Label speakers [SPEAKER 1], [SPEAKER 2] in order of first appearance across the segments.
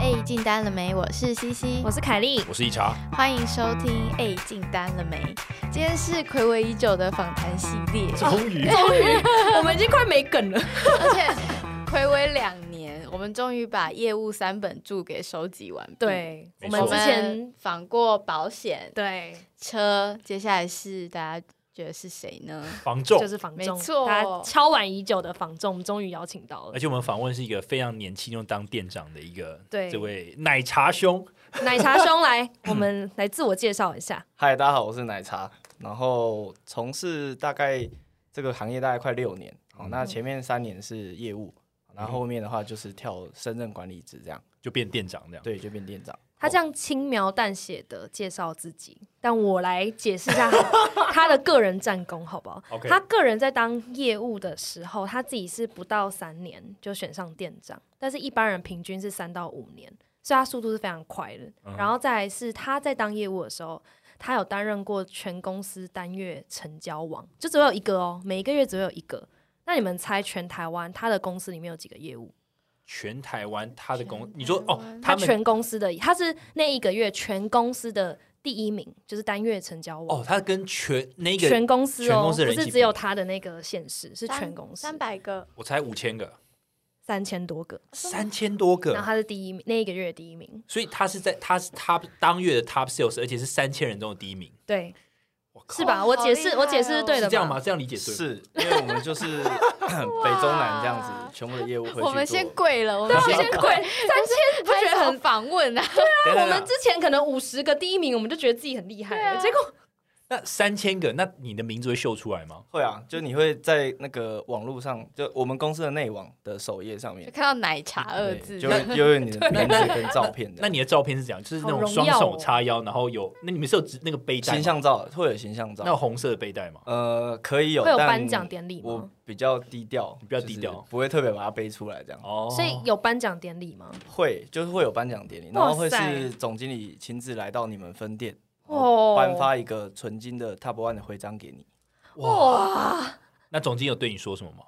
[SPEAKER 1] 哎进单了没？我是西西
[SPEAKER 2] 我，是凯莉，
[SPEAKER 3] 我是一茶，
[SPEAKER 1] 欢迎收听。哎，进单了没？今天是暌违已久的访谈系 列，
[SPEAKER 2] 哦
[SPEAKER 3] 终于
[SPEAKER 2] 终于 我们已经快没梗了。
[SPEAKER 1] 而且暌违两年，我们终于把业务三本著给收集完毕。
[SPEAKER 2] 对，我
[SPEAKER 3] 没
[SPEAKER 2] 们
[SPEAKER 3] 错
[SPEAKER 1] 我
[SPEAKER 2] 之前
[SPEAKER 1] 们访过保险、
[SPEAKER 2] 对
[SPEAKER 1] 车，接下来是大家觉得是谁呢？
[SPEAKER 3] 防重
[SPEAKER 2] 就，是房仲，
[SPEAKER 1] 没错
[SPEAKER 2] 大家敲碗已久的房仲，我们终于邀请到了
[SPEAKER 3] 而且我们访问是一个非常年轻又当店长的一个，
[SPEAKER 2] 对
[SPEAKER 3] 这位奶茶兄，
[SPEAKER 2] 奶茶兄来，我们来自我介绍一下。
[SPEAKER 4] 嗨，大家好，我是奶茶，然后从事大概这个行业大概快六年，好、那前面三年是业务，然后后面的话就是跳深圳管理职这样，
[SPEAKER 3] 就变店长这样。
[SPEAKER 4] 对，就变店长。哦
[SPEAKER 2] 他这样轻描淡写的介绍自己，但我来解释一下他的个人战功，好不好
[SPEAKER 3] OK
[SPEAKER 2] 他个人在当业务的时候，他自己是不到三年就选上店长，但是一般人平均是三到五年，所以他速度是非常快的。
[SPEAKER 3] 嗯哼
[SPEAKER 2] 然后再来是他在当业务的时候，他有担任过全公司单月成交网，就只有一个哦，每一个月只有一个。那你们猜全台湾他的公司里面有几个业务？
[SPEAKER 3] 全台湾他的公
[SPEAKER 1] 全，
[SPEAKER 3] 你说
[SPEAKER 1] 台
[SPEAKER 3] 哦
[SPEAKER 1] 湾，
[SPEAKER 2] 他
[SPEAKER 3] 他们
[SPEAKER 2] 全公司的，他是那一个月全公司的第一名，就是单月成交网。
[SPEAKER 3] 哦，他跟全那个，
[SPEAKER 2] 全公司
[SPEAKER 3] 全
[SPEAKER 2] 哦，
[SPEAKER 3] 公司的
[SPEAKER 2] 不
[SPEAKER 3] 人一起
[SPEAKER 2] 是只有他的那个县市，是
[SPEAKER 1] 三
[SPEAKER 2] 全公司
[SPEAKER 1] 三百个，
[SPEAKER 3] 我才五千个，
[SPEAKER 2] 三千多个，
[SPEAKER 3] 三千多
[SPEAKER 2] 然后
[SPEAKER 3] 个，
[SPEAKER 2] 他是第一名，那一个月的第一名。
[SPEAKER 3] 所以他是在他是 top 当月的 top sales，而且是三千人中的第一名。
[SPEAKER 2] 对，
[SPEAKER 3] 我靠，
[SPEAKER 2] 是吧？
[SPEAKER 1] 好
[SPEAKER 2] 我解释，
[SPEAKER 1] 厉害哦
[SPEAKER 2] 我解释是对的
[SPEAKER 3] 是
[SPEAKER 2] 吧
[SPEAKER 3] 这样吗？？这样理解对吗？
[SPEAKER 4] 是因为我们就是 北中南这样
[SPEAKER 1] 哇
[SPEAKER 4] 子，全部的业务会去
[SPEAKER 1] 我们先
[SPEAKER 4] 做
[SPEAKER 1] 跪了，我们
[SPEAKER 3] 对啊
[SPEAKER 1] 先
[SPEAKER 3] 先
[SPEAKER 1] 跪
[SPEAKER 2] 跪， 三千你不觉得很？
[SPEAKER 1] 访问啊？
[SPEAKER 2] 我
[SPEAKER 3] 等一下等
[SPEAKER 2] 们
[SPEAKER 3] 一
[SPEAKER 2] 之
[SPEAKER 3] 下
[SPEAKER 2] 前可能五十个第一名，我们就觉得自己很厉害了，
[SPEAKER 1] 对啊
[SPEAKER 2] 结果
[SPEAKER 3] 那三千个，那你的名字会秀出来吗？
[SPEAKER 4] 会啊，就你会在那个网络上，就我们公司的内网的首页上
[SPEAKER 1] 就
[SPEAKER 4] 面，
[SPEAKER 1] 看到奶茶二字
[SPEAKER 4] 对，就会就会有你的名字跟照片
[SPEAKER 3] 那
[SPEAKER 4] 的。
[SPEAKER 3] 你的照片是怎样？就是那
[SPEAKER 2] 好
[SPEAKER 3] 种
[SPEAKER 2] 荣耀
[SPEAKER 3] 双
[SPEAKER 2] 哦
[SPEAKER 3] 手叉腰，然后有那你们是有那个背带
[SPEAKER 4] 形
[SPEAKER 3] 吗？
[SPEAKER 4] 象照会有形象
[SPEAKER 3] 那有
[SPEAKER 4] 照，
[SPEAKER 3] 红色的背带吗？
[SPEAKER 4] 呃，可以有，
[SPEAKER 2] 会有
[SPEAKER 4] 但
[SPEAKER 2] 颁奖典礼
[SPEAKER 4] 我
[SPEAKER 2] 吗？
[SPEAKER 4] 比较低调，
[SPEAKER 3] 你比较低调
[SPEAKER 4] 就是不会特别把它背出来这样。
[SPEAKER 3] 哦，
[SPEAKER 2] 所以有颁奖典礼吗？
[SPEAKER 4] 会就是会有颁奖典礼，然
[SPEAKER 2] 哇
[SPEAKER 4] 后会
[SPEAKER 2] 塞
[SPEAKER 4] 是总经理亲自来到你们分店，
[SPEAKER 2] 哦
[SPEAKER 4] 颁发一个纯金的 Top One 的徽章给你，
[SPEAKER 3] 哇，那总经理有对你说什么吗？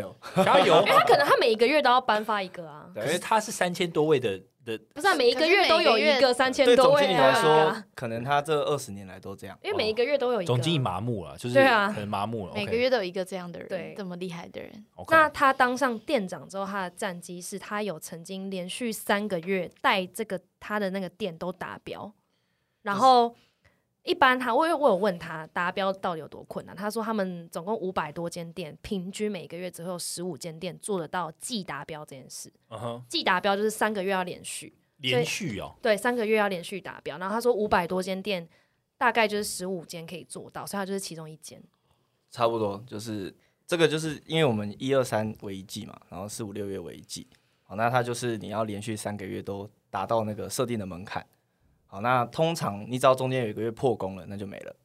[SPEAKER 4] 油！
[SPEAKER 3] 加油
[SPEAKER 2] 哎因！为他可能他每一个月都要颁发一个啊，
[SPEAKER 4] 对
[SPEAKER 3] 可是他是三千多位的的，
[SPEAKER 2] 不是、啊、每一个月都有一个三千
[SPEAKER 4] 对
[SPEAKER 2] 多
[SPEAKER 4] 总
[SPEAKER 2] 位
[SPEAKER 4] 经理
[SPEAKER 2] 啊
[SPEAKER 4] 来说，可能他这二十年来都这样。
[SPEAKER 2] 因为每一个月都有一个啊
[SPEAKER 3] 总经理麻木了，就是
[SPEAKER 2] 对啊
[SPEAKER 3] 可能麻木了。
[SPEAKER 1] 每个月都有一个这样的人，
[SPEAKER 2] 对
[SPEAKER 1] 这么厉害的人，
[SPEAKER 3] o k
[SPEAKER 2] 那他当上店长之后，他的战绩是他有曾经连续三个月带这个他的那个店都达标，然后一般他我有我有问他达标到底有多困难，他说他们总共五百多间店，平均每个月只会有十五间店做得到季达标这件事。
[SPEAKER 3] 嗯哼，
[SPEAKER 2] 季达标就是三个月要连续，
[SPEAKER 3] 连续哦，
[SPEAKER 2] 对，三个月要连续达标。然后他说五百多间店，大概就是十五间可以做到，所以他就是其中一间。
[SPEAKER 4] 差不多就是这个，就是因为我们一二三为一季嘛，然后四五六月为一季。好，那它就是你要连续三个月都达到那个设定的门槛。好，那通常你只要中间有一个月破功了，那就没了。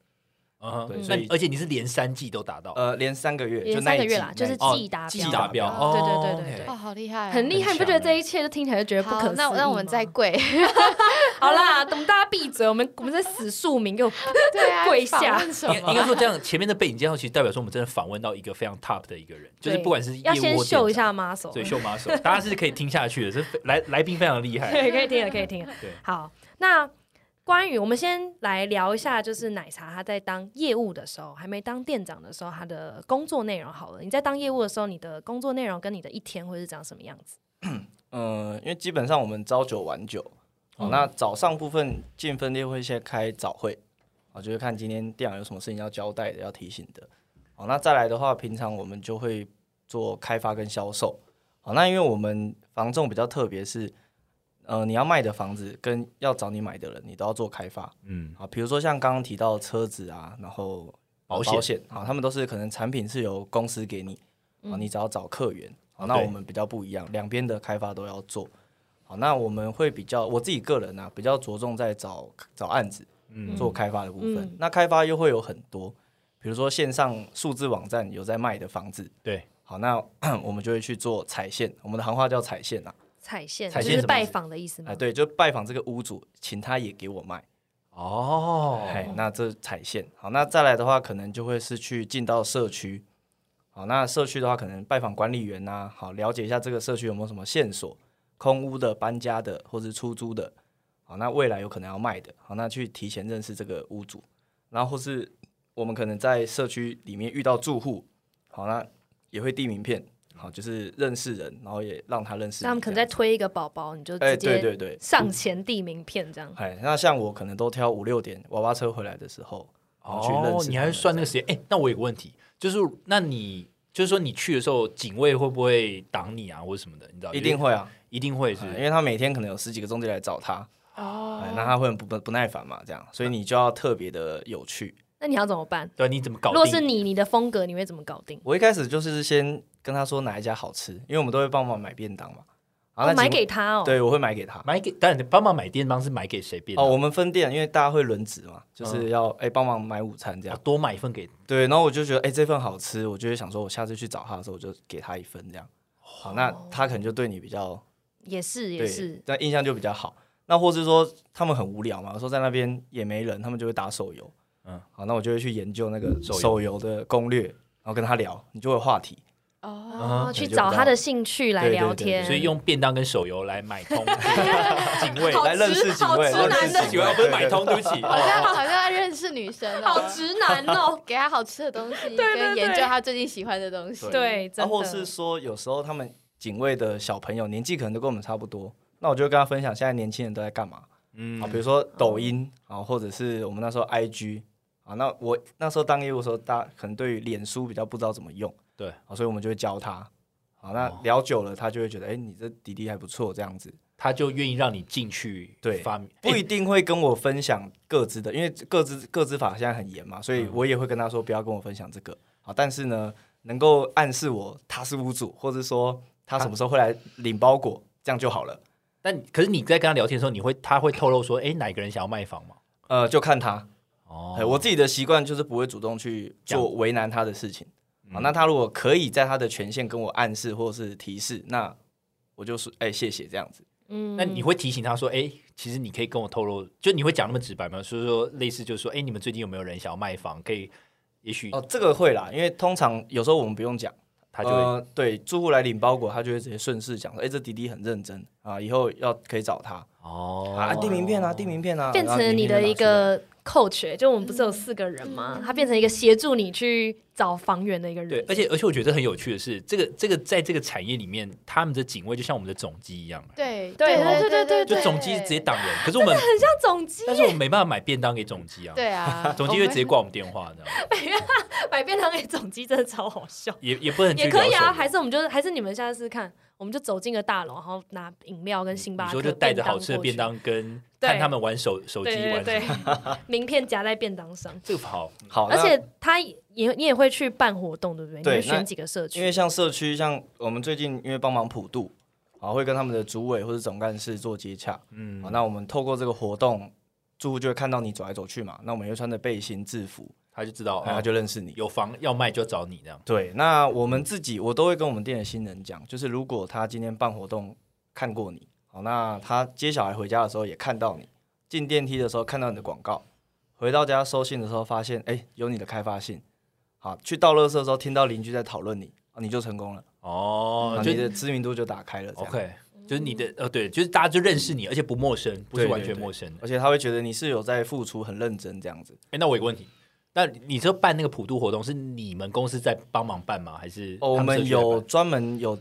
[SPEAKER 3] 嗯哼，
[SPEAKER 4] 对
[SPEAKER 3] 那
[SPEAKER 4] 所以
[SPEAKER 3] 而且你是连三季都达到，
[SPEAKER 4] 呃，连三个月，
[SPEAKER 2] 连
[SPEAKER 4] 就那
[SPEAKER 2] 三个
[SPEAKER 4] 一
[SPEAKER 2] 月
[SPEAKER 4] 季
[SPEAKER 2] 啦
[SPEAKER 4] 那
[SPEAKER 2] 就是
[SPEAKER 4] 一季
[SPEAKER 3] 哦
[SPEAKER 2] 季达
[SPEAKER 3] 季
[SPEAKER 2] 标
[SPEAKER 3] 达标，
[SPEAKER 4] 对
[SPEAKER 3] 哦
[SPEAKER 2] 对对对
[SPEAKER 3] OK
[SPEAKER 2] 对
[SPEAKER 1] 哇，好厉害啊，
[SPEAKER 2] 很厉害，
[SPEAKER 3] 哎很
[SPEAKER 2] 你不觉得
[SPEAKER 3] 强欸
[SPEAKER 2] 这一切就听起来就觉得不可
[SPEAKER 1] 好
[SPEAKER 2] 思议
[SPEAKER 1] 那那我们
[SPEAKER 2] 吗
[SPEAKER 1] 再 跪，
[SPEAKER 2] 好啦，我们大家闭嘴，我们我们在死庶民，给我
[SPEAKER 1] 对啊，
[SPEAKER 2] 跪下
[SPEAKER 1] 访问什
[SPEAKER 3] 应该应
[SPEAKER 1] 么？
[SPEAKER 3] 该说这样，前面的背景介绍其实代表说我们真的访问到一个非常 top 的一个人，就是
[SPEAKER 2] 对
[SPEAKER 3] 不管是业
[SPEAKER 2] 要
[SPEAKER 3] 务
[SPEAKER 2] 先
[SPEAKER 3] 或
[SPEAKER 2] 秀一
[SPEAKER 3] 店
[SPEAKER 2] 下 muscle，
[SPEAKER 3] 长，对秀马手，大家是可以听下去的，是非来来宾非常厉 害。
[SPEAKER 2] 对，可以听了，可以听了。
[SPEAKER 3] 对
[SPEAKER 2] 好，那关于我们先来聊一下，就是奶茶他在当业务的时候，还没当店长的时候，他的工作内容好了。你在当业务的时候，你的工作内容跟你的一天会是长什么样子？
[SPEAKER 4] 嗯，因为基本上我们朝九晚九，哦
[SPEAKER 3] 嗯
[SPEAKER 4] 那早上部分进分店会先开早会，啊，就是看今天店长有什么事情要交代的、要提醒的。好，那再来的话，平常我们就会做开发跟销售。好，那因为我们房仲比较特别是，呃，你要卖的房子跟要找你买的人，你都要做开发。
[SPEAKER 3] 嗯，
[SPEAKER 4] 啊，比如说像刚刚提到车子啊，然后呃
[SPEAKER 3] 保险
[SPEAKER 4] 保险啊，他们都是可能产品是由公司给你啊，你只要找客源啊。那
[SPEAKER 3] 嗯哦对
[SPEAKER 4] 我们比较不一样，两边的开发都要做。好，那我们会比较我自己个人啊，比较着重在找找案子，
[SPEAKER 3] 嗯
[SPEAKER 4] 做开发的部分。
[SPEAKER 2] 嗯
[SPEAKER 4] 那开发又会有很多，比如说线上数字网站有在卖的房子，
[SPEAKER 3] 对，
[SPEAKER 4] 好，那 我们就会去做踩线，我们的行话叫踩线啊，
[SPEAKER 2] 踩线
[SPEAKER 4] 踩
[SPEAKER 2] 就
[SPEAKER 4] 线
[SPEAKER 2] 是
[SPEAKER 4] 什么
[SPEAKER 2] 拜
[SPEAKER 4] 意思
[SPEAKER 2] 访的意思
[SPEAKER 3] 嗯
[SPEAKER 2] 吗？
[SPEAKER 4] 哎，对，就拜访这个屋主，请他也给我卖。
[SPEAKER 3] 哦，
[SPEAKER 4] 哎，那这踩线好，那再来的话，可能就会是去进到社区。啊好，那社区的话，可能拜访管理员呐、好了解一下这个社区有没有什么线索，空屋的、搬家的或是出租的，好，那未来有可能要卖的，好，那去提前认识这个屋主，然后或是我们可能在社区里面遇到住户，好，那也会递名片，好，就是认识人，然后也让他认识你这样子。
[SPEAKER 2] 那他们可能在推一个宝宝，你就
[SPEAKER 4] 哎、
[SPEAKER 2] 直
[SPEAKER 4] 对
[SPEAKER 2] 接
[SPEAKER 4] 对对，
[SPEAKER 2] 上前递名片这样。
[SPEAKER 4] 哎，那像我可能都挑五六点娃娃车回来的时候，然后去认识他
[SPEAKER 3] 哦
[SPEAKER 4] 们，
[SPEAKER 3] 你还会算那个时间？哎、那我有个问题，就是那你就是说你去的时候，警卫会不会挡你啊，或者什么的？你知道？
[SPEAKER 4] 一定
[SPEAKER 3] 会，
[SPEAKER 4] 会啊，
[SPEAKER 3] 一定会是
[SPEAKER 4] 哎因为他每天可能有十几个中介来找他，
[SPEAKER 1] 哦
[SPEAKER 4] 哎，那他会很不不不耐烦嘛，这样，所以
[SPEAKER 3] 嗯
[SPEAKER 4] 你就要特别的有趣。
[SPEAKER 2] 那你要怎么办？
[SPEAKER 3] 对，啊你怎么搞
[SPEAKER 2] 如
[SPEAKER 3] 定？
[SPEAKER 2] 果是你，你的风格你会怎么搞定？
[SPEAKER 4] 我一开始就是先跟他说哪一家好吃，因为我们都会帮忙买便当嘛，然后
[SPEAKER 2] 哦
[SPEAKER 4] 那
[SPEAKER 2] 买
[SPEAKER 4] 几
[SPEAKER 2] 给他哦。
[SPEAKER 4] 对，我会买给他。
[SPEAKER 3] 买给，但你帮忙买便当是买给谁嗯便
[SPEAKER 4] 哦，
[SPEAKER 3] 当？
[SPEAKER 4] 我们分店，因为大家会轮值嘛，就是要哎帮、忙买午餐这
[SPEAKER 3] 要
[SPEAKER 4] 样。
[SPEAKER 3] 啊多买一份给
[SPEAKER 4] 对，然后我就觉得哎、这份好吃，我就会想说，我下次去找他的时候，我就给他一份这样。好，那他可能就对你比较
[SPEAKER 2] 也是也
[SPEAKER 4] 对，
[SPEAKER 2] 是，
[SPEAKER 4] 但印象就比较好。那或是说他们很无聊嘛，说在那边也没人，他们就会打手游。
[SPEAKER 3] 嗯
[SPEAKER 4] 嗯，好，那我就会去研究那个
[SPEAKER 3] 手游
[SPEAKER 4] 手游的攻略，然后跟他聊，你就会有话题。
[SPEAKER 1] 哦，
[SPEAKER 2] 哦，
[SPEAKER 3] 啊
[SPEAKER 2] 去找他的兴趣来
[SPEAKER 4] 对对
[SPEAKER 2] 聊
[SPEAKER 4] 对
[SPEAKER 2] 天。
[SPEAKER 3] 所以用便当跟手游来买 通警卫，
[SPEAKER 1] 哎好
[SPEAKER 4] 来认识几
[SPEAKER 1] 好
[SPEAKER 4] 位，
[SPEAKER 1] 直
[SPEAKER 4] 来
[SPEAKER 1] 男
[SPEAKER 4] 认
[SPEAKER 1] 的
[SPEAKER 4] 识
[SPEAKER 3] 是
[SPEAKER 4] 几
[SPEAKER 3] 警
[SPEAKER 4] 位
[SPEAKER 3] 卫，，不是买通，对不 起。
[SPEAKER 1] 好
[SPEAKER 3] 哦
[SPEAKER 1] 像好像在认识女生
[SPEAKER 2] 好
[SPEAKER 1] 哦，
[SPEAKER 2] 直男哦。
[SPEAKER 1] 给她好吃的东西，
[SPEAKER 2] 对对
[SPEAKER 1] 跟研究她最近喜欢的东西。
[SPEAKER 2] 对，
[SPEAKER 4] 然
[SPEAKER 2] 真
[SPEAKER 4] 后啊是
[SPEAKER 2] 的。
[SPEAKER 4] 说有时候他们警卫的小朋友年纪可能都跟我们差不多，那我就会跟他分享现在年轻人都在干嘛
[SPEAKER 3] 嗯
[SPEAKER 4] 啊，比如
[SPEAKER 2] 哦
[SPEAKER 4] 说抖音啊，或者是我们那时候 IG 啊，那我那时候当业务的时候，大家可能对于脸书比较不知道怎么用。
[SPEAKER 3] 对，
[SPEAKER 4] 好，所以我们就会教他。好，那
[SPEAKER 3] 哦
[SPEAKER 4] 聊久了，他就会觉得，哎、你这弟弟还不错，这样子
[SPEAKER 3] 他就愿意让你进去
[SPEAKER 4] 对
[SPEAKER 3] 发明。
[SPEAKER 4] 不一
[SPEAKER 3] 哎
[SPEAKER 4] 定会跟我分享各自的，因为各自各自法现在很严嘛，所以我也会跟他说不要跟我分享这个。好，但是呢，能够暗示我他是屋主，或者说他什么时候会来领包裹，这样就好了。
[SPEAKER 3] 但你可是你在跟他聊天的时候，你会他会透露说，哎，哪个人想要卖房吗？
[SPEAKER 4] 呃，就看他。
[SPEAKER 3] 哦
[SPEAKER 4] 哎，我自己的习惯就是不会主动去做
[SPEAKER 3] 讲
[SPEAKER 4] 为难他的事情。好，那他如果可以在他的权限跟我暗示或是提示，那我就是哎、谢谢这样子。
[SPEAKER 2] 嗯
[SPEAKER 3] 那你会提醒他说，哎、其实你可以跟我透露，就你会讲那么直白吗？所以说，类似就是说，哎、你们最近有没有人想要卖房？可以，也许
[SPEAKER 4] 哦，这个会啦，因为通常有时候我们不用讲，
[SPEAKER 3] 他就会、
[SPEAKER 4] 呃、对住户来领包裹，他就会直接顺势讲说，哎、这弟弟很认真啊，以后要可以找他、
[SPEAKER 3] 哦，
[SPEAKER 4] 啊，递名片啊，递名片啊，
[SPEAKER 2] 变
[SPEAKER 4] 然
[SPEAKER 2] 成
[SPEAKER 4] 后
[SPEAKER 2] 了你
[SPEAKER 4] 名片
[SPEAKER 2] 的
[SPEAKER 4] 拿
[SPEAKER 2] 一
[SPEAKER 4] 出来
[SPEAKER 2] 个 coach，就我欸们不
[SPEAKER 3] 嗯
[SPEAKER 2] 是有四个人吗？他变成一个协助你去找房源的一个
[SPEAKER 3] 对
[SPEAKER 2] 人，。
[SPEAKER 3] 而且而且我觉得很有趣的是，这个这个在这个产业里面，他们的警卫就像我们的总机一样，
[SPEAKER 1] 对
[SPEAKER 2] 对
[SPEAKER 1] 对
[SPEAKER 2] 对对
[SPEAKER 3] 就总机直接挡人，可是我 们
[SPEAKER 2] 很像总机
[SPEAKER 3] 但是我们没办法买便当给总机啊，
[SPEAKER 1] 对啊，
[SPEAKER 3] 总机会直接挂我们电话这样，
[SPEAKER 2] 买便当给总机，真的超好笑。
[SPEAKER 3] 也也不能去
[SPEAKER 2] 也可以
[SPEAKER 3] 聊手
[SPEAKER 2] 啊，
[SPEAKER 3] 机
[SPEAKER 2] 还是我们就还是你们下次看，我们就走进个大楼，然后拿饮料跟星巴
[SPEAKER 3] 嗯你
[SPEAKER 2] 克，
[SPEAKER 3] 说就带着好吃的便，当跟
[SPEAKER 2] 对
[SPEAKER 3] 看他们玩手手机
[SPEAKER 2] 对对
[SPEAKER 3] 玩
[SPEAKER 2] 对
[SPEAKER 3] 什么，，
[SPEAKER 2] 名片夹在便当上。
[SPEAKER 3] 这个好，
[SPEAKER 4] 好，
[SPEAKER 2] 而
[SPEAKER 4] 那
[SPEAKER 2] 且他也你也会去办活动，对不对？
[SPEAKER 4] 对
[SPEAKER 2] 你会选
[SPEAKER 4] 那
[SPEAKER 2] 几个社
[SPEAKER 4] 因为
[SPEAKER 2] 区？
[SPEAKER 4] 像社区，像我们最近因为帮忙普渡，啊，会跟他们的主委或者总干事做接洽，
[SPEAKER 3] 嗯
[SPEAKER 4] 好，，那我们透过这个活动，住户就会看到你走来走去嘛，那我们又穿着背心制服，
[SPEAKER 3] 他就知道，
[SPEAKER 4] 然后
[SPEAKER 3] 哦
[SPEAKER 4] 他就认识你。
[SPEAKER 3] 有房要卖就找你这样。
[SPEAKER 4] 对，那我们自己，我都会跟我们店的新人讲，就是如果他今天办活动看过你，好，那他接小孩回家的时候也看到你，进电梯的时候看到你的广告，回到家收信的时候发现，哎、有你的开发信，好，去倒垃圾的时候听到邻居在讨论你，啊你就成功了，
[SPEAKER 3] 哦
[SPEAKER 4] 啊，
[SPEAKER 3] 就
[SPEAKER 4] 你的知名度就打开了这样
[SPEAKER 3] OK，就是你的呃，对，就是大家就认识你，而且不陌生，不是完全陌生的。
[SPEAKER 4] 而且他会觉得你是有在付出，很认真这样子。
[SPEAKER 3] 哎，那我有个问题，那你这办那个普渡活动是你们公司在帮忙办吗？还是
[SPEAKER 4] 哦，我
[SPEAKER 3] 他社
[SPEAKER 4] 们
[SPEAKER 3] 区在办
[SPEAKER 4] 有专门有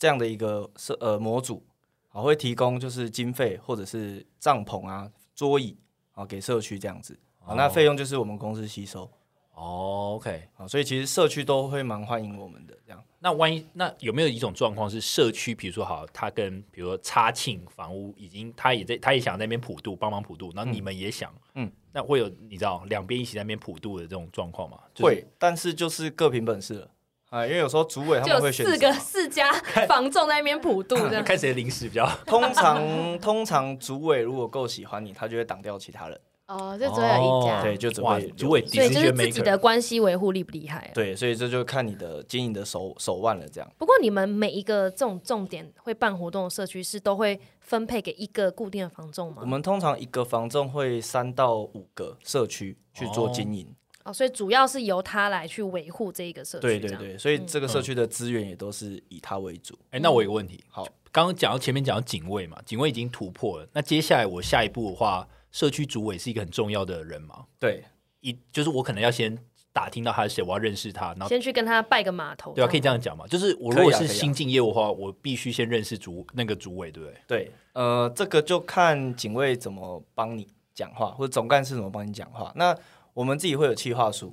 [SPEAKER 4] 这样的一个设呃模组，啊，会提供就是经费或者是帐篷啊、桌椅啊给社区这样子。啊，那
[SPEAKER 3] 哦
[SPEAKER 4] 费用就是我们公司吸收
[SPEAKER 3] 哦？OK，
[SPEAKER 4] 啊，所以其实社区都会蛮欢迎我们的这样。
[SPEAKER 3] 那万一那有没有一种状况是社区，比如说好，他跟比如说差庆房屋已经他也在他也想在那边普渡帮忙普渡，然后你们也想，
[SPEAKER 4] 嗯，
[SPEAKER 3] 那会有你知道两边一起在那边普渡的这种状况吗？就是
[SPEAKER 4] 会，但是就是各凭本事了啊，因为有时候主委他
[SPEAKER 2] 就
[SPEAKER 4] 们会选
[SPEAKER 2] 四
[SPEAKER 4] 择
[SPEAKER 2] 个四家房仲在那边普渡这
[SPEAKER 3] 那
[SPEAKER 2] 样。
[SPEAKER 3] 看谁的零食比较
[SPEAKER 4] 通常通常主委如果够喜欢你，他就会挡掉其 他人。
[SPEAKER 1] 哦，就只有一
[SPEAKER 3] 哦
[SPEAKER 1] 家。
[SPEAKER 4] 对就只会
[SPEAKER 3] 哇
[SPEAKER 4] 留
[SPEAKER 3] 主委
[SPEAKER 2] 所以就
[SPEAKER 3] decision
[SPEAKER 2] 是自己
[SPEAKER 3] maker
[SPEAKER 2] 的关系维护厉不厉害、啊？
[SPEAKER 4] 对，所以这就看你的经营的手手腕了这样。
[SPEAKER 2] 不过你们每一个这种重点会办活动的社区是都会分配给一个固定的房仲吗？
[SPEAKER 4] 我们通常一个房仲会三到五个社区去做经营，
[SPEAKER 2] 哦，所以主要是由他来去维护这一个社区，
[SPEAKER 4] 对对
[SPEAKER 2] 这样，
[SPEAKER 4] 对，所以这个社区的资源也都是以它为主。
[SPEAKER 3] 哎、那我有个问题，
[SPEAKER 4] 好，
[SPEAKER 3] 刚刚讲到前面讲到警卫嘛，警卫已经突破了，那接下来我下一步的话，社区主委是一个很重要的人嘛，
[SPEAKER 4] 对，
[SPEAKER 3] 一就是我可能要先打听到他是谁，我要认识他，然后
[SPEAKER 2] 先哦去跟他拜个码头，
[SPEAKER 3] 对啊，可以
[SPEAKER 2] 这
[SPEAKER 3] 这
[SPEAKER 2] 样
[SPEAKER 3] 样讲嘛，就是我
[SPEAKER 4] 可
[SPEAKER 3] 如
[SPEAKER 4] 以
[SPEAKER 3] 果
[SPEAKER 4] 啊可
[SPEAKER 3] 是
[SPEAKER 4] 以啊
[SPEAKER 3] 新进业务的话，我必须先认识主那个主委，对不对？
[SPEAKER 4] 对，呃，这个就看警卫怎么帮你讲话，或者总干事怎么帮你讲话。那我们自己会有企划书，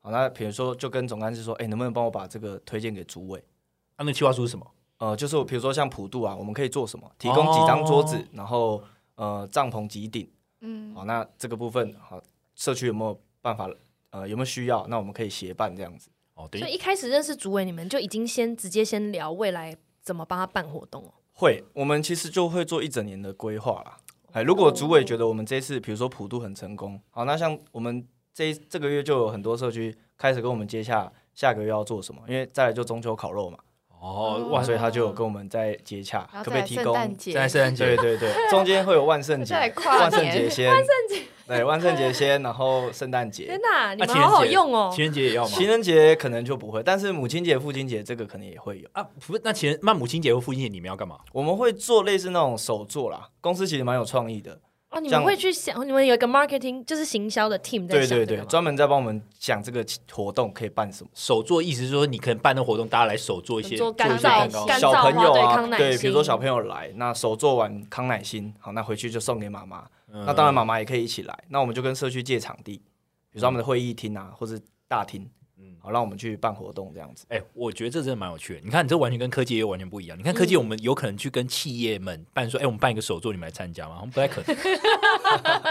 [SPEAKER 4] 好，那比如说就跟总干事说，哎、能不能帮我把这个推荐给主委？
[SPEAKER 3] 啊，那个计划书是什么？
[SPEAKER 4] 呃，就是我比如说像普渡啊，我们可以做什么？提供几张桌子，然后呃帐篷几顶，
[SPEAKER 1] 嗯，
[SPEAKER 4] 好，那这个部分好，社区有没有办法？呃，有没有需要？那我们可以协办这样子。
[SPEAKER 3] 哦，等
[SPEAKER 2] 所以
[SPEAKER 3] 于
[SPEAKER 2] 一开始认识主委，你们就已经先直接先聊未来怎么帮他办活动哦。
[SPEAKER 4] 会，我们其实就会做一整年的规划啦。哎，如果主
[SPEAKER 1] 哦
[SPEAKER 4] 委觉得我们这次，比如说普渡很成功，好，那像我们这一这个月就有很多社区开始跟我们接洽下个月要做什么，因为再来就中秋烤肉嘛，
[SPEAKER 3] 哦
[SPEAKER 1] 嗯
[SPEAKER 3] 哇，
[SPEAKER 4] 所以他就有跟我们在接洽，
[SPEAKER 1] 然后
[SPEAKER 4] 可不
[SPEAKER 1] 再
[SPEAKER 4] 可以
[SPEAKER 1] 来
[SPEAKER 4] 提
[SPEAKER 1] 圣
[SPEAKER 4] 供？
[SPEAKER 1] 诞节，
[SPEAKER 3] 现在圣诞节
[SPEAKER 4] 对对对，中间会有万圣节
[SPEAKER 1] 再来、跨
[SPEAKER 4] 万圣节
[SPEAKER 1] 年
[SPEAKER 4] 先，万圣节对，万圣节先，然后圣诞节
[SPEAKER 2] 天。哪，你
[SPEAKER 3] 啊
[SPEAKER 2] 们好好用哦！
[SPEAKER 3] 情人节情人节也要吗？
[SPEAKER 4] 情人节可能就不会，但是母亲节、父亲节这个可能也会有。
[SPEAKER 3] 啊，不，那情人那母亲节或父亲节你们要干嘛？
[SPEAKER 4] 我们会做类似那种手作啦，公司其实蛮有创意的，
[SPEAKER 2] 哦，你
[SPEAKER 4] 这
[SPEAKER 2] 们
[SPEAKER 4] 样
[SPEAKER 2] 会去想，你们有一个 marketing 就是行销的 team 在
[SPEAKER 4] 对
[SPEAKER 2] 想
[SPEAKER 4] 对
[SPEAKER 2] 这
[SPEAKER 4] 对
[SPEAKER 2] 个，吗
[SPEAKER 4] 专门在帮我们想这个活动可以办什么。
[SPEAKER 3] 手作意思是说你可能办的活动，大家来手做一些
[SPEAKER 2] 做
[SPEAKER 3] 做一
[SPEAKER 2] 干
[SPEAKER 3] 些
[SPEAKER 2] 燥
[SPEAKER 3] 蛋糕。
[SPEAKER 2] 干燥
[SPEAKER 4] 小
[SPEAKER 2] 花
[SPEAKER 4] 朋友
[SPEAKER 2] 对
[SPEAKER 4] 啊
[SPEAKER 2] 康，乃
[SPEAKER 4] 对，
[SPEAKER 2] 馨
[SPEAKER 4] 比如说小朋友来，那手做完康乃馨，好，那回去就送给妈妈。
[SPEAKER 3] 嗯
[SPEAKER 4] 那当然，妈妈也可以一起来。那我们就跟社区借场地，比如说他们的会议厅啊，或是大厅，
[SPEAKER 3] 嗯
[SPEAKER 4] 好，让我们去办活动这样子。
[SPEAKER 3] 哎、我觉得这真的蛮有趣的。你看，你这完全跟科技业完全不一样。你看科技，我们有可能去跟企业们办说，哎、我们办一个手作，你们来参加吗？我们不太可 能，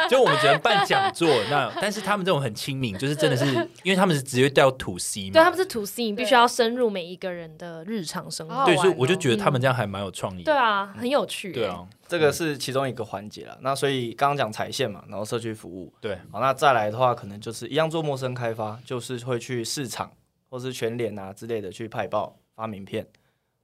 [SPEAKER 3] 就我们只能办讲座。那但是他们这种很亲民，就是真的是，因为他们是直接到 to C
[SPEAKER 2] 对，他
[SPEAKER 3] 嘛，
[SPEAKER 2] 们
[SPEAKER 4] 嗯
[SPEAKER 2] 是 to C，你必
[SPEAKER 1] 对
[SPEAKER 2] 须要深入每一个人的日常生
[SPEAKER 1] 好好
[SPEAKER 2] 活。
[SPEAKER 3] 对，
[SPEAKER 1] 玩
[SPEAKER 3] 所以我就
[SPEAKER 1] 哦
[SPEAKER 3] 觉得他们这样还蛮有创意的。
[SPEAKER 2] 嗯对啊，很有趣。
[SPEAKER 3] 对，啊，
[SPEAKER 4] 这个是其中一个环节了。那所以刚刚讲踩线嘛，然后社区服务，
[SPEAKER 3] 对，啊
[SPEAKER 4] 好，那再来的话，可能就是一样做陌生开发，就是会去市场或是全联啊之类的去派报发名片。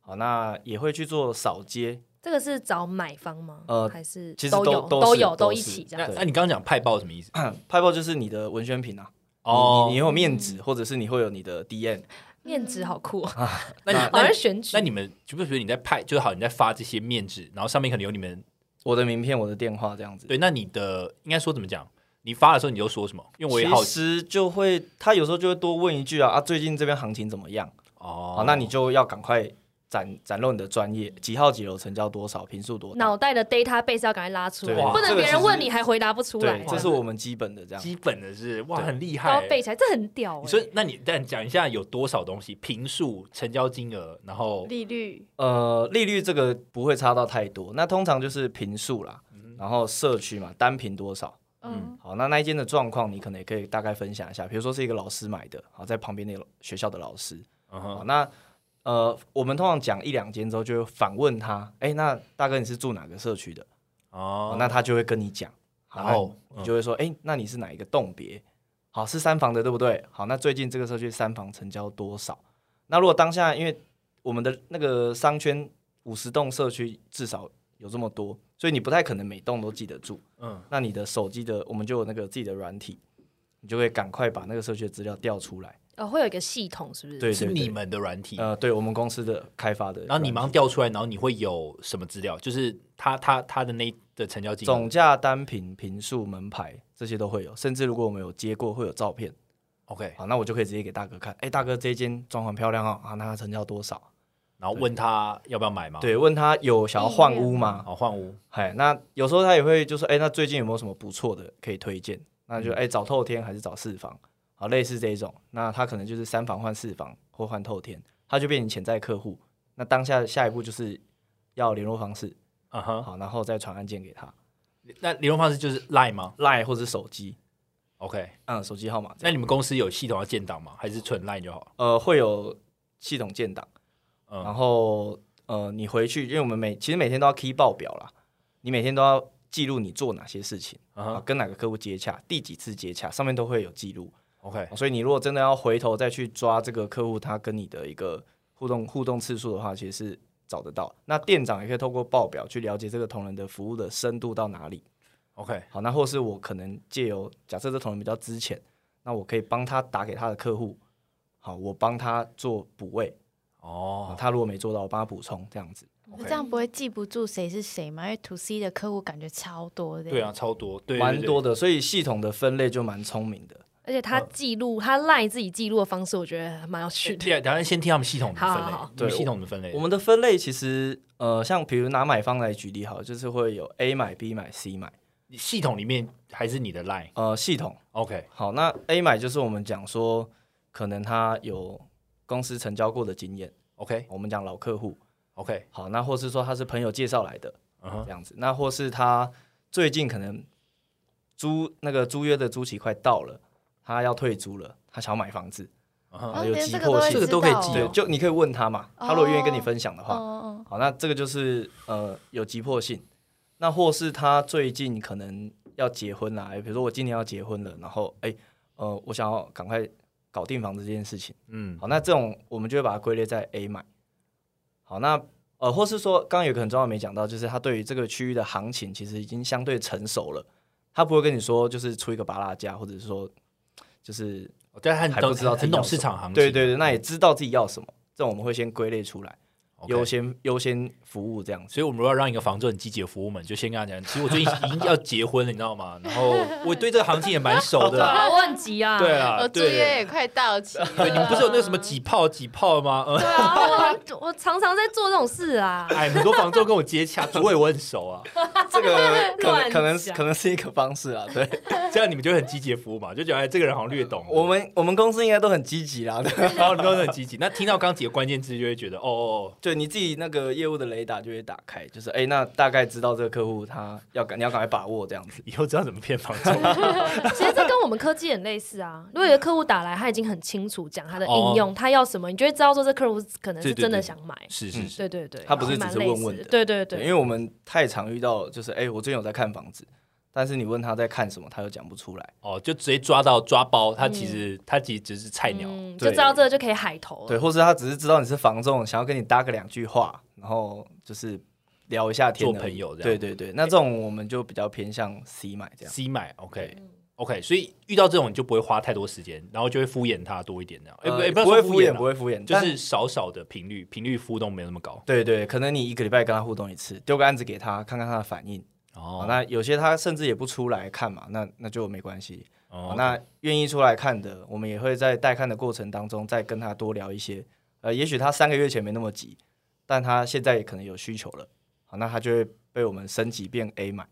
[SPEAKER 4] 好，那也会去做扫街，
[SPEAKER 2] 这个是找买方吗？
[SPEAKER 4] 呃
[SPEAKER 2] 还是
[SPEAKER 4] 其实
[SPEAKER 2] 都
[SPEAKER 4] 都
[SPEAKER 2] 有
[SPEAKER 4] 都
[SPEAKER 2] 都
[SPEAKER 4] 是
[SPEAKER 2] 有
[SPEAKER 4] 都
[SPEAKER 2] 一
[SPEAKER 4] 是
[SPEAKER 2] 起这
[SPEAKER 3] 那
[SPEAKER 2] 样？啊
[SPEAKER 4] 对
[SPEAKER 3] 那你刚刚讲派报什么意思？
[SPEAKER 4] 派报就是你的文宣品啊。哦，啊你
[SPEAKER 3] 哦
[SPEAKER 4] 你，有面子，或者是你会有你的 DM，
[SPEAKER 2] 面子好酷
[SPEAKER 4] 啊
[SPEAKER 2] 哦，
[SPEAKER 3] 那你
[SPEAKER 2] 好
[SPEAKER 3] 那
[SPEAKER 2] 像
[SPEAKER 3] 你
[SPEAKER 2] 选举
[SPEAKER 3] 那。你们就不觉得你在派，就是好你在发这些面纸，然后上面可能有你们
[SPEAKER 4] 我的名片、我的电话这样子。
[SPEAKER 3] 对，那你的应该说怎么讲？你发的时候你就说什么？因为我也好
[SPEAKER 4] 其实就会他有时候就会多问一句啊啊，最近这边行情怎么样？
[SPEAKER 3] 哦
[SPEAKER 4] 好，那你就要赶快展展露你的专业，几号几楼成交多少，平数多大。
[SPEAKER 2] 脑袋的 database 要赶快拉出来
[SPEAKER 4] 对，
[SPEAKER 3] 哇
[SPEAKER 2] 不
[SPEAKER 4] 这
[SPEAKER 2] 能
[SPEAKER 4] 个
[SPEAKER 2] 别
[SPEAKER 4] 其
[SPEAKER 2] 人
[SPEAKER 4] 实
[SPEAKER 2] 问你还回答不出来啊
[SPEAKER 4] 对，。这是我们基本的这样。
[SPEAKER 3] 基本的是哇，
[SPEAKER 4] 对
[SPEAKER 3] 很厉
[SPEAKER 2] 都
[SPEAKER 3] 害
[SPEAKER 2] 要
[SPEAKER 3] 欸。
[SPEAKER 2] 背起来，这很屌欸。
[SPEAKER 3] 你说，那你但讲一下有多少东西？平数、成交金额，然后
[SPEAKER 1] 利率，
[SPEAKER 4] 呃，利率这个不会差到太多，那通常就是平数啦，
[SPEAKER 3] 嗯
[SPEAKER 4] 然后社区嘛，单平多少。
[SPEAKER 1] 嗯，
[SPEAKER 4] 好，那那一间的状况，你可能也可以大概分享一下。比如说是一个老师买的，好，在旁边那个学校的老师，
[SPEAKER 3] 嗯哼，
[SPEAKER 4] 好，哦那呃，我们通常讲一两间之后，就会反问他，哎、那大哥你是住哪个社区的？
[SPEAKER 3] 哦嗯
[SPEAKER 4] 哦，那他就会跟你讲，好
[SPEAKER 3] 然后
[SPEAKER 4] 那你就会说，哎、那你是哪一个栋别？好，是三房的对不对？好，那最近这个社区三房成交多少？那如果当下因为我们的那个商圈五十栋社区至少有这么多，所以你不太可能每栋都记得住。
[SPEAKER 3] 嗯，
[SPEAKER 4] 那你的手机的我们就有那个自己的软体，你就会赶快把那个社区的资料调出来。
[SPEAKER 2] 哦，会有一个系统，是不是？
[SPEAKER 4] 对
[SPEAKER 3] 是
[SPEAKER 4] 对
[SPEAKER 3] 你
[SPEAKER 4] 对，
[SPEAKER 3] 们的软体，
[SPEAKER 4] 呃，对我们公司的开发的软体，
[SPEAKER 3] 嗯然后你马上调出来，然后你会有什么资料？就是他他他的那的成交金额
[SPEAKER 4] 总价单品、平数、门牌这些都会有，甚至如果我们有接过，会有照片。
[SPEAKER 3] ，OK，
[SPEAKER 4] 好，那我就可以直接给大哥看，哎、大哥这间装潢漂亮哦，啊，那它成交多少？
[SPEAKER 3] 然后问他要不要买嘛？，
[SPEAKER 4] 对，问他有想要换屋吗？
[SPEAKER 3] 好换屋，
[SPEAKER 4] 哎，那有时候他也会就说，哎、那最近有没有什么不错的可以推荐？那就哎、找透天还是找四房？好，类似这一种，那他可能就是三房换四房或换透天，他就变成潜在客户。那当下下一步就是要联络方式，
[SPEAKER 3] 嗯哼，
[SPEAKER 4] 好，然后再传案件给他
[SPEAKER 3] 那联络方式就是 Line 吗
[SPEAKER 4] ，Line 或者手机，
[SPEAKER 3] ？OK，
[SPEAKER 4] 嗯，手机号码这样。
[SPEAKER 3] 那你们公司有系统要建档吗？还是纯 Line 就好？
[SPEAKER 4] 呃，会有系统建档，
[SPEAKER 3] 嗯
[SPEAKER 4] 然后呃，你回去，因为我们每其实每天都要 key 报表啦，你每天都要记录你做哪些事情
[SPEAKER 3] 嗯
[SPEAKER 4] 啊，
[SPEAKER 3] 哼
[SPEAKER 4] 跟哪个客户接洽，第几次接洽，上面都会有记录。哦
[SPEAKER 3] ，OK，
[SPEAKER 4] 所以你如果真的要回头再去抓这个客户他跟你的一个互动互动次数的话，其实是找得到。那店长也可以透过报表去了解这个同仁的服务的深度到哪里。
[SPEAKER 3] OK，
[SPEAKER 4] 好，那或是我可能借由假设这同仁比较之前，那那我可以帮他打给他的客户，好，我帮他做补位，啊
[SPEAKER 3] 哦，
[SPEAKER 4] 他如果没做到，我帮他补充这样子。
[SPEAKER 1] 那这样不会记不住谁是谁吗？因为 to C 的客户感觉超多的。
[SPEAKER 3] 对啊，，超多，对，对
[SPEAKER 4] 蛮多
[SPEAKER 3] 对
[SPEAKER 4] 的，所以系统的分类就蛮聪明的。
[SPEAKER 2] 而且他
[SPEAKER 4] 嗯
[SPEAKER 3] 哦
[SPEAKER 2] 记录他赖自己记录的方式，我觉得还蛮有趣的。
[SPEAKER 3] 对，等下先听他们系统的分
[SPEAKER 2] 好好
[SPEAKER 3] 类
[SPEAKER 2] 好，
[SPEAKER 3] 你们
[SPEAKER 4] 对
[SPEAKER 3] 系统的分类，
[SPEAKER 4] 我们的分类其实，呃，像比如拿买方来举例好了，就是会有 A 买、B 买、C 买，
[SPEAKER 3] 系统里面还是你的 line，OK，、
[SPEAKER 4] 呃，系统。
[SPEAKER 3] OK，
[SPEAKER 4] 好，那 A 买就是我们讲说，可能他有公司成交过的经验，
[SPEAKER 3] OK
[SPEAKER 4] 我们讲老客户。
[SPEAKER 3] OK，
[SPEAKER 4] 好，那或是说他是朋友介绍来的
[SPEAKER 3] 嗯哼
[SPEAKER 4] 这样子，那或是他最近可能租那个租约的租期快到了，他要退租了，他想要买房子，
[SPEAKER 3] 嗯哼
[SPEAKER 1] 哦，
[SPEAKER 4] 有
[SPEAKER 1] 连
[SPEAKER 4] 急
[SPEAKER 1] 这个
[SPEAKER 4] 迫
[SPEAKER 1] 都会
[SPEAKER 4] 性
[SPEAKER 1] 知
[SPEAKER 3] 这个都可以
[SPEAKER 1] 道
[SPEAKER 3] 记
[SPEAKER 1] 哦
[SPEAKER 4] 对，就你可以问他嘛，他如果愿意跟你分享的话，
[SPEAKER 1] 哦，
[SPEAKER 4] 好，那这个就是呃有急迫性，那或是他最近可能要结婚啦，哎比如说我今年要结婚了，然后哎、呃我想要赶快搞定房子这件事情，
[SPEAKER 3] 嗯
[SPEAKER 4] 好，那这种我们就会把它归类在 A 买。好，那呃或是说刚刚有个很重要没讲到，就是他对于这个区域的行情其实已经相对成熟了，他不会跟你说就是出一个拔拉价，或者是说就是
[SPEAKER 3] 但他很
[SPEAKER 4] 还
[SPEAKER 3] 懂
[SPEAKER 4] 不知道自己
[SPEAKER 3] 很
[SPEAKER 4] 要
[SPEAKER 3] 懂
[SPEAKER 4] 什
[SPEAKER 3] 市
[SPEAKER 4] 么
[SPEAKER 3] 场行情，
[SPEAKER 4] 对对对，那也知道自己要什么，这种我们会先归类出来。
[SPEAKER 3] OK
[SPEAKER 4] 优先优先服务这 样子。
[SPEAKER 3] 所以我们如果要让一个房仲很积极的服务们，就先跟他讲，其实我 最近已经要结婚了，你知道吗？然 后我对这个行情也蛮熟 的啦，
[SPEAKER 2] 啊，我很急啊！
[SPEAKER 3] 对
[SPEAKER 1] 我
[SPEAKER 3] 啊，
[SPEAKER 1] 租约
[SPEAKER 3] 对，
[SPEAKER 1] 哦也快到期了。
[SPEAKER 3] 对，你们不是有那个什么几炮几炮 吗？呃，
[SPEAKER 2] 对啊，我我常常在做这种事啊。
[SPEAKER 3] 哎，很多房仲跟我接洽，主委我很熟啊，
[SPEAKER 4] 这个可
[SPEAKER 2] 乱
[SPEAKER 4] 能可能
[SPEAKER 2] 讲
[SPEAKER 4] 可能是一个方式啊，对，
[SPEAKER 3] 这样你们就会很积极的服务嘛，就觉得哎，这个人好像略懂，
[SPEAKER 4] 我们我们公司应该都很积极啦，对，
[SPEAKER 3] 然后你们都很积极。那听到刚几个关键字，就会觉得哦哦，哦
[SPEAKER 4] 就你自己那个业务的雷达就会打开，就是哎、那大概知道这个客户他要赶你要赶快把握这样子，
[SPEAKER 3] 以后知道怎么骗房仲。
[SPEAKER 2] 其实这跟我们科技很类似啊。如果有个客户打来，他已经很清楚讲他的
[SPEAKER 4] 哦
[SPEAKER 2] 应用，他要什么，你就会知道说这客户可能是真的想买。
[SPEAKER 3] 是是是，
[SPEAKER 2] 嗯对对对，
[SPEAKER 4] 他不是
[SPEAKER 2] 蛮
[SPEAKER 4] 只是
[SPEAKER 2] 类
[SPEAKER 4] 问问
[SPEAKER 2] 似
[SPEAKER 4] 的
[SPEAKER 2] 对对
[SPEAKER 4] 对，
[SPEAKER 2] 对
[SPEAKER 4] 因为我们太常遇到就是哎、我最近有在看房子，但是你问他在看什么，他又讲不出来，
[SPEAKER 3] 哦，就直接抓到抓包，他其实他其实只是菜鸟，
[SPEAKER 2] 嗯，就
[SPEAKER 4] 对
[SPEAKER 2] 知道这个就可以海投
[SPEAKER 4] 对，
[SPEAKER 2] 了。
[SPEAKER 4] 或是他只是知道你是房仲，想要跟你搭个两句话，然后就是聊一下天而已，
[SPEAKER 3] 做朋友这样
[SPEAKER 4] 对对对，那这种我们就比较偏向 C 买这样，
[SPEAKER 3] C 买 OK。OK，所
[SPEAKER 2] 嗯
[SPEAKER 3] 以遇到这种你就不会花太多时间，然后就会敷衍他多一点这样。哎、
[SPEAKER 4] 呃
[SPEAKER 3] 不哎，
[SPEAKER 4] 不
[SPEAKER 3] 要
[SPEAKER 4] 会
[SPEAKER 3] 说
[SPEAKER 4] 敷衍，
[SPEAKER 3] 啦
[SPEAKER 4] 不会敷衍，
[SPEAKER 3] 就
[SPEAKER 4] 但
[SPEAKER 3] 是少少的频率，频率浮动没有那么高。
[SPEAKER 4] 对对，可能你一个礼拜跟他互动一次，丢个案子给他，看看他的反应。好，
[SPEAKER 3] 哦
[SPEAKER 4] 那有些他甚至也不出来看嘛，那那就没关系。好
[SPEAKER 3] 哦
[SPEAKER 4] 那愿意出来看的，我们也会在带看的过程当中再跟他多聊一些。呃，也许他三个月前没那么急，但他现在也可能有需求了。好，那他就会被我们升级变 A 买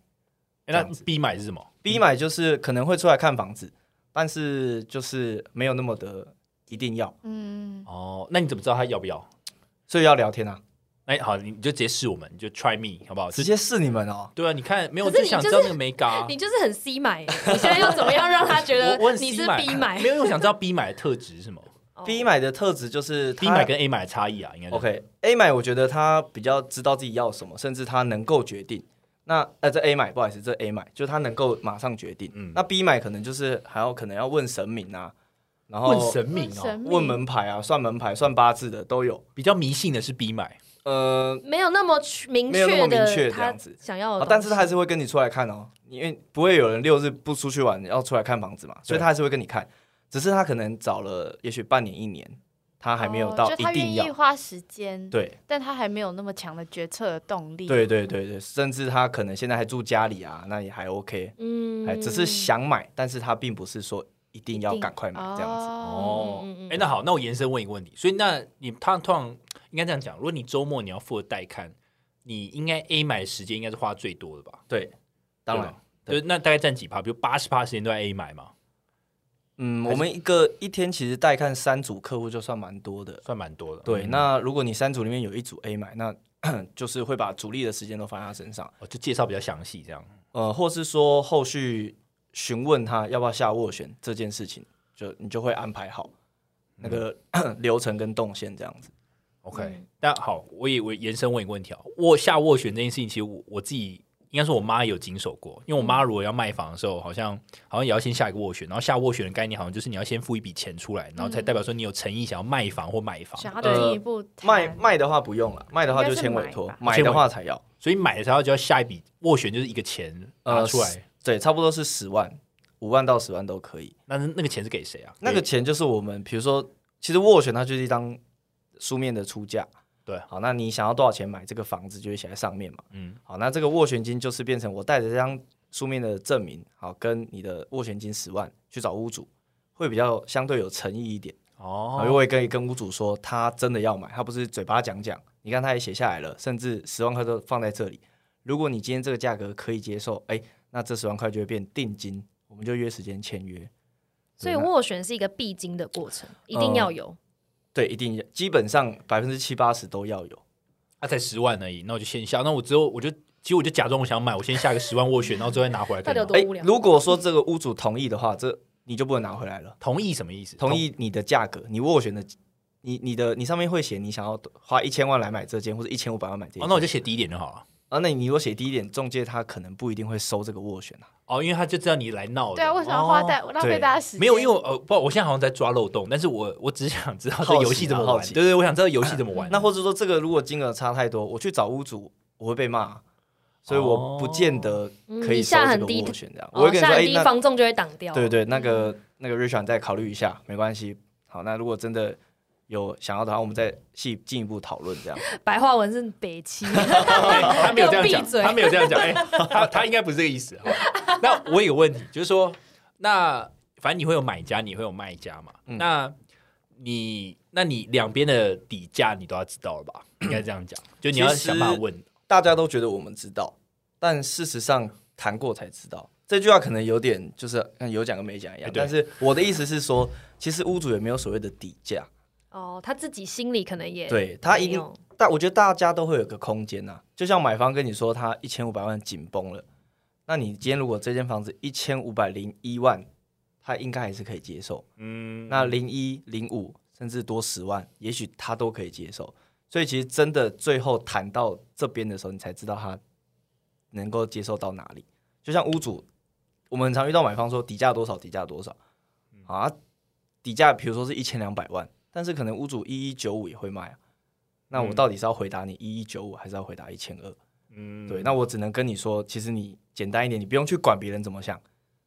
[SPEAKER 3] 哎那
[SPEAKER 4] 这样子
[SPEAKER 3] B 买是什么？
[SPEAKER 4] ，B 买就是可能会出来看房子，但是就是没有那么的一定要，
[SPEAKER 1] 嗯，
[SPEAKER 3] 哦，那你怎么知道他要不要？
[SPEAKER 4] 所以要聊天啊，
[SPEAKER 3] 哎，好，你你就直接试我们，你就 try me 好不好？
[SPEAKER 4] 直
[SPEAKER 3] 就
[SPEAKER 4] 接试你们哦。
[SPEAKER 3] 对啊，你看没有，我
[SPEAKER 2] 可是
[SPEAKER 3] 就
[SPEAKER 2] 你
[SPEAKER 3] 想
[SPEAKER 2] 就是
[SPEAKER 3] 知道那个美嘎。啊
[SPEAKER 2] 你就是很 C 买耶，你现在又怎么样让他觉得
[SPEAKER 3] 我我很
[SPEAKER 2] 你
[SPEAKER 3] C
[SPEAKER 2] 是
[SPEAKER 3] 买啊
[SPEAKER 2] B
[SPEAKER 4] 啊
[SPEAKER 2] 买
[SPEAKER 3] 没？有，因为我想知道 B 买的特质是什么
[SPEAKER 2] 哦
[SPEAKER 4] B 买的特质就是
[SPEAKER 3] ，B
[SPEAKER 4] 他
[SPEAKER 3] 买跟 A 买的差异啊，应该是
[SPEAKER 4] OK，A 买我觉得他比较知道自己要什么，甚至他能够决定。那呃，这 A 买不好意思，这 A 买就是他能够马上决定。
[SPEAKER 3] 嗯
[SPEAKER 4] 那 B 买可能就是还要可能要问神明啊，然后
[SPEAKER 3] 问神明
[SPEAKER 1] 神
[SPEAKER 3] 哦，
[SPEAKER 1] 秘
[SPEAKER 4] 问门牌啊，算门牌、算八字的都有。
[SPEAKER 3] 比较迷信的是 B 买
[SPEAKER 4] 呃，
[SPEAKER 2] 没有那么明
[SPEAKER 4] 没有那
[SPEAKER 2] 确
[SPEAKER 4] 么明
[SPEAKER 2] 的
[SPEAKER 4] 确这
[SPEAKER 2] 他
[SPEAKER 4] 样子
[SPEAKER 2] 想要
[SPEAKER 1] 哦
[SPEAKER 2] 的
[SPEAKER 4] 啊
[SPEAKER 2] 东西，
[SPEAKER 4] 但是他还是会跟你出来看哦，因为不会有人六日不出去玩要出来看房子嘛，所以他还是会跟你看。只是他可能找了也许半年一年，他还没有到
[SPEAKER 1] 哦就
[SPEAKER 4] 一
[SPEAKER 1] 他
[SPEAKER 4] 定
[SPEAKER 1] 愿
[SPEAKER 4] 要。
[SPEAKER 1] 意花时间，
[SPEAKER 4] 对，
[SPEAKER 1] 但他还没有那么强的决策的动力。
[SPEAKER 4] 对对对对，甚至他可能现在还住家里啊，那也还 OK，
[SPEAKER 2] 嗯
[SPEAKER 4] 哎、只是想买，但是他并不是说一定要赶快买这样子。
[SPEAKER 1] 哦，
[SPEAKER 3] 哦
[SPEAKER 2] 嗯嗯嗯。
[SPEAKER 3] 哎，那好，那我延伸问一个问题，所以那你他通常应该这样讲，如果你周末你要付的代看，你应该 A 买的时间应该是花最多的吧？
[SPEAKER 4] 对，当
[SPEAKER 3] 对
[SPEAKER 4] 然
[SPEAKER 3] 吧，就是那大概占几趴？比如八十趴时间都在 A 买嘛，
[SPEAKER 4] 嗯，
[SPEAKER 3] 还是
[SPEAKER 4] 我们一个一天其实带看三组客户就算蛮多的。
[SPEAKER 3] 算蛮多的。
[SPEAKER 4] 对，
[SPEAKER 3] 嗯
[SPEAKER 4] 那如果你三组里面有一组 A 买，那就是会把主力的时间都放在他身上，
[SPEAKER 3] 哦就介绍比较详细这样。
[SPEAKER 4] 呃，或是说后续询问他要不要下斡旋这件事情，就你就会安排好那个 流程跟动线这样子。
[SPEAKER 3] OK，、
[SPEAKER 2] 嗯
[SPEAKER 3] 但好，我也我延伸问一个问题啊，握下斡旋这件事情，其实我我自己应该说，我妈有经手过，因为我妈如果要卖房的时候，好像好像也要先下一个斡旋，然后下斡旋的概念好像就是你要先付一笔钱出来，然后才代表说你有诚意想要卖房或买房，
[SPEAKER 1] 想
[SPEAKER 4] 啊
[SPEAKER 1] 要进一步谈
[SPEAKER 4] 哦呃卖卖的话不用了，卖的话
[SPEAKER 1] 应
[SPEAKER 4] 就
[SPEAKER 1] 该是
[SPEAKER 4] 签委
[SPEAKER 1] 买
[SPEAKER 4] 托
[SPEAKER 1] 吧，
[SPEAKER 4] 买
[SPEAKER 3] 签
[SPEAKER 4] 的
[SPEAKER 3] 委
[SPEAKER 4] 话才要。呃
[SPEAKER 3] 啊所以买的时候就要下一笔斡旋，就是一个钱拿出来。
[SPEAKER 4] 对，差不多是十万五万到十万都可以。
[SPEAKER 3] 那那个钱是给谁啊？
[SPEAKER 4] 那个钱就是我们，比如说，其实斡旋它就是一张书面的出价，
[SPEAKER 3] 对啊
[SPEAKER 4] 好，那你想要多少钱买这个房子，就会写在上面嘛。
[SPEAKER 3] 嗯，
[SPEAKER 4] 好，那这个斡旋金就是变成我带着这张书面的证明，好，跟你的斡旋金十万去找屋主，会比较相对有诚意一点。
[SPEAKER 3] 哦
[SPEAKER 4] 哦，因为我也可以跟屋主说，他真的要买，他不是嘴巴讲讲。你看，他也写下来了，甚至十万块都放在这里。如果你今天这个价格可以接受，哎，那这十万块就会变定金，我们就约时间签约。
[SPEAKER 2] 所以斡旋是一个必经的过程，一
[SPEAKER 4] 嗯
[SPEAKER 2] 定要有。
[SPEAKER 4] 对，一定基本上百分之七八十都要有。
[SPEAKER 3] 他才十万而已，那我就先下，那我只有我就其实我就假装我想买，我先下个十万斡旋，然后最后再拿回来
[SPEAKER 2] 到
[SPEAKER 3] 干
[SPEAKER 2] 底
[SPEAKER 3] 嘛。
[SPEAKER 2] 有多
[SPEAKER 4] 哎
[SPEAKER 2] 无聊，
[SPEAKER 4] 如果说这个屋主同意的话，这你就不能拿回来了。
[SPEAKER 3] 同意什么意思？
[SPEAKER 4] 同意你的价格，你斡旋的，你你的你上面会写你想要花一千万来买这间，或者一千五百万买这
[SPEAKER 3] 同。哦，
[SPEAKER 4] 间。
[SPEAKER 3] 那我就写低一点就好了。
[SPEAKER 4] 啊，那你如果写低一点，中介他可能不一定会收这个斡旋啊。
[SPEAKER 3] 哦，因为他就知道你来闹的。
[SPEAKER 1] 对啊，为什么要花
[SPEAKER 3] 哦
[SPEAKER 1] 在浪费
[SPEAKER 4] 对
[SPEAKER 1] 大家时间？
[SPEAKER 3] 没有，因为我呃，不，我现在好像在抓漏洞，但是我我只是想知道这
[SPEAKER 4] 好奇啊
[SPEAKER 3] 游戏怎么
[SPEAKER 4] 好
[SPEAKER 3] 玩。
[SPEAKER 4] 奇
[SPEAKER 3] 对对，我想知道游戏怎么 玩。
[SPEAKER 4] 那或者说这个如果金额差太多，我去找屋主，我会被骂，所以我不见得可以
[SPEAKER 2] 嗯
[SPEAKER 4] 收
[SPEAKER 2] 下
[SPEAKER 4] 这
[SPEAKER 2] 很
[SPEAKER 4] 个
[SPEAKER 2] 低
[SPEAKER 4] 斡旋这样。我
[SPEAKER 2] 哦
[SPEAKER 4] 会跟你
[SPEAKER 2] 下
[SPEAKER 4] 说，
[SPEAKER 2] 很
[SPEAKER 4] 哎，
[SPEAKER 2] 低
[SPEAKER 4] 那
[SPEAKER 2] 房仲就会挡掉。
[SPEAKER 4] 对对，那个那个 Richard 再考虑一下，没关系。好，那如果真的有想要的话，我们再细进一步讨论这样。
[SPEAKER 2] 白话文是北七，
[SPEAKER 3] 对他没有这样
[SPEAKER 2] 给我闭
[SPEAKER 3] 讲，
[SPEAKER 2] 嘴
[SPEAKER 3] 他没有这 样讲，哎、他他应该不是这个意思。好吧那我有个问题，就是说，那反正你会有买家，你会有卖家嘛？
[SPEAKER 4] 嗯
[SPEAKER 3] 那你那你两边的底价你都要知道了 吧？应该这样讲，就你要想办法问。
[SPEAKER 4] 大家都觉得我们知道，但事实上谈过才知道。这句话可能有点就是嗯有讲跟没讲一样
[SPEAKER 3] 哎，对
[SPEAKER 4] 但是我的意思是说，其实屋主也没有所谓的底价，
[SPEAKER 2] 哦，他自己心里可能也
[SPEAKER 4] 对他一
[SPEAKER 2] 没
[SPEAKER 4] 定
[SPEAKER 3] 哦
[SPEAKER 2] 有
[SPEAKER 4] 但我觉得大家都会有个空间呐、就像买方跟你说他一千五百万紧绷了，那你今天如果这间房子一千五百零一万，他应该还是可以接受。
[SPEAKER 3] 嗯，
[SPEAKER 4] 那零一零五甚至多十万，也许他都可以接受。所以其实真的最后谈到这边的时候，你才知道他能够接受到哪里。就像屋主，我们很常遇到买方说底价多少，底价多少
[SPEAKER 3] 嗯
[SPEAKER 4] 啊，底价比如说是一千两百万，但是可能屋主一一九五也会卖啊。那我
[SPEAKER 3] 嗯
[SPEAKER 4] 到底是要回答你一一九五，还是要回答一千二？
[SPEAKER 3] 嗯
[SPEAKER 4] 对，那我只能跟你说，其实你简单一点，你不用去管别人怎么想，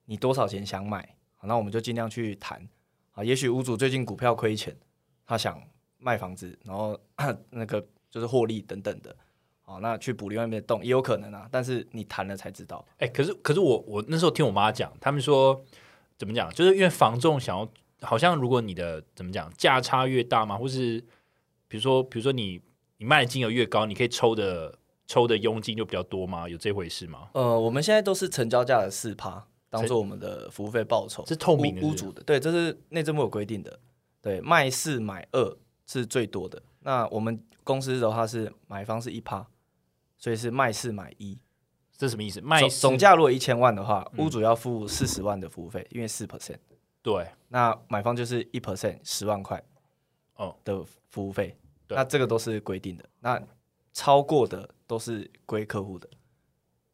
[SPEAKER 4] 你多少钱想买，好，那我们就尽量去谈。啊，也许屋主最近股票亏钱，他想卖房子，然后 那个就是获利等等的，好，那去补另外一边的洞也有可能啊，但是你谈了才知道。
[SPEAKER 3] 哎、可是可是我我那时候听我妈讲，他们说怎么讲，就是因为房仲想要，好像如果你的怎么讲价差越大嘛，或是比如说比如说你你卖的金额越高，你可以抽的抽的佣金就比较多吗？有这回事吗？
[SPEAKER 4] 呃，我们现在都是成交价的四趴，当做我们的服务费报酬，
[SPEAKER 3] 是透明的是
[SPEAKER 4] 屋
[SPEAKER 3] 不
[SPEAKER 4] 屋
[SPEAKER 3] 是
[SPEAKER 4] 主的，对，这是内政部有规定的，对，卖四买二是最多的。那我们公司的话是买方是一趴，所以是卖四买一。
[SPEAKER 3] 这什么意思？卖嗯
[SPEAKER 4] 总
[SPEAKER 3] 是
[SPEAKER 4] 总价如果一千万的话，屋主要付四十万的服务费，因为四 percent，
[SPEAKER 3] 对
[SPEAKER 4] 那买方就是一 percent 十万块
[SPEAKER 3] 哦
[SPEAKER 4] 的服务费，
[SPEAKER 3] 对
[SPEAKER 4] 那这个都是规定的，那超过的都是归客户的。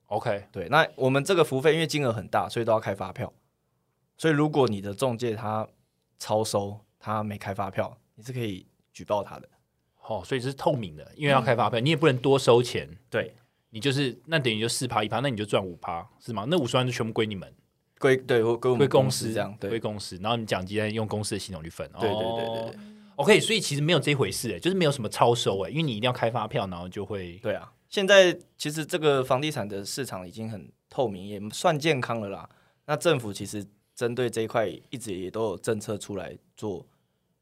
[SPEAKER 3] ，OK，
[SPEAKER 4] 对，那我们这个服务费因为金额很大，所以都要开发票。所以如果你的中介他超收，他没开发票，你是可以举报他的。
[SPEAKER 3] 哦，所以是透明的，因为要开发票，
[SPEAKER 4] 嗯
[SPEAKER 3] 你也不能多收钱，
[SPEAKER 4] 对，
[SPEAKER 3] 你就是那等于就四趴一趴，那你就赚五趴是吗？那五十万就全部归你们，
[SPEAKER 4] 归对我归我
[SPEAKER 3] 归
[SPEAKER 4] 们
[SPEAKER 3] 公
[SPEAKER 4] 司这样。
[SPEAKER 3] 归
[SPEAKER 4] 对，
[SPEAKER 3] 公司，然后你奖金再用公司的系统去分。
[SPEAKER 4] 对对对
[SPEAKER 3] 哦
[SPEAKER 4] 对对
[SPEAKER 3] OK，所以其实没有这回事，欸就是没有什么超收哎，因为你一定要开发票，然后就会
[SPEAKER 4] 对啊，现在其实这个房地产的市场已经很透明，也算健康了啦。那政府其实针对这一块一直也都有政策出来做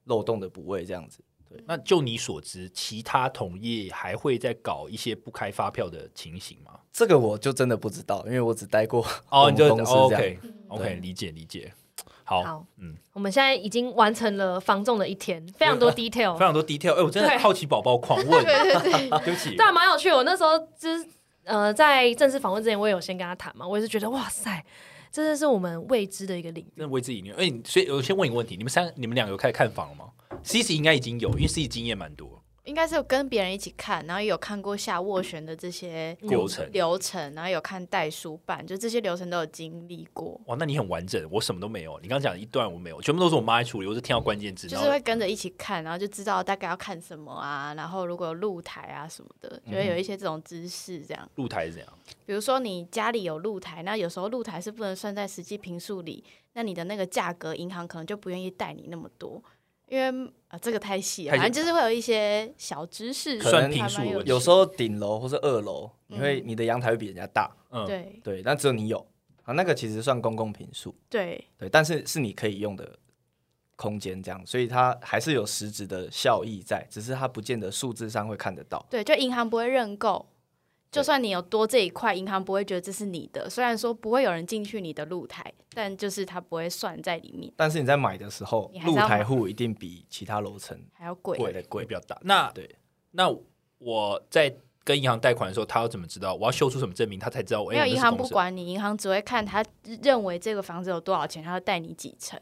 [SPEAKER 4] 漏洞的补位，这样子。
[SPEAKER 3] 那就你所知，其他同业还会再搞一些不开发票的情形吗？
[SPEAKER 4] 这个我就真的不知道，因为我只待过
[SPEAKER 3] 哦，
[SPEAKER 4] 我
[SPEAKER 3] 你
[SPEAKER 4] 们
[SPEAKER 3] 就
[SPEAKER 4] 公司这样
[SPEAKER 3] OK OK，
[SPEAKER 4] 对
[SPEAKER 3] 理解理解。好，
[SPEAKER 2] 好。
[SPEAKER 3] 嗯，
[SPEAKER 2] 我们现在已经完成了房仲的一天，非 常多 detail，
[SPEAKER 3] 非常多 detail，哎、我真的
[SPEAKER 2] 对
[SPEAKER 3] 好奇宝宝狂问，
[SPEAKER 1] 对对对，
[SPEAKER 3] 对不起
[SPEAKER 2] 对，啊，蛮有趣。我那时候就是呃，在正式访问之前，我也有先跟他谈嘛，我也是觉得哇塞，真的是我们未知的一个领域。
[SPEAKER 3] 真的为自己牛。哎、所以我先问一个问题，你们三你们两个有开始看房了吗？C C 应该已经有，因为 C C 经验蛮多。
[SPEAKER 1] 应该是有跟别人一起看，然后也有看过下斡旋的这些
[SPEAKER 4] 嗯
[SPEAKER 3] 过程
[SPEAKER 1] 流程，然后有看代书办，就这些流程都有经历过，
[SPEAKER 3] 哇，那你很完整，我什么都没有。你刚讲一段我没有，全部都是我妈在处理，我是听到关键字，
[SPEAKER 1] 就
[SPEAKER 3] 然
[SPEAKER 1] 是
[SPEAKER 3] 后
[SPEAKER 1] 会跟着一起看，然后就知道大概要看什么啊，然后如果有露台啊什么的，就
[SPEAKER 4] 嗯
[SPEAKER 1] 会有一些这种知识这样。
[SPEAKER 3] 露台是怎样？
[SPEAKER 1] 比如说你家里有露台，那有时候露台是不能算在实际平数里，那你的那个价格，银行可能就不愿意贷你那么多，因为啊这个太细了，
[SPEAKER 3] 太细
[SPEAKER 1] 反正就是会有一些小知识，
[SPEAKER 4] 可能
[SPEAKER 1] 还蛮
[SPEAKER 3] 平数
[SPEAKER 1] 有
[SPEAKER 3] 问题
[SPEAKER 1] 趣的
[SPEAKER 4] 有时候顶楼或是二楼，你会你的阳台会比人家大，
[SPEAKER 3] 嗯，
[SPEAKER 1] 对
[SPEAKER 4] 对，但只有你有啊，那个其实算公共平数，
[SPEAKER 1] 对
[SPEAKER 4] 对，但是是你可以用的空间这样，所以它还是有实质的效益在，只是它不见得数字上会看得到。
[SPEAKER 1] 对，就银行不会认购。
[SPEAKER 4] 对
[SPEAKER 1] 就算你有多这一块，银行不会觉得这是你的。虽然说不会有人进去你的露台，但就是它不会算在里面，
[SPEAKER 4] 但是你在买的时候
[SPEAKER 1] 你，还是
[SPEAKER 4] 露
[SPEAKER 1] 要
[SPEAKER 4] 台
[SPEAKER 1] 买
[SPEAKER 4] 户一定比其他楼层
[SPEAKER 1] 还要贵。
[SPEAKER 3] 贵的贵比较大。那
[SPEAKER 4] 对
[SPEAKER 3] 那我在跟银行贷款的时候，他要怎么知道？我要秀出什么证明，他才知道我？
[SPEAKER 1] 没
[SPEAKER 3] 哎
[SPEAKER 1] 有
[SPEAKER 3] 我这
[SPEAKER 1] 银
[SPEAKER 3] 是
[SPEAKER 1] 行
[SPEAKER 3] 公
[SPEAKER 1] 不
[SPEAKER 3] 司
[SPEAKER 1] 管你，银行只会看他认为这个房子有多少钱，他要贷你几成，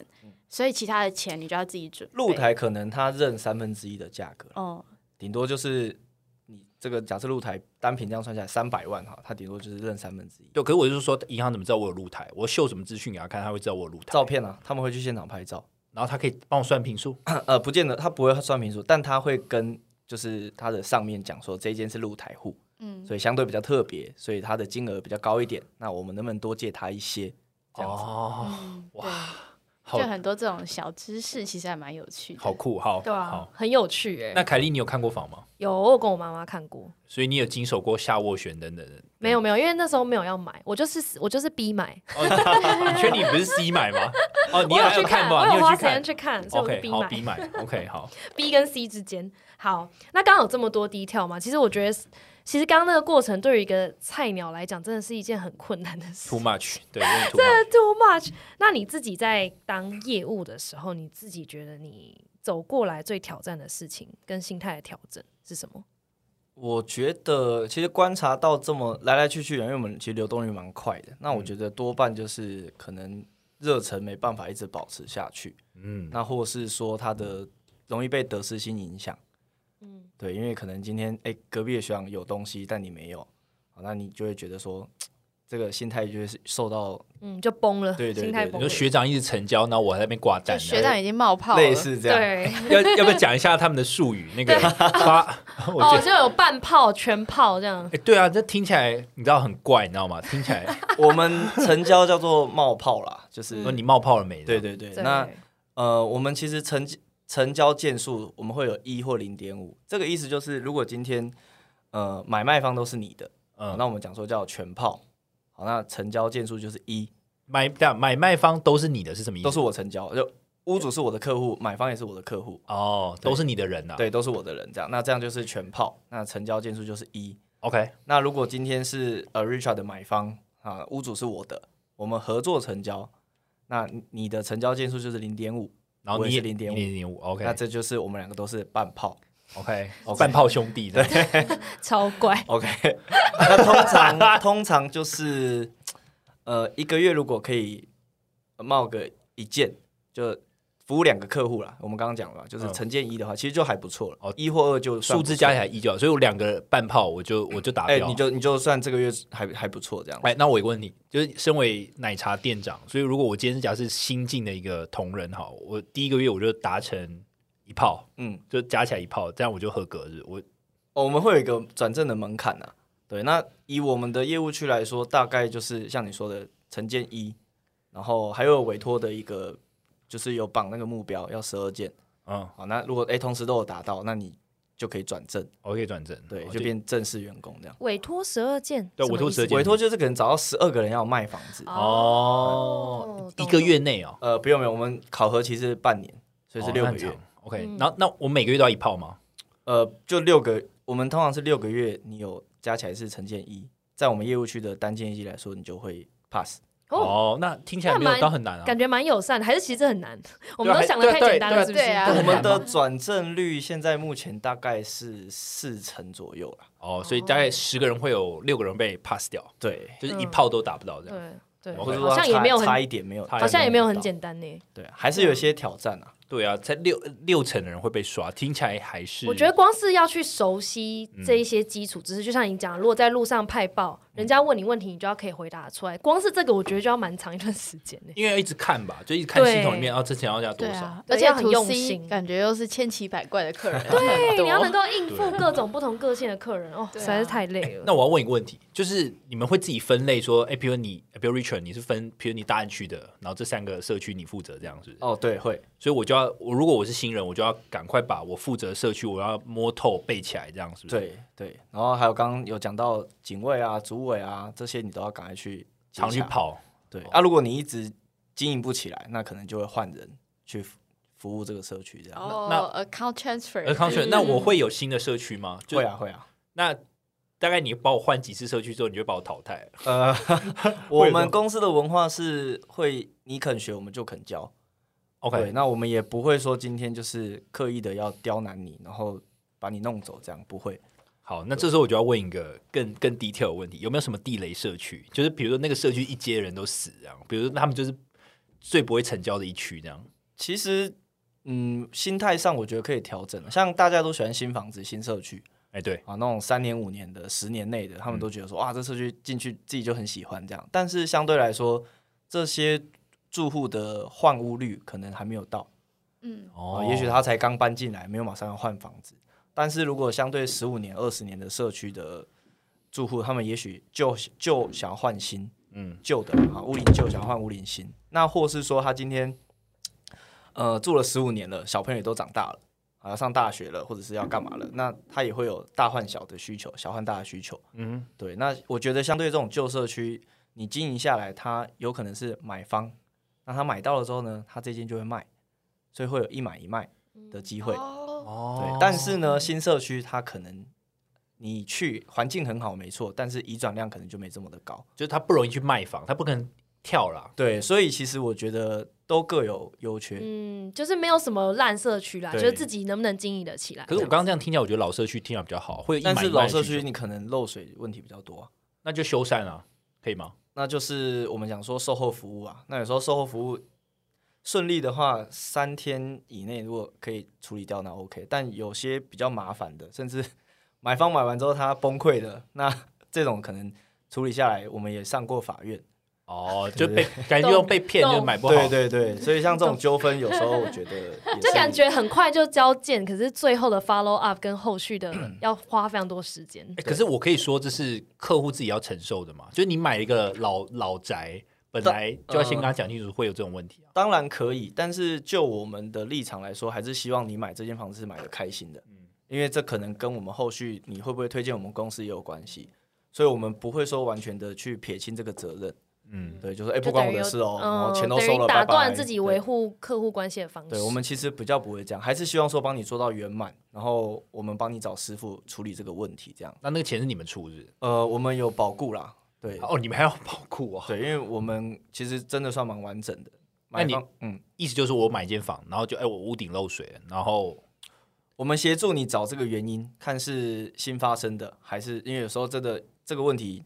[SPEAKER 1] 所以其他的钱你就要自己准备。
[SPEAKER 4] 露，台，可能它认三分之一的价格啦，
[SPEAKER 1] 哦、
[SPEAKER 4] 顶多就是你这个假设露台单品这样算下来三百万哈，它顶多就是认三分之一。
[SPEAKER 3] 对，可是我就是说，银行怎么知道我有露台？我秀什么资讯给他看，他会知道我有露台，
[SPEAKER 4] 照片啊，他们会去现场拍照，
[SPEAKER 3] 然后他可以帮我算平数。
[SPEAKER 4] 呃，不见得他不会算平数，但他会跟就是他的上面讲说这间是露台户，
[SPEAKER 1] 嗯，
[SPEAKER 4] 所以相对比较特别，所以它的金额比较高一点。那我们能不能多借他一些？这样子，
[SPEAKER 3] 哦，
[SPEAKER 1] 嗯，
[SPEAKER 3] 哇 好
[SPEAKER 1] 对，就很多这种小知识，其实还蛮有趣的。
[SPEAKER 3] 好酷，好，
[SPEAKER 2] 对啊
[SPEAKER 3] 好。，
[SPEAKER 2] 很有趣哎、
[SPEAKER 3] 那凯莉，你有看过房吗？
[SPEAKER 2] 有我有跟我妈妈看过，
[SPEAKER 3] 所以你有经手过下斡旋等等的？
[SPEAKER 2] 没有没有，因为那时候没有要买，我就是我就是 B 买，
[SPEAKER 3] 哦，你确定你不是 C 买吗？哦，你
[SPEAKER 2] 我有
[SPEAKER 3] 还
[SPEAKER 2] 去
[SPEAKER 3] 看
[SPEAKER 2] 我
[SPEAKER 3] 吧？你
[SPEAKER 2] 有花
[SPEAKER 3] 去
[SPEAKER 2] 时间
[SPEAKER 3] 看
[SPEAKER 2] 去看，所以我是
[SPEAKER 3] ？OK，好
[SPEAKER 2] B
[SPEAKER 3] ，B
[SPEAKER 2] 买
[SPEAKER 3] 买，OK，好，
[SPEAKER 2] B 跟 C 之间。好，那刚刚有这么多 detail 嘛，其实我觉得，其实刚刚那个过程对于一个菜鸟来讲，真的是一件很困难的事
[SPEAKER 3] too much，对，有点
[SPEAKER 2] ，too
[SPEAKER 3] too much。
[SPEAKER 2] much。那你自己在当业务的时候，你自己觉得你走过来最挑战的事情跟心态的调整是什么？
[SPEAKER 4] 我觉得其实观察到这么来来去去，因为我们其实流动率蛮快的。那我觉得多半就是可能热忱没办法一直保持下去，
[SPEAKER 3] 嗯，
[SPEAKER 4] 那或是说他的容易被得失心影响。
[SPEAKER 2] 嗯，
[SPEAKER 4] 对，因为可能今天哎、隔壁的学长有东西，但你没有，好那你就会觉得说这个心态就是受到
[SPEAKER 2] 嗯，就崩了，
[SPEAKER 4] 对对
[SPEAKER 2] 心态
[SPEAKER 4] 对
[SPEAKER 2] 崩
[SPEAKER 3] 你
[SPEAKER 2] 了
[SPEAKER 3] 说。学长一直成交，那我还在那边挂
[SPEAKER 1] 就
[SPEAKER 3] 单。哎
[SPEAKER 1] 学长已经冒泡了，
[SPEAKER 4] 类似这样。
[SPEAKER 2] 对，
[SPEAKER 3] 要要不要讲一下他们的术语？ 那个发， 我觉
[SPEAKER 2] 哦，
[SPEAKER 3] 得。
[SPEAKER 2] 就有半泡、全泡这样
[SPEAKER 3] 哎、。对啊，这听起来你知道很怪，你知道吗？听 起来
[SPEAKER 4] 我们成交叫做冒泡啦，就是、
[SPEAKER 3] 说你冒泡了没？
[SPEAKER 4] 对对对。
[SPEAKER 2] 对
[SPEAKER 4] 那呃，我们其实成成交件数我们会有一或零点五，这个意思就是如果今天呃买卖方都是你的，
[SPEAKER 3] 嗯，
[SPEAKER 4] 那我们讲说叫全泡，好，那成交件数就是一，
[SPEAKER 3] 买但买卖方都是你的，是什么意思？
[SPEAKER 4] 都是我成交，就屋主是我的客户，买方也是我的客户，
[SPEAKER 3] 哦，
[SPEAKER 4] 对
[SPEAKER 3] 都是你的人呐、啊。
[SPEAKER 4] 对，都是我的人，这样，那这样就是全泡，那成交件数就是一。
[SPEAKER 3] ，OK，
[SPEAKER 4] 那如果今天是呃 Richard 的买方啊，屋主是我的，我们合作成交，那你你的成交件数就是零点五，
[SPEAKER 3] 然后
[SPEAKER 4] 我也
[SPEAKER 3] 你
[SPEAKER 4] 是
[SPEAKER 3] 零
[SPEAKER 4] 0.5
[SPEAKER 3] 零点五，OK，
[SPEAKER 4] 那这就是我们两个都是半泡。
[SPEAKER 3] OK，半炮兄弟的，
[SPEAKER 2] 超怪，
[SPEAKER 4] OK，那 通常通常就是呃一个月如果可以冒个一件，就服务两个客户啦。我们刚刚讲了嘛，就是
[SPEAKER 3] 嗯
[SPEAKER 4] 承建一的话，其实就还不错了。
[SPEAKER 3] 哦
[SPEAKER 4] 哦，一或二就算
[SPEAKER 3] 数
[SPEAKER 4] 不
[SPEAKER 3] 字
[SPEAKER 4] 错
[SPEAKER 3] 加起来一就好，所以我两个半炮我就我就打
[SPEAKER 4] 哎、
[SPEAKER 3] 掉。
[SPEAKER 4] 你就你就算这个月还还不错这样。
[SPEAKER 3] 哎，那我有个问题，就是身为奶茶店长，所以如果我今天是假设新进的一个同仁哈，我第一个月我就达成一炮，
[SPEAKER 4] 嗯，
[SPEAKER 3] 就加起来一炮，这样我就合格日。我
[SPEAKER 4] 哦，我们会有一个转正的门槛呐、对，那以我们的业务区来说，大概就是像你说的承建一，然后还有委托的一个，就是有绑那个目标要十二件。
[SPEAKER 3] 嗯，
[SPEAKER 4] 好，那如果哎同时都有达到，那你就可以转正，
[SPEAKER 3] 我可以转正，哦
[SPEAKER 4] 对，
[SPEAKER 3] 我
[SPEAKER 4] 就变正式员工这样。
[SPEAKER 2] 委托十二件，
[SPEAKER 3] 对
[SPEAKER 2] 什么
[SPEAKER 3] 委托
[SPEAKER 2] 意思
[SPEAKER 3] 12件
[SPEAKER 4] 委托就是可能找到十二个人要卖房子，
[SPEAKER 3] 哦
[SPEAKER 2] 哦，
[SPEAKER 3] 一
[SPEAKER 2] 懂
[SPEAKER 3] 个月内哦，
[SPEAKER 4] 呃，不用不用，我们考核期是半年，所以是
[SPEAKER 3] 哦
[SPEAKER 4] 六
[SPEAKER 3] 那
[SPEAKER 4] 个
[SPEAKER 3] 很
[SPEAKER 4] 月
[SPEAKER 3] 长，OK，、
[SPEAKER 2] 嗯
[SPEAKER 3] 然后那我每个月都要一炮吗？
[SPEAKER 4] 呃，就六个，我们通常是六个月，你有加起来是承建一，在我们业务区的单件一来说，你就会 pass。
[SPEAKER 2] 哦，
[SPEAKER 3] 哦，那听起来
[SPEAKER 2] 那
[SPEAKER 3] 没有
[SPEAKER 2] 蛮
[SPEAKER 3] 到很难啊。
[SPEAKER 2] 感觉蛮友善的，还是其实这很难，我们
[SPEAKER 3] 还
[SPEAKER 2] 都想的太
[SPEAKER 3] 对
[SPEAKER 2] 简单了，
[SPEAKER 3] 对
[SPEAKER 2] 是不是？
[SPEAKER 1] 对啊
[SPEAKER 2] 这
[SPEAKER 4] 我
[SPEAKER 2] 很难
[SPEAKER 4] 们的
[SPEAKER 2] 吗
[SPEAKER 4] 转正率现在目前大概是四成左右啦。
[SPEAKER 3] 哦，所以大概十个人会有六个人被 pass 掉，
[SPEAKER 4] 对，
[SPEAKER 3] 就是
[SPEAKER 2] 嗯
[SPEAKER 3] 一炮都打不到这样。
[SPEAKER 2] 对对，
[SPEAKER 3] 我
[SPEAKER 4] 或者
[SPEAKER 2] 好像也没有
[SPEAKER 4] 差
[SPEAKER 2] 很，
[SPEAKER 4] 一点没有，
[SPEAKER 3] 差
[SPEAKER 2] 好像也没有很
[SPEAKER 4] 单，
[SPEAKER 2] 简单呢。
[SPEAKER 4] 对，还是有一些挑战啊。
[SPEAKER 3] 对啊，才六六成的人会被刷，听起来还是
[SPEAKER 2] 我觉得光是要去熟悉
[SPEAKER 4] 嗯
[SPEAKER 2] 这一些基础知识，就像你讲，如果在路上派报，人家问你问题，你就要可以回答出来。光是这个，我觉得就要蛮长一段时间 呢。
[SPEAKER 3] 因为要一直看吧，就一直看系统里面，
[SPEAKER 2] 对
[SPEAKER 3] 啊，之前要加多
[SPEAKER 1] 对
[SPEAKER 3] 少
[SPEAKER 1] 啊，，
[SPEAKER 2] 对
[SPEAKER 1] 而且
[SPEAKER 2] 要很
[SPEAKER 1] to
[SPEAKER 2] 用
[SPEAKER 1] C
[SPEAKER 2] 心
[SPEAKER 1] 感觉又是千奇百怪的客人，
[SPEAKER 4] 啊
[SPEAKER 1] 很
[SPEAKER 2] 对，
[SPEAKER 1] 多
[SPEAKER 2] 你要
[SPEAKER 4] 哦
[SPEAKER 2] 能够应付各种不同个性的客人，哦，
[SPEAKER 1] 对
[SPEAKER 2] 实
[SPEAKER 1] 啊
[SPEAKER 2] 在是太累了。
[SPEAKER 3] 那我要问一个问题，就是你们会自己分类说，哎，比如你，比如 Richard，你是分，比如你大安区的，然后这三个社区你负责这样子，
[SPEAKER 4] 哦，对，会，
[SPEAKER 3] 所以我就要，我如果我是新人，我就要赶快把我负责社区，我要摸透背起来，这样是不是？，
[SPEAKER 4] 对对。然后还有刚刚有讲到警卫啊、组委啊这些，你都要赶快去接
[SPEAKER 3] 常去
[SPEAKER 4] 洽。
[SPEAKER 3] 跑，
[SPEAKER 4] 对啊，如果你一直经营不起来，那可能就会换人去服服务这个社区这样。
[SPEAKER 1] 哦，account transfer，嗯
[SPEAKER 3] 呃，康
[SPEAKER 1] 就是
[SPEAKER 3] 选，那我会有新的社区吗？就
[SPEAKER 4] 嗯会，啊，会啊。
[SPEAKER 3] 那大概你把我换几次社区之后，你就把我淘汰了。
[SPEAKER 4] 呃， 我
[SPEAKER 3] 会有这
[SPEAKER 4] 们
[SPEAKER 3] 种
[SPEAKER 4] 公司的文化是会你肯学，我们就肯教。对，
[SPEAKER 3] OK，
[SPEAKER 4] 那我们也不会说今天就是刻意的要刁难你，然后把你弄走，这样不会。
[SPEAKER 3] 好，那这时候我就要问一个更更 detail 的问题，有没有什么地雷社区？就是比如说那个社区一街人都死这样，比如说他们就是最不会成交的一区这样。
[SPEAKER 4] 其实，嗯，心态上我觉得可以调整。像大家都喜欢新房子、新社区
[SPEAKER 3] 哎，对，
[SPEAKER 4] 啊，那种三年、五年的、十年内的，他们都觉得说、哇，这社区进去自己就很喜欢这样。但是相对来说，这些住户的换屋率可能还没有到。
[SPEAKER 1] 嗯，
[SPEAKER 3] 哦
[SPEAKER 4] 哦，也许他才刚搬进来，没有马上要换房子。但是如果相对十五年、二十年的社区的住户，他们也许就就想要换新
[SPEAKER 3] 嗯
[SPEAKER 4] 旧的啊，屋龄旧想要换屋龄新，那或是说他今天呃住了十五年了，小朋友也都长大了，啊要上大学了，或者是要干嘛了，那他也会有大换小的需求，小换大的需求。
[SPEAKER 3] 嗯，
[SPEAKER 4] 对，那我觉得相对这种旧社区，你经营下来，它有可能是买方，那他买到了之后呢，他这间就会卖，所以会有一买一卖的机会。
[SPEAKER 1] 哦
[SPEAKER 3] 哦
[SPEAKER 4] 对，但是呢，新社区它可能你去环境很好没错，但是移转量可能就没这么的高。
[SPEAKER 3] 就是他不容易去卖房，他不可能跳啦。
[SPEAKER 4] 对，所以其实我觉得都各有优缺。
[SPEAKER 2] 嗯，就是没有什么烂社区啦，就
[SPEAKER 4] 对
[SPEAKER 2] 是自己能不能经营得起来。
[SPEAKER 3] 可是我刚刚这样听起来，我觉得老社区听起来比较好，会有一
[SPEAKER 4] 但
[SPEAKER 3] 买
[SPEAKER 4] 是
[SPEAKER 3] 一卖
[SPEAKER 4] 老
[SPEAKER 3] 的
[SPEAKER 4] 社
[SPEAKER 3] 需
[SPEAKER 4] 区
[SPEAKER 3] 求
[SPEAKER 4] 你可能漏水问题比较多啊、
[SPEAKER 3] 那就修缮啊，可以吗？
[SPEAKER 4] 那就是我们讲说售后服务啊。那有时候售后服务顺利的话，三天以内如果可以处理掉，那 OK。但有些比较麻烦的，甚至 买方买完之后他崩溃的，那 这种可能处理下来，我们也上过法院。
[SPEAKER 3] 哦， 就被感觉用被骗
[SPEAKER 2] 懂
[SPEAKER 3] 就买不好，
[SPEAKER 4] 对对 对，所以像这种纠纷，有时候我觉得也是
[SPEAKER 2] 就感觉很快就交件，可是最后的 follow up 跟后续的要花非常多时间。
[SPEAKER 4] 哎
[SPEAKER 3] 欸可是我可以说这是客户自己要承受的嘛？就是你买一个老老宅，本来就要先
[SPEAKER 4] 嗯
[SPEAKER 3] 跟他讲清楚会有这种问题啊。
[SPEAKER 4] 当然可以，但是就我们的立场来说，还是希望你买这间房子是买的开心的，
[SPEAKER 3] 嗯
[SPEAKER 4] 因为这可能跟我们后续你会不会推荐我们公司也有关系，所以我们不会说完全的去撇清这个责任，
[SPEAKER 3] 嗯，
[SPEAKER 4] 对，就是哎、
[SPEAKER 2] 就
[SPEAKER 4] 不
[SPEAKER 2] 等
[SPEAKER 4] 关我
[SPEAKER 2] 于
[SPEAKER 4] 的
[SPEAKER 2] 有
[SPEAKER 4] 事哦，然后
[SPEAKER 2] 嗯，
[SPEAKER 4] 钱都
[SPEAKER 2] 等
[SPEAKER 4] 收
[SPEAKER 2] 于
[SPEAKER 4] 了，
[SPEAKER 2] 打
[SPEAKER 4] 拜拜
[SPEAKER 2] 断自己维
[SPEAKER 4] 对
[SPEAKER 2] 护客户关系的方式。
[SPEAKER 4] 对，我们其实比较不会这样，还是希望说帮你做到圆满，然后我们帮你找师傅处理这个问题，这样，
[SPEAKER 3] 那那个钱是你们出是不是？
[SPEAKER 4] 呃，我们有保固啦，对
[SPEAKER 3] 哦，你们还要保护哦。
[SPEAKER 4] 对，因为我们其实真的算蛮完整的，
[SPEAKER 3] 那
[SPEAKER 4] 买
[SPEAKER 3] 你
[SPEAKER 4] 方嗯。
[SPEAKER 3] 意思就是我买一间房，然后就哎、我屋顶漏水了，然后
[SPEAKER 4] 我们协助你找这个原因，看是新发生的，还是因为有时候真的这个问题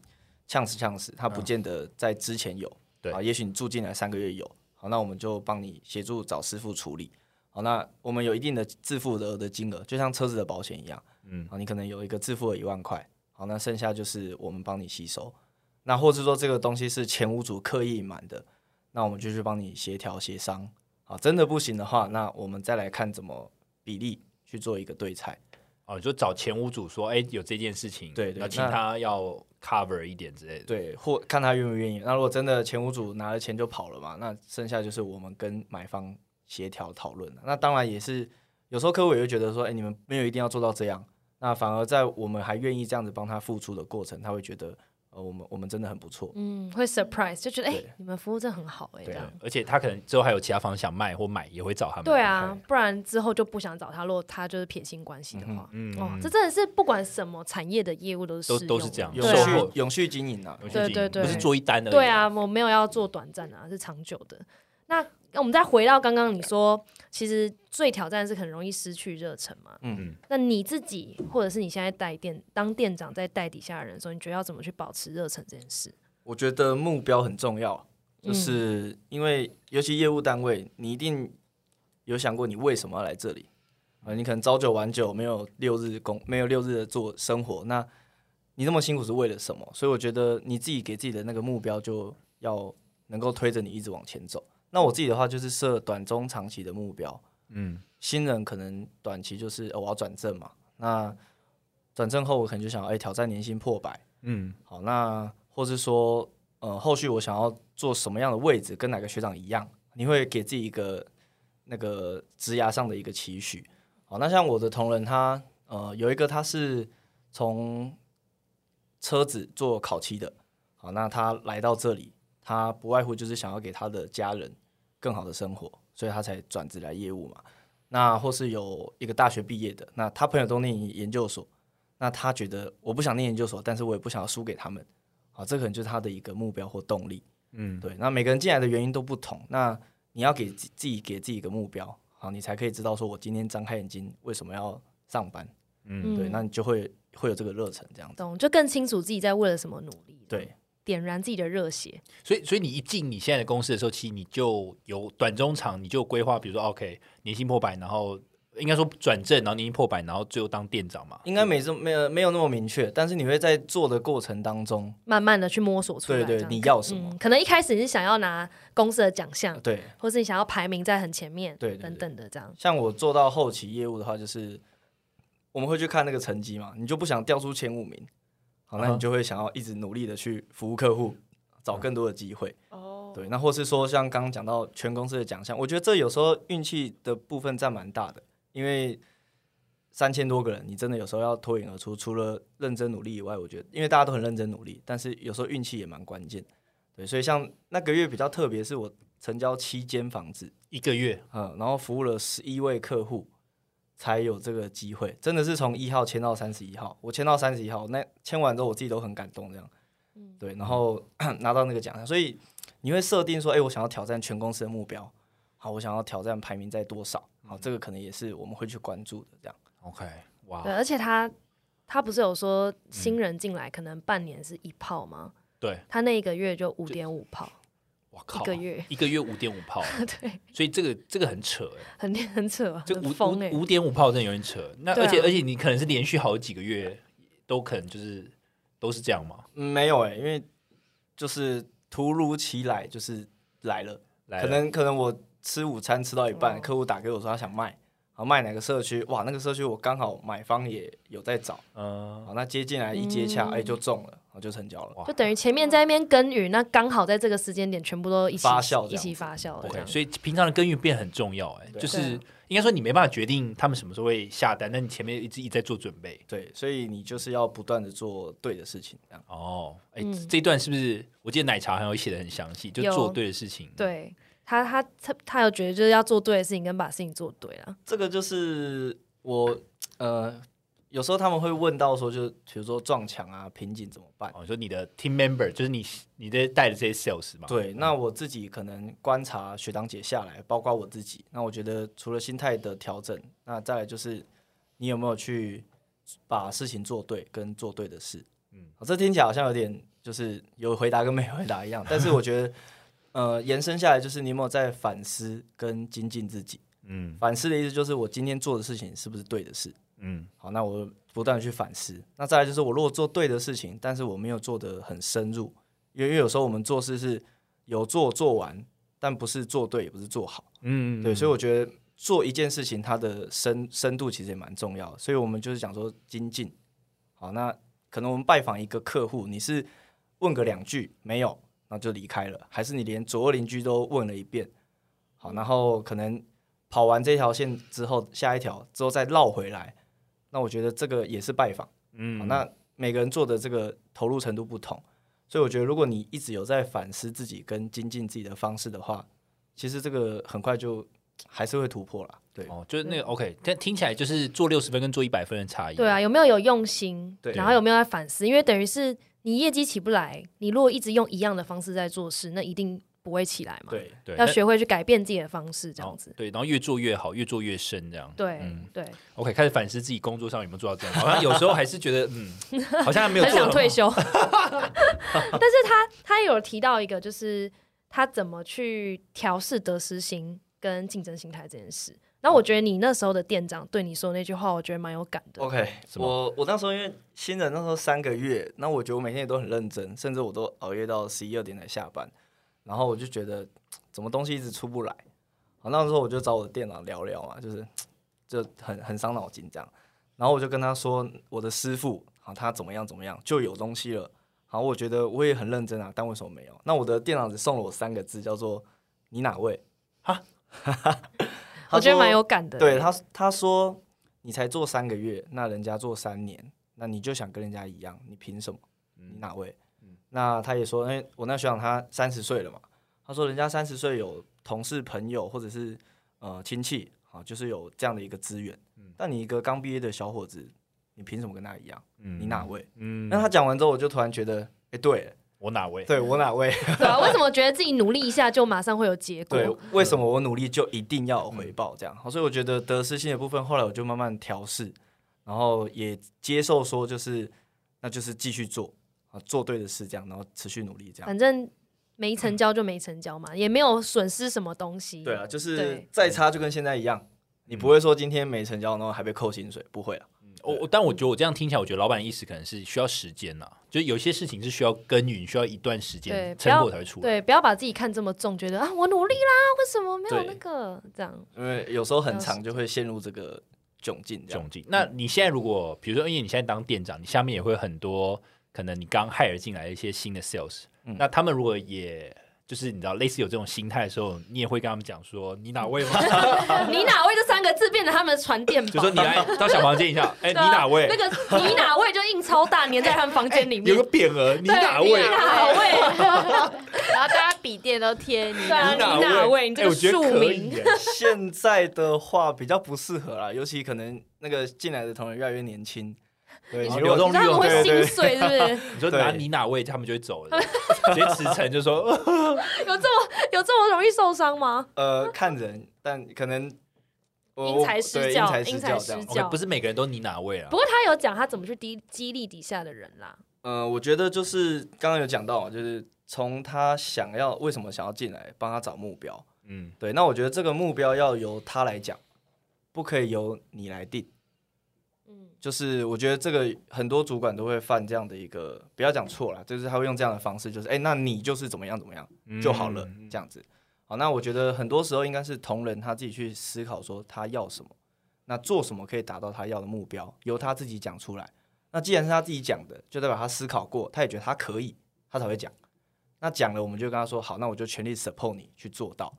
[SPEAKER 4] 呛死呛死，它不见得在之前有，
[SPEAKER 3] 对
[SPEAKER 4] 啊，也许你住进来三个月有，好，那我们就帮你协助找师傅处理，好，那我们有一定的自付额的金额，就像车子的保险一样，
[SPEAKER 3] 嗯
[SPEAKER 4] 嗯，啊，你可能有一个自付额一万块，好，那剩下就是我们帮你吸收，那或是说这个东西是前屋主刻意隐瞒的，那我们就去帮你协调协商，啊，真的不行的话，那我们再来看怎么比例去做一个对拆。
[SPEAKER 3] 哦，就找前屋主说，哎、有这件事情，
[SPEAKER 4] 对对
[SPEAKER 3] 然后请
[SPEAKER 4] 那
[SPEAKER 3] 他要 cover 一点之类的。，
[SPEAKER 4] 对，或看他愿不愿意。那如果真的前屋主拿了钱就跑了嘛，那剩下就是我们跟买方协调讨论了。那当然也是，有时候客户也会觉得说，哎、你们没有一定要做到这样，那反而在我们还愿意这样子帮他付出的过程，他会觉得，呃，我们我们真的很不错。
[SPEAKER 2] 嗯，会 surprise 就觉得哎、
[SPEAKER 4] 对
[SPEAKER 2] 你们服务真的很好哎、这
[SPEAKER 4] 对
[SPEAKER 2] 样。
[SPEAKER 3] 而且他可能之后还有其他房想卖或买，也会找他们。
[SPEAKER 2] 对啊，不然之后就不想找他。如果他就是撇清关系的话，
[SPEAKER 3] 嗯
[SPEAKER 2] 哦，这真的是不管什么产业的业务都是
[SPEAKER 3] 都
[SPEAKER 2] 适
[SPEAKER 3] 都
[SPEAKER 2] 用
[SPEAKER 3] 是这样
[SPEAKER 2] 的
[SPEAKER 4] 永
[SPEAKER 3] 有
[SPEAKER 2] 对
[SPEAKER 3] 售
[SPEAKER 4] 续、
[SPEAKER 2] 啊
[SPEAKER 3] 后，
[SPEAKER 4] 永续经营啊，
[SPEAKER 3] 我去
[SPEAKER 2] 对
[SPEAKER 3] 经
[SPEAKER 2] 对
[SPEAKER 3] 营
[SPEAKER 2] 对
[SPEAKER 3] 不是做一单的。
[SPEAKER 2] 对，啊，我没有要做短暂啊，是长久的。那那我们再回到刚刚你说，其实最挑战是很容易失去热忱嘛。
[SPEAKER 4] 嗯，
[SPEAKER 2] 那你自己或者是你现在带店当店长在带底下的人的时候，你觉得要怎么去保持热忱这件事？
[SPEAKER 4] 我觉得目标很重要，就是因为尤其业务单位，你一定有想过你为什么要来这里？啊，你可能朝九晚九，没有六日工，没有六日的做生活，那你那么辛苦是为了什么？所以我觉得你自己给自己的那个目标就要能够推着你一直往前走。那我自己的话就是设短中长期的目标，
[SPEAKER 3] 嗯，
[SPEAKER 4] 新人可能短期就是、呃我要转正嘛，那转正后我可能就想哎、挑战年薪破百，
[SPEAKER 3] 嗯
[SPEAKER 4] 好，那或是说，呃，后续我想要做什么样的位置，跟哪个学长一样，你会给自己一个那个职涯上的一个期许。好，那像我的同仁他，呃，有一个他是从车子做烤漆的，好，那他来到这里，他不外乎就是想要给他的家人更好的生活，所以他才转职来业务嘛。那或是有一个大学毕业的，那他朋友都念研究所，那他觉得我不想念研究所，但是我也不想要输给他们，好，这可能就是他的一个目标或动力。
[SPEAKER 3] 嗯，
[SPEAKER 4] 对，那每个人进来的原因都不同，那你要给自自己给自己一个目标，好，你才可以知道说我今天张开眼睛为什么要上班，
[SPEAKER 3] 嗯
[SPEAKER 4] 对，那你就会会有这个热忱这样子。
[SPEAKER 2] 懂，就更清楚自己在为了什么努力，，
[SPEAKER 4] 对，
[SPEAKER 2] 点燃自己的热血。
[SPEAKER 3] 所以，所以你一进你现在的公司的时候，其实你就有短中长，你就规划，比如说哦 OK，年薪破百，然后应该说转正，然后年薪破百，然后最后当店长嘛。
[SPEAKER 4] 应该没这没有没有那么明确，但是你会在做的过程当中，
[SPEAKER 2] 慢慢的去摸索出来，
[SPEAKER 4] 对对
[SPEAKER 2] 这，样
[SPEAKER 4] 你要什么？
[SPEAKER 2] 嗯，可能一开始你是想要拿公司的奖项，
[SPEAKER 4] 对，
[SPEAKER 2] 或是你想要排名在很前面，
[SPEAKER 4] 对对对
[SPEAKER 2] 等等的这样。
[SPEAKER 4] 像我做到后期业务的话，就是我们会去看那个成绩嘛，你就不想掉出前五名，好，那
[SPEAKER 3] 啊哈
[SPEAKER 4] 你就会想要一直努力的去服务客户，找更多的机会。
[SPEAKER 1] 哦，
[SPEAKER 4] 对，那或是说像刚刚讲到全公司的奖项，我觉得这有时候运气的部分占蛮大的，因为三千多个人，你真的有时候要脱颖而出，除了认真努力以外，我觉得因为大家都很认真努力，但是有时候运气也蛮关键。对，所以像那个月比较特别，是我成交七间房子，
[SPEAKER 3] 一个月，
[SPEAKER 4] 嗯，然后服务了十一位客户，才有这个机会。真的是从一号签到三十一号，我签到三十一号，那签完之后我自己都很感动，这样，对，然后 拿到那个奖项，所以你会设定说，哎，我想要挑战全公司的目标，好，我想要挑战排名在多少，好，这个可能也是我们会去关注的，这样，
[SPEAKER 3] OK，哇
[SPEAKER 2] 对，，而且他他不是有说新人进来可能半年是一炮吗？
[SPEAKER 3] 对，
[SPEAKER 2] 他那一个月就五点五炮，
[SPEAKER 3] 我靠，
[SPEAKER 2] 一个月
[SPEAKER 3] 一个月五点五 炮，
[SPEAKER 2] 对，
[SPEAKER 3] 所以这个这个很扯哎，
[SPEAKER 2] 很很扯啊，
[SPEAKER 3] 这
[SPEAKER 2] 很
[SPEAKER 3] 五
[SPEAKER 2] 疯哎、
[SPEAKER 3] 五五点五炮真的有点扯。那
[SPEAKER 2] 对啊
[SPEAKER 3] 而且而且你可能是连续好几个月都可能就是都是这样嘛，
[SPEAKER 4] 嗯没有哎、因为就是突如其来，就是来了。
[SPEAKER 3] 来
[SPEAKER 4] 可
[SPEAKER 3] 了
[SPEAKER 4] 能可能我吃午餐吃到一半，
[SPEAKER 2] 哦
[SPEAKER 4] 客户打给我说他想卖，然后卖哪个社区？哇，那个社区我刚好买方也有在找，
[SPEAKER 3] 嗯
[SPEAKER 4] 好，那接进来一接洽，
[SPEAKER 2] 嗯
[SPEAKER 4] 哎、就中了，然后就成交了。
[SPEAKER 3] 哇
[SPEAKER 2] 就等于前面在那边耕耘，那刚好在这个时间点全部都一起
[SPEAKER 4] 发酵这样子
[SPEAKER 2] 一起发酵了这
[SPEAKER 3] ，OK，
[SPEAKER 2] 样。
[SPEAKER 3] 所以平常的耕耘变很重要哎，
[SPEAKER 4] 啊对啊
[SPEAKER 3] 就是应该说你没办法决定他们什么时候会下单，但你前面一直一直在做准备。
[SPEAKER 4] 对，所以你就是要不断的做对的事情，这样。
[SPEAKER 3] 哦，哎、
[SPEAKER 2] 嗯
[SPEAKER 3] 这一段是不是？我记得奶茶好像有写的很详细，就
[SPEAKER 2] 有
[SPEAKER 3] 做对的事情。，
[SPEAKER 2] 对他，他他他有觉得就是要做对的事情，跟把事情做对啊了。
[SPEAKER 4] 这个就是我呃，有时候他们会问到说，就比如说撞墙啊、瓶颈怎么办？
[SPEAKER 3] 哦，你说你的 team member 就是你，你在带的这些 sales 嘛？嗯
[SPEAKER 4] 对，那我自己可能观察学长姐下来，包括我自己，那我觉得除了心态的调整，那再来就是你有没有去把事情做对，跟做对的事。嗯，这听起来好像有点就是有回答跟没 回答一样，但是我觉得，呃，延伸下来就是你有没有在反思跟精进自己。
[SPEAKER 3] 嗯
[SPEAKER 4] 反思的意思就是我今天做的事情是不是对的事。
[SPEAKER 3] 嗯
[SPEAKER 4] 好，那我不断的去反思。那再来就是，我如果做对的事情，但是我没有做得很深入，因为因为有时候我们做事是有做做完，但不是做对，也不是做好。
[SPEAKER 3] 嗯，
[SPEAKER 4] 对，所以
[SPEAKER 3] 以
[SPEAKER 4] 我觉得做一件事情，它的深深度其实也蛮重要的。所以我们就是讲说精进。好，那可能我们拜访一个客户，你是问个两句没有，那就离开了，还是你连左右邻居都问了一遍？好，然后可能跑完这条线之后，下一条之后再绕回来，那我觉得这个也是拜访。好
[SPEAKER 3] 嗯，
[SPEAKER 4] 那每个人做的这个投入程度不同，所以我觉得如果你一直有在反思自己跟精进自己的方式的话，其实这个很快就还是会突破了。对，
[SPEAKER 3] 哦，就是那个 OK，但听起来就是做六十分跟做一百分的差异。
[SPEAKER 2] 嗯对啊，，有没有有用心？
[SPEAKER 4] 对
[SPEAKER 2] 然后有没有在反思？因为等于是你业绩起不来，你如果一直用一样的方式在做事，那一定不会起来嘛。，
[SPEAKER 4] 对，
[SPEAKER 3] 对，
[SPEAKER 2] 要
[SPEAKER 3] 但
[SPEAKER 2] 学会去改变自己的方式，这样
[SPEAKER 3] 哦
[SPEAKER 2] 子。
[SPEAKER 3] 对，然后越做越好，越做越深，这样。
[SPEAKER 2] 对、
[SPEAKER 3] 嗯
[SPEAKER 2] 对，
[SPEAKER 3] OK，开始反思自己工作上有没有做到这样，好像有时候还是觉得，嗯， 好像还没有
[SPEAKER 2] 很
[SPEAKER 3] 做
[SPEAKER 2] 想
[SPEAKER 3] 得很
[SPEAKER 2] 退
[SPEAKER 3] 好。
[SPEAKER 2] 休， 但是他他有提到一个，就是他怎么去调试得失心跟竞争心态这件事。然后我觉得你那时候的店长对你说那句话，我觉得蛮有感
[SPEAKER 3] 哦
[SPEAKER 2] 的。
[SPEAKER 4] OK，
[SPEAKER 3] 什么
[SPEAKER 4] 我我那时候因为新人那时候三个月，那我觉得我每天也都很认真，甚至我都熬夜到十一二点才下班，然后我就觉得怎么东西一直出不来，好那时候我就找我的店长聊聊嘛，就是 就很很伤脑筋这样，然后我就跟他说我的师傅好他怎么样怎么样就有东西了，好我觉得我也很认真啊，但为什么没有？那我的店长只送了我三个字叫做你哪位
[SPEAKER 3] 啊？
[SPEAKER 2] 我觉得蛮
[SPEAKER 4] 有。
[SPEAKER 2] 有 感的。
[SPEAKER 4] 对他，他说你才做三个月，那人家做三年，那你就想跟人家一样，你凭什么？
[SPEAKER 3] 嗯
[SPEAKER 4] 你哪位？那他也说，哎、我那学长他三十岁了嘛，他说人家三十岁有同事、朋友或者是呃亲戚啊，就是有这样的一个资源。但你一个刚毕业的小伙子，你凭什么跟他一样？
[SPEAKER 3] 嗯
[SPEAKER 4] 你哪位？
[SPEAKER 3] 嗯，
[SPEAKER 4] 那他讲完之后，我就突然觉得，哎、对，
[SPEAKER 3] 我哪位？
[SPEAKER 4] 对我哪位？
[SPEAKER 2] 对啊，为什么觉得自己努力一下就马上会有结果？
[SPEAKER 4] 对，为什么我努力就一定要有回报？这样，好所以我觉得得失心的部分，后来我就慢慢调试，然后也接受说，就是那就是继续做啊，做对的事，这样，然后持续努力，这样。
[SPEAKER 2] 反正没成交就没成 交嘛，也没有损失什么东西。
[SPEAKER 4] 对啊，就
[SPEAKER 2] 对
[SPEAKER 4] 是再差就跟现在一样，你不会说今天没成交，然后还被扣薪水，不会啊。
[SPEAKER 3] 我我但我觉得我这样听起来，我觉得老板的意思可能是需要时间呐，就有些事情是需要耕耘，需要一段时
[SPEAKER 2] 对
[SPEAKER 3] 间
[SPEAKER 2] 不
[SPEAKER 3] 成
[SPEAKER 2] 要
[SPEAKER 3] 果才会出来。
[SPEAKER 2] 对，不要把自己看这么重，觉得啊我努力啦，为什么没有
[SPEAKER 4] 对
[SPEAKER 2] 那个这 样？
[SPEAKER 4] 因为有时候很
[SPEAKER 2] 要
[SPEAKER 4] 长就会陷入这个窘境，这样。
[SPEAKER 3] 窘境。那你现在如果比如说，因为你现在当店长，你下面也会有很多可能你刚 hire 进来的一些新的 sales，、
[SPEAKER 4] 嗯
[SPEAKER 3] 那他们如果也就是你知道类似有这种心态的时候，你也会跟他们讲说你哪位吗？
[SPEAKER 2] 你哪位这三个字变成他们的传电
[SPEAKER 3] 就
[SPEAKER 2] 宝
[SPEAKER 3] 说？你来到小房间一下，
[SPEAKER 2] 对
[SPEAKER 3] 哎、你
[SPEAKER 2] 啊
[SPEAKER 3] 哪位？
[SPEAKER 2] 那个你哪位就印超大粘在他们房间里面
[SPEAKER 3] 有。个匾额，你
[SPEAKER 2] 对
[SPEAKER 3] 哪位？
[SPEAKER 2] 你哪位？
[SPEAKER 1] 然后大家笔电都贴你，
[SPEAKER 2] 对啊
[SPEAKER 3] 你哪
[SPEAKER 2] 你哪位
[SPEAKER 3] 位？
[SPEAKER 2] 你这个
[SPEAKER 3] 哎我觉得
[SPEAKER 2] 庶
[SPEAKER 3] 可
[SPEAKER 2] 民
[SPEAKER 3] 以耶
[SPEAKER 4] 现在的话比较不适合啦，尤其可能那个进来的同仁越来越年轻，对，
[SPEAKER 3] 你
[SPEAKER 4] 你
[SPEAKER 3] 流
[SPEAKER 4] 如
[SPEAKER 3] 动
[SPEAKER 4] 果
[SPEAKER 2] 你知 道他们会心碎，是不是？
[SPEAKER 3] 你说拿
[SPEAKER 4] 对
[SPEAKER 3] 你哪位，他们就会走了，直接辞呈就说、呃
[SPEAKER 2] 有这么有这么容易受伤吗？
[SPEAKER 4] 呃，看人，但可能我
[SPEAKER 2] 因材施
[SPEAKER 4] 对
[SPEAKER 2] 教
[SPEAKER 4] 因材
[SPEAKER 2] 因
[SPEAKER 4] 施
[SPEAKER 2] 材
[SPEAKER 4] 教
[SPEAKER 2] 施
[SPEAKER 4] 这样。
[SPEAKER 2] 教
[SPEAKER 3] OK，不是每个人都你哪位啊
[SPEAKER 2] 不？过他有讲他怎么去激激励底下的人啦。
[SPEAKER 4] 呃，我觉得就是刚刚有讲到嘛，就是从他想要为什么想要进来，帮他找目标。
[SPEAKER 3] 嗯，
[SPEAKER 4] 对，那我觉得这个目标要由他来讲，不可以由你来定。
[SPEAKER 2] 嗯，
[SPEAKER 4] 就是我觉得这个很多主管都会犯这样的一个，不要讲错了，就是他会用这样的方式，就是哎、那你就是怎么样怎么样就好了，
[SPEAKER 3] 嗯
[SPEAKER 4] 这样子。好，那我觉得很多时候应该是同仁他自己去思考说他要什么，那做什么可以达到他要的目标，由他自己讲出来。那既然是他自己讲的，就代表他思考过，他也觉得他可以，他才会讲。那讲了，我们就跟他说好，那我就全力 support 你去做到。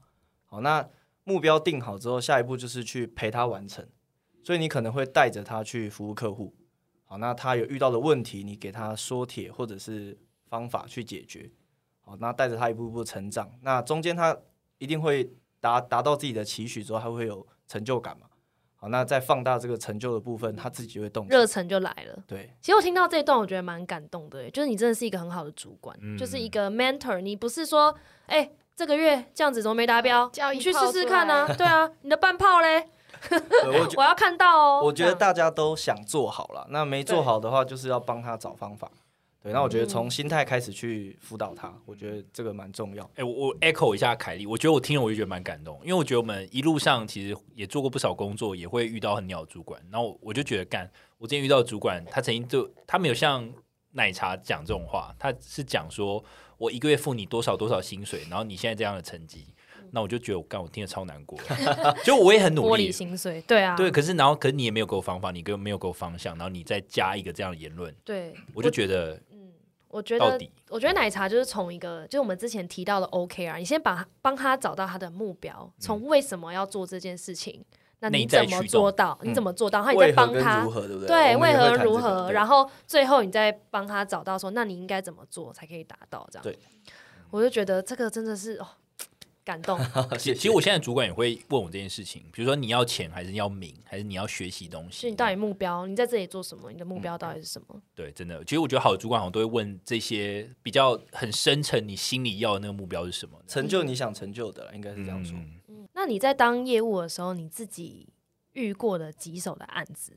[SPEAKER 4] 好，那目标定好之后，下一步就是去陪他完成。所以你可能会带着他去服务客户。好，那他有遇到的问题，你给他说帖或者是方法去解决。好，那带着他一步步成长。那中间他一定会达达到自己的期许之后，他会有成就感嘛？好，那再放大这个成就的部分，他自己会动起来。
[SPEAKER 2] 热忱就来了。
[SPEAKER 4] 对，
[SPEAKER 2] 其实我听到这一段，我觉得蛮感动的耶，就是你真的是一个很好的主管，
[SPEAKER 3] 嗯
[SPEAKER 2] 就是一个 mentor。你不是说，哎、这个月这样子怎么没达标
[SPEAKER 1] 哎叫？一
[SPEAKER 2] 你去
[SPEAKER 1] 炮
[SPEAKER 2] 试试看啊
[SPEAKER 1] 出！
[SPEAKER 2] 对啊，你的半炮嘞，
[SPEAKER 4] 对我 觉
[SPEAKER 2] 我要看到哦。
[SPEAKER 4] 我觉
[SPEAKER 2] 这
[SPEAKER 4] 得
[SPEAKER 2] 样
[SPEAKER 4] 大家都想做好了，那没做好的话，就是要帮他找方法。对，那我
[SPEAKER 2] 嗯
[SPEAKER 4] 觉得从心态开始去辅导他，我觉得这个蛮重要。
[SPEAKER 3] 哎、我我 echo 一下凯莉，我觉得我听了我就觉得蛮感动，因为我觉得我们一路上其实也做过不少工作，也会遇到很鸟的主管，然后我就觉得干，我之前遇到的主管，他曾经就他没有像奶茶讲这种话，他是讲说我一个月付你多少多少薪水，然后你现在这样的成绩，那我就觉得我干，我听得超难过， 就我也很努
[SPEAKER 2] 玻璃
[SPEAKER 3] 力，
[SPEAKER 2] 心碎，对啊，
[SPEAKER 3] 对，可是然后可是你也没有给我方法，你给我没有给我方向，然后你再加一个这样的言论，
[SPEAKER 2] 对，嗯
[SPEAKER 3] 我就觉得
[SPEAKER 2] 我觉
[SPEAKER 3] 到
[SPEAKER 2] 得
[SPEAKER 3] 底，
[SPEAKER 2] 我觉得奶茶就是从一个，就是我们之前提到的 OKR，、你先把他帮他找到他的目标，
[SPEAKER 4] 嗯
[SPEAKER 2] 从为什么要做这这件事情，那你
[SPEAKER 3] 内在
[SPEAKER 2] 怎么
[SPEAKER 3] 驱动
[SPEAKER 2] 做到？你
[SPEAKER 4] 嗯
[SPEAKER 2] 怎么做到？然后你再
[SPEAKER 4] 为何
[SPEAKER 2] 帮
[SPEAKER 4] 跟
[SPEAKER 2] 他
[SPEAKER 4] 如，何，对不对？
[SPEAKER 2] 对，
[SPEAKER 4] 我们
[SPEAKER 2] 为
[SPEAKER 4] 也会
[SPEAKER 2] 何
[SPEAKER 4] 谈这
[SPEAKER 2] 如
[SPEAKER 4] 个
[SPEAKER 2] 何？
[SPEAKER 4] 对
[SPEAKER 2] 然后最后你再帮他找到说，那你应该怎么做才可以达到这样？
[SPEAKER 4] 对，
[SPEAKER 2] 我就觉得这个真的是哦，感 动。
[SPEAKER 3] 其其实我现在主管也会问我这件事情，比如说你要钱还是要名，还是你要学习东
[SPEAKER 2] 是
[SPEAKER 3] 西？
[SPEAKER 2] 你到底目标？你在这里做什么？你的目
[SPEAKER 4] 嗯
[SPEAKER 2] 标到底是什么？
[SPEAKER 3] 对，真的，其实我觉得好的主管好像都会问这些比较很深层，你心里要的那个目标是什么？
[SPEAKER 4] 成就你想成就的啦，应该是这样说。
[SPEAKER 3] 嗯
[SPEAKER 2] 那你在当业务的时候，你自己遇过的棘手的案子，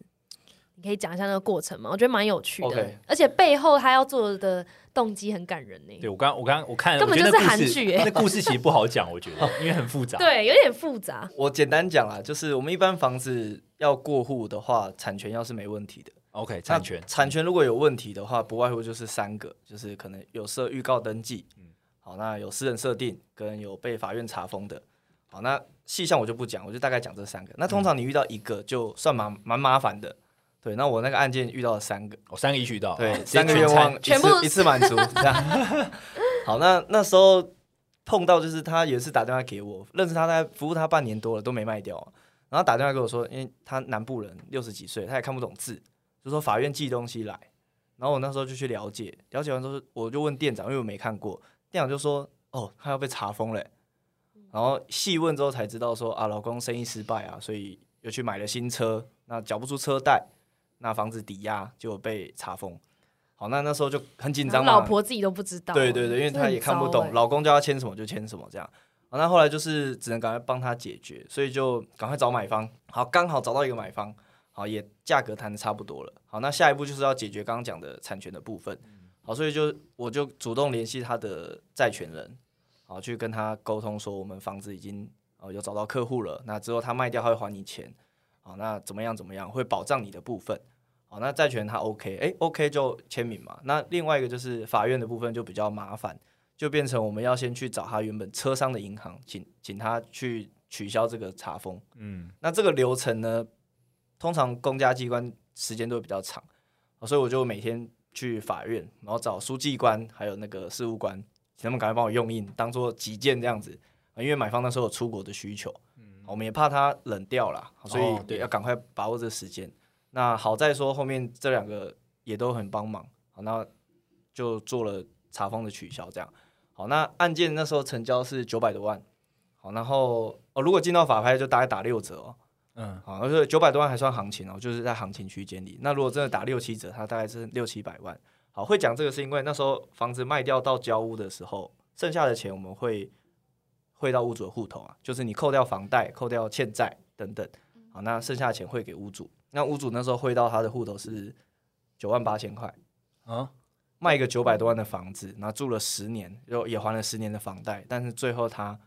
[SPEAKER 2] 你你可以讲一下那个过程吗？我觉得蛮有趣的
[SPEAKER 4] OK
[SPEAKER 2] 而且背后他要做的动机很感人呢、
[SPEAKER 3] 对我刚我刚我看，
[SPEAKER 2] 根本
[SPEAKER 3] 我觉得
[SPEAKER 2] 就是
[SPEAKER 3] 那故
[SPEAKER 2] 韩
[SPEAKER 3] 事
[SPEAKER 2] 剧欸
[SPEAKER 3] 那故事其实不好讲，我觉 得，因为很
[SPEAKER 4] 啊
[SPEAKER 3] 复杂。
[SPEAKER 2] 对，有点复杂。
[SPEAKER 4] 我简单讲啦，就是我们一般房子要过户的话，产权要是没问题的。
[SPEAKER 3] ，OK，
[SPEAKER 4] 那
[SPEAKER 3] 产权，
[SPEAKER 4] 产权如果有问题的话，不外乎就是三个，就是可能有设预告登记，
[SPEAKER 3] 嗯
[SPEAKER 4] 好，那有私人设定跟有被法院查封的，好，那细项我就不讲，我就大概讲这三个。那
[SPEAKER 3] 嗯
[SPEAKER 4] 通常你遇到一个就算蛮蛮麻烦的，对。那我那个案件遇到了三个，
[SPEAKER 3] 我哦三个一渠道，
[SPEAKER 4] 对，
[SPEAKER 3] 直接
[SPEAKER 4] 哦三个
[SPEAKER 3] 全
[SPEAKER 4] 愿望
[SPEAKER 3] 拆
[SPEAKER 4] 一次
[SPEAKER 2] 全部
[SPEAKER 4] 一次满 足，这样。好，那那时候碰到就是他有一次打电话给我，认识他大概服务他半年多了都没卖掉啊，然后打电话跟我说，因为他南部人六十几岁，他也看不懂字，就说法院寄东西来，然后我那时候就去了解，了解完之后我就问店长，因为我没看过，店长就说哦，他要被查封嘞，
[SPEAKER 2] 嗯
[SPEAKER 4] 然后细问之后才知道说啊，老公生意失败啊，所以又去买了新车，那缴不出车贷，那房子抵押就被查封。好，那那时候就很紧张
[SPEAKER 2] 然后
[SPEAKER 4] 嘛，
[SPEAKER 2] 老婆自己都不知道，
[SPEAKER 4] 对对对，因为他也看不懂，
[SPEAKER 2] 真的很糟欸
[SPEAKER 4] 老公叫他签什么就签什么这样。啊那后来就是只能赶快帮他解决，所以就赶快找买方。好，刚好找到一个买方，好也价格谈的差不多了。好，那下一步就是要解决刚刚讲的产权的部分。好，所以就我就主动联系他的债权人，好去跟他沟通说我们房子已经呃有找到客户了，那之后他卖掉他会还你钱。好，那怎么样怎么样会保障你的部分。好，那债权他 OK，哎、o k 就签名嘛。那另外一个就是法院的部分就比较麻烦，就变成我们要先去找他原本车商的银行，请请他去取消这个查封。
[SPEAKER 3] 嗯，
[SPEAKER 4] 那这个流程呢，通常公家机关时间都会比较长，哦所以我就每天去法院，然后找书记官还有那个事务官，请他们赶快帮我用印，当做急件这样子，啊因为买方那时候有出国的需求，哦我们也怕他冷掉了，所
[SPEAKER 3] 嗯哦
[SPEAKER 4] 以
[SPEAKER 3] 对
[SPEAKER 4] 要赶快把握这时间。那好在说后面这两个也都很帮忙，好，那就做了查封的取消这样。好，那案件那时候成交是九百多万，好，然后哦，如果进到法拍就大概打六折哦，
[SPEAKER 3] 嗯，
[SPEAKER 4] 好，而且九百多万还算行情哦，就是在行情区间里。那如果真的打六七折，它大概是六七百万。好，会讲这个是因为那时候房子卖掉到交屋的时候，剩下的钱我们会汇到屋主的户头啊，就是你扣掉房贷、扣掉欠债等等，好，那剩下的钱汇给屋主。那屋主那时候汇到他的户头是九万八千块，
[SPEAKER 3] 啊，
[SPEAKER 4] 卖一个九百多万的房子，然后住了十年，又也还了十年的房贷，但是最后他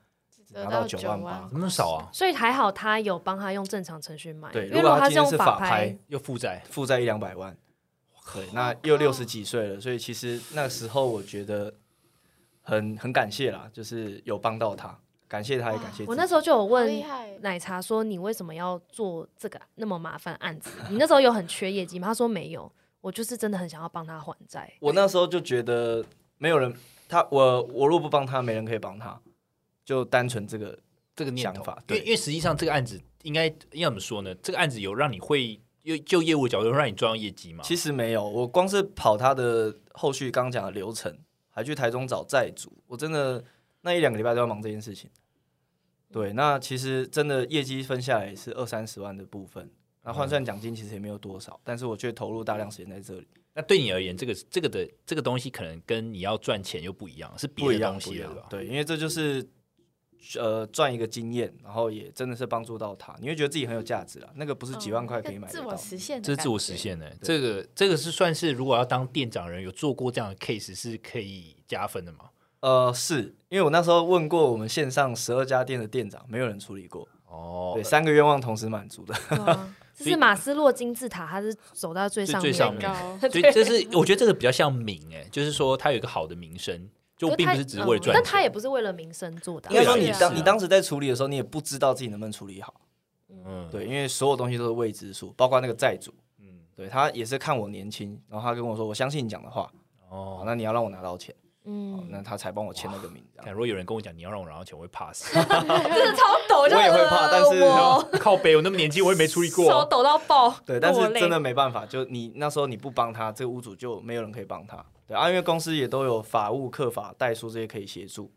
[SPEAKER 4] 拿到
[SPEAKER 1] 九
[SPEAKER 4] 9万
[SPEAKER 1] 万
[SPEAKER 3] 怎
[SPEAKER 4] 八
[SPEAKER 3] 么那么少啊？
[SPEAKER 2] 所以还好他有帮他用正常程序买，
[SPEAKER 4] 对，
[SPEAKER 2] 因为
[SPEAKER 4] 果
[SPEAKER 2] 他
[SPEAKER 4] 今
[SPEAKER 2] 用
[SPEAKER 4] 天是
[SPEAKER 2] 法
[SPEAKER 4] 法拍，
[SPEAKER 3] 又负债，
[SPEAKER 4] 负债一两百万，对，那又六十几岁了，所以其实那时候我觉得很很感谢啦，就是有帮到他，感谢他也感谢自己
[SPEAKER 2] 啊我那时候就有
[SPEAKER 1] 好
[SPEAKER 2] 问
[SPEAKER 1] 厉害，
[SPEAKER 2] 奶茶说：“你为什么要做这个那么麻烦的案子？ 你那时候有很缺业绩吗？”他说：“没有，我就是真的很想要帮他还债。
[SPEAKER 4] 我那时候就觉得没有人，他我我若不帮他，没人可以帮他，就单纯这个
[SPEAKER 3] 这个念头
[SPEAKER 4] 想法
[SPEAKER 3] 因
[SPEAKER 4] 对
[SPEAKER 3] 为因为实际上这个案子应该应该怎么说呢？这个案子有让你会又就业务角度让你赚到业绩嘛？
[SPEAKER 4] 其
[SPEAKER 3] 实
[SPEAKER 4] 实没有，我光是跑他的后续刚讲的流程，还去台中找债主，我真的那一两个礼拜都要忙这件事情。对，那其实真的业绩分下来也是二三十万的部分，那换算奖金其实也没有多少，但是我却投入大量时间在这里。
[SPEAKER 3] 那对你而言，这个这个的这个东西可能跟你要赚钱又不一样，是别
[SPEAKER 4] 不一
[SPEAKER 3] 的
[SPEAKER 4] 样，
[SPEAKER 3] 东
[SPEAKER 4] 不一
[SPEAKER 3] 西了，
[SPEAKER 4] 样
[SPEAKER 3] 对吧。？
[SPEAKER 4] 啊对，因为这就是呃赚一个经验，然后也真的是帮助到他，你会觉得自己很有价值啦。那个不是几万块可以
[SPEAKER 1] 嗯
[SPEAKER 4] 买
[SPEAKER 1] 自
[SPEAKER 4] 得
[SPEAKER 1] 我
[SPEAKER 4] 到。
[SPEAKER 1] 实现的感
[SPEAKER 3] 这是
[SPEAKER 1] 觉，
[SPEAKER 3] 自我实现的、这个这个是算是如果要当店长人有做过这样的 case 是可以加分的嘛？
[SPEAKER 4] 呃，是因为我那时候问过我们线上十二家店的店长，没有人处理过，
[SPEAKER 3] 哦
[SPEAKER 4] 对，，三个愿望同时满足的。
[SPEAKER 2] 对啊”这是马斯洛金字塔，他是走到最上面，
[SPEAKER 3] 最最上面
[SPEAKER 1] 高，
[SPEAKER 3] 所以这是我觉得这个比较像名哎、就是说他有一个好的名声，就并不是只是为了赚
[SPEAKER 2] 但
[SPEAKER 3] 钱。
[SPEAKER 2] 他也不是为了名声做的啊、
[SPEAKER 4] 应该说你
[SPEAKER 1] 对啊
[SPEAKER 4] 当
[SPEAKER 1] 是啊
[SPEAKER 4] 你当时在处理的时候，你也不知道自己能不能处理好，
[SPEAKER 3] 嗯，
[SPEAKER 4] 对，因为所有东西都是未知数，包括那个债主，
[SPEAKER 3] 嗯，
[SPEAKER 4] 对他也是看我年轻，然后他跟我说，我相信你讲的话，好，
[SPEAKER 3] 哦，
[SPEAKER 4] 那你要让我拿到钱，好
[SPEAKER 2] 嗯，
[SPEAKER 4] 那他才帮我签那个名，这
[SPEAKER 3] 看
[SPEAKER 4] 样。
[SPEAKER 3] 如果有人跟我讲你要让我拿到钱，我会怕死，
[SPEAKER 2] 真的超抖，
[SPEAKER 4] 我也会怕但是
[SPEAKER 2] 我
[SPEAKER 3] 靠北，我那么年轻，我也没处理
[SPEAKER 2] 手
[SPEAKER 3] 过。
[SPEAKER 2] 抖到爆，
[SPEAKER 4] 对，但
[SPEAKER 2] 落
[SPEAKER 4] 是
[SPEAKER 2] 泪
[SPEAKER 4] 真的没办法，就你那时候你不帮他，这个屋主就没有人可以帮他，对啊，因为公司也都有法务、客法、代书这些可以协助，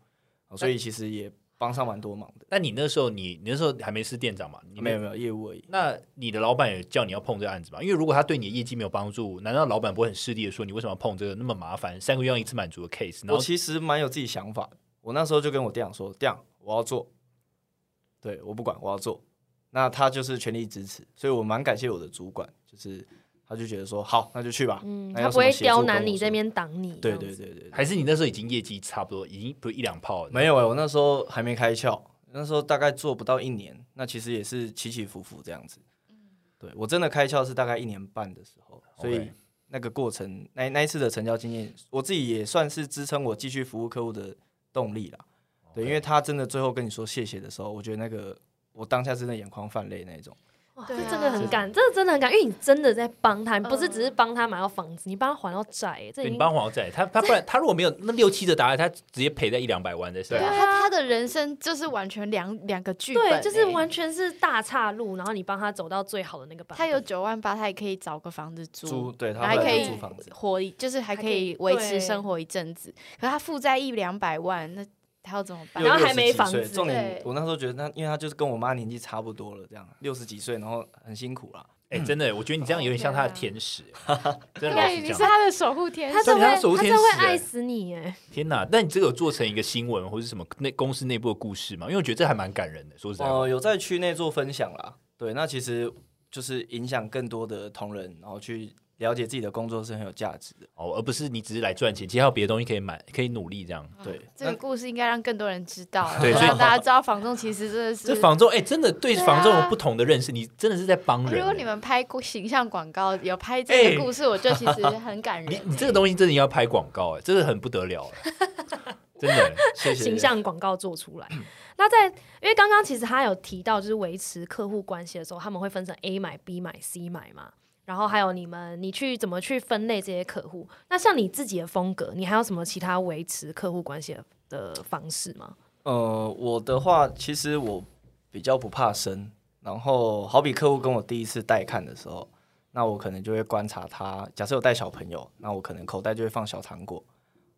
[SPEAKER 4] 好所以其实也帮上蛮多忙的，
[SPEAKER 3] 那你那时候你你那时候还没是店长嘛？你
[SPEAKER 4] 没有。没有业务而已。
[SPEAKER 3] 那你的老板也叫你要碰这个案子吧？因为如果他对你的业绩没有帮助，难道老板不会很势利的说你为什么要碰这个那么麻烦、三个愿望一次满足的 case？然
[SPEAKER 4] 我
[SPEAKER 3] 后
[SPEAKER 4] 其实蛮有自己想法的。我那时候就跟我店长说：“店长，我要做，对，我不管，我要做。”那他就是全力支持，所以我蛮感谢我的主管，就是他就觉得说好，那就去吧，
[SPEAKER 2] 嗯，
[SPEAKER 4] 那
[SPEAKER 2] 他
[SPEAKER 4] 要
[SPEAKER 2] 不会
[SPEAKER 4] 什么协助
[SPEAKER 2] 刁
[SPEAKER 4] 跟
[SPEAKER 2] 难
[SPEAKER 4] 我
[SPEAKER 2] 你
[SPEAKER 4] 说
[SPEAKER 2] 这边挡你，
[SPEAKER 4] 对
[SPEAKER 2] 这样
[SPEAKER 4] 对
[SPEAKER 2] 子，
[SPEAKER 4] 对对，对
[SPEAKER 3] 还是你那时候已经业绩差不多，已经不是一两炮了？
[SPEAKER 4] 没有哎、我那时候还没开窍，那时候大概做不到一年，那其实也是起起伏伏这样子。对我真的开窍是大概一年半的时候，所以
[SPEAKER 3] OK
[SPEAKER 4] 那个过程，那那一次的成交经验，我自己也算是支撑我继续服务客户的动力啦。对，因为他真的最后跟你说谢谢的时候，我觉得那个我当下真的眼眶泛泪那一种。
[SPEAKER 2] 哇，
[SPEAKER 1] 对
[SPEAKER 2] 这
[SPEAKER 1] 啊
[SPEAKER 2] 真的很感，这真的很感，因为你真的在帮他，你不是
[SPEAKER 1] 嗯
[SPEAKER 2] 只是帮他买到房子，你帮他还到债，欸这已
[SPEAKER 3] 对你
[SPEAKER 2] 经
[SPEAKER 3] 帮黄仔，他他不然他如果没有那六七的答案，他直接赔在一两百万在身
[SPEAKER 1] 对啊，
[SPEAKER 3] 上。
[SPEAKER 1] 他他的人生就是完全两两个剧本欸、
[SPEAKER 2] 对，就是完全是大岔路，然后你帮他走到最好的那个版本。
[SPEAKER 1] 他有九万八，他也可以找个房子租，
[SPEAKER 4] 租对他
[SPEAKER 1] 然后还
[SPEAKER 4] 后来
[SPEAKER 1] 可
[SPEAKER 4] 就
[SPEAKER 1] 以
[SPEAKER 4] 租房子，
[SPEAKER 1] 活一，就是还
[SPEAKER 2] 还
[SPEAKER 1] 可
[SPEAKER 2] 可
[SPEAKER 1] 以
[SPEAKER 2] 以
[SPEAKER 1] 维持
[SPEAKER 2] 对
[SPEAKER 1] 生活一阵子。可他负债一两百万，那他要怎么办
[SPEAKER 2] 然？后
[SPEAKER 4] 六
[SPEAKER 2] 还
[SPEAKER 4] 十
[SPEAKER 2] 没
[SPEAKER 4] 几岁
[SPEAKER 2] 房子
[SPEAKER 4] 重点
[SPEAKER 1] 对
[SPEAKER 4] 我那时候觉得他，因为他就是跟我妈年纪差不多了，这样六十几岁，然后很辛苦啦。
[SPEAKER 3] 哎，真的，我觉得你这样有点像他的天使，
[SPEAKER 1] 对，
[SPEAKER 3] 真的老
[SPEAKER 1] 啊
[SPEAKER 3] 实
[SPEAKER 1] 你是
[SPEAKER 3] 讲。
[SPEAKER 1] 他的守护天
[SPEAKER 2] 他
[SPEAKER 1] 使。
[SPEAKER 2] 真
[SPEAKER 3] 对
[SPEAKER 2] 会，
[SPEAKER 3] 他守护
[SPEAKER 2] 他
[SPEAKER 3] 天
[SPEAKER 2] 真会
[SPEAKER 3] 使欸
[SPEAKER 2] 爱死你哎！
[SPEAKER 3] 天哪，那你这个有做成一个新闻或是什么内公司内部的故事吗？因为我觉得这还蛮感人的，说实在话。
[SPEAKER 4] 哦，有在区内做分享啦。对，那其实就是影响更多的同仁，然后去了解自己的工作是很有价值
[SPEAKER 1] 嗯
[SPEAKER 4] 的。
[SPEAKER 3] 哦，而不是你只是来赚钱，其实还有别的东西可以买，可以努力这样。
[SPEAKER 4] 对，
[SPEAKER 1] 这个故事应该让更多人知道，
[SPEAKER 3] 对所以
[SPEAKER 1] 让大家知道房仲其实真的是
[SPEAKER 3] 这。房仲哎、真的对
[SPEAKER 1] 对啊
[SPEAKER 3] 房仲有不同的认识，你真的是在帮人、欸
[SPEAKER 1] 如果你们拍过形象广告，有拍这个
[SPEAKER 3] 哎
[SPEAKER 1] 故事，我就其实很感
[SPEAKER 3] 你
[SPEAKER 1] 人。
[SPEAKER 3] 你这个东西真的要拍广告哎、这个很不得了、 哎真的、欸
[SPEAKER 4] 谢谢。
[SPEAKER 2] 形象广告做出来。那在因为刚刚其实他有提到，就是维持客户关系的时候，他们会分成 A 买、B 买、C 买嘛。然后还有你们，你去怎么去分类这些客户？那像你自己的风格，你还有什么其他维持客户关系的的方式吗？
[SPEAKER 4] 呃，我的话，其实我比较不怕生，然后好比客户跟我第一次带看的时候，那我可能就会观察他。假设有带小朋友，那我可能口袋就会放小糖果。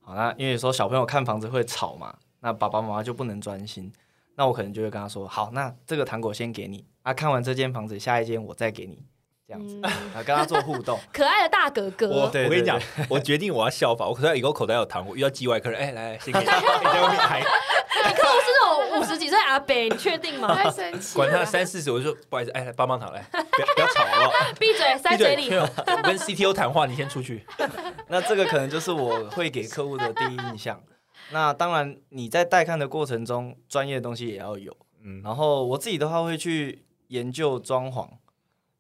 [SPEAKER 4] 好，那因为说小朋友看房子会吵嘛，那爸爸妈妈就不能专心，那我可能就会跟他说：“好，那这个糖果先给你啊，看完这间房子，下一间我再给你。” 这样子，
[SPEAKER 2] 嗯，
[SPEAKER 4] 啊，跟他做互动。
[SPEAKER 2] 可爱的大哥
[SPEAKER 3] 我
[SPEAKER 2] 哥，
[SPEAKER 4] 对对
[SPEAKER 3] 我跟你讲，我决定我要效仿。我口袋以后口袋有糖，我遇到机外客人，哎、来来，先 给你，你在外面还
[SPEAKER 2] 你客户是那种五十几岁阿伯，你确 定吗？
[SPEAKER 1] 太生气了，
[SPEAKER 3] 管他三四十，我就说不好意思，哎、来棒棒糖来，不要不要吵好 不好？
[SPEAKER 2] 闭嘴，塞嘴里
[SPEAKER 3] 闭。 我跟 CTO 谈话，你先出去。
[SPEAKER 4] 那这个可能就是我会给客户的第一印象。 那当然，你在带看的过程中，专业的东西也要有。
[SPEAKER 3] 嗯，
[SPEAKER 4] 然后我自己的话会去研究装潢，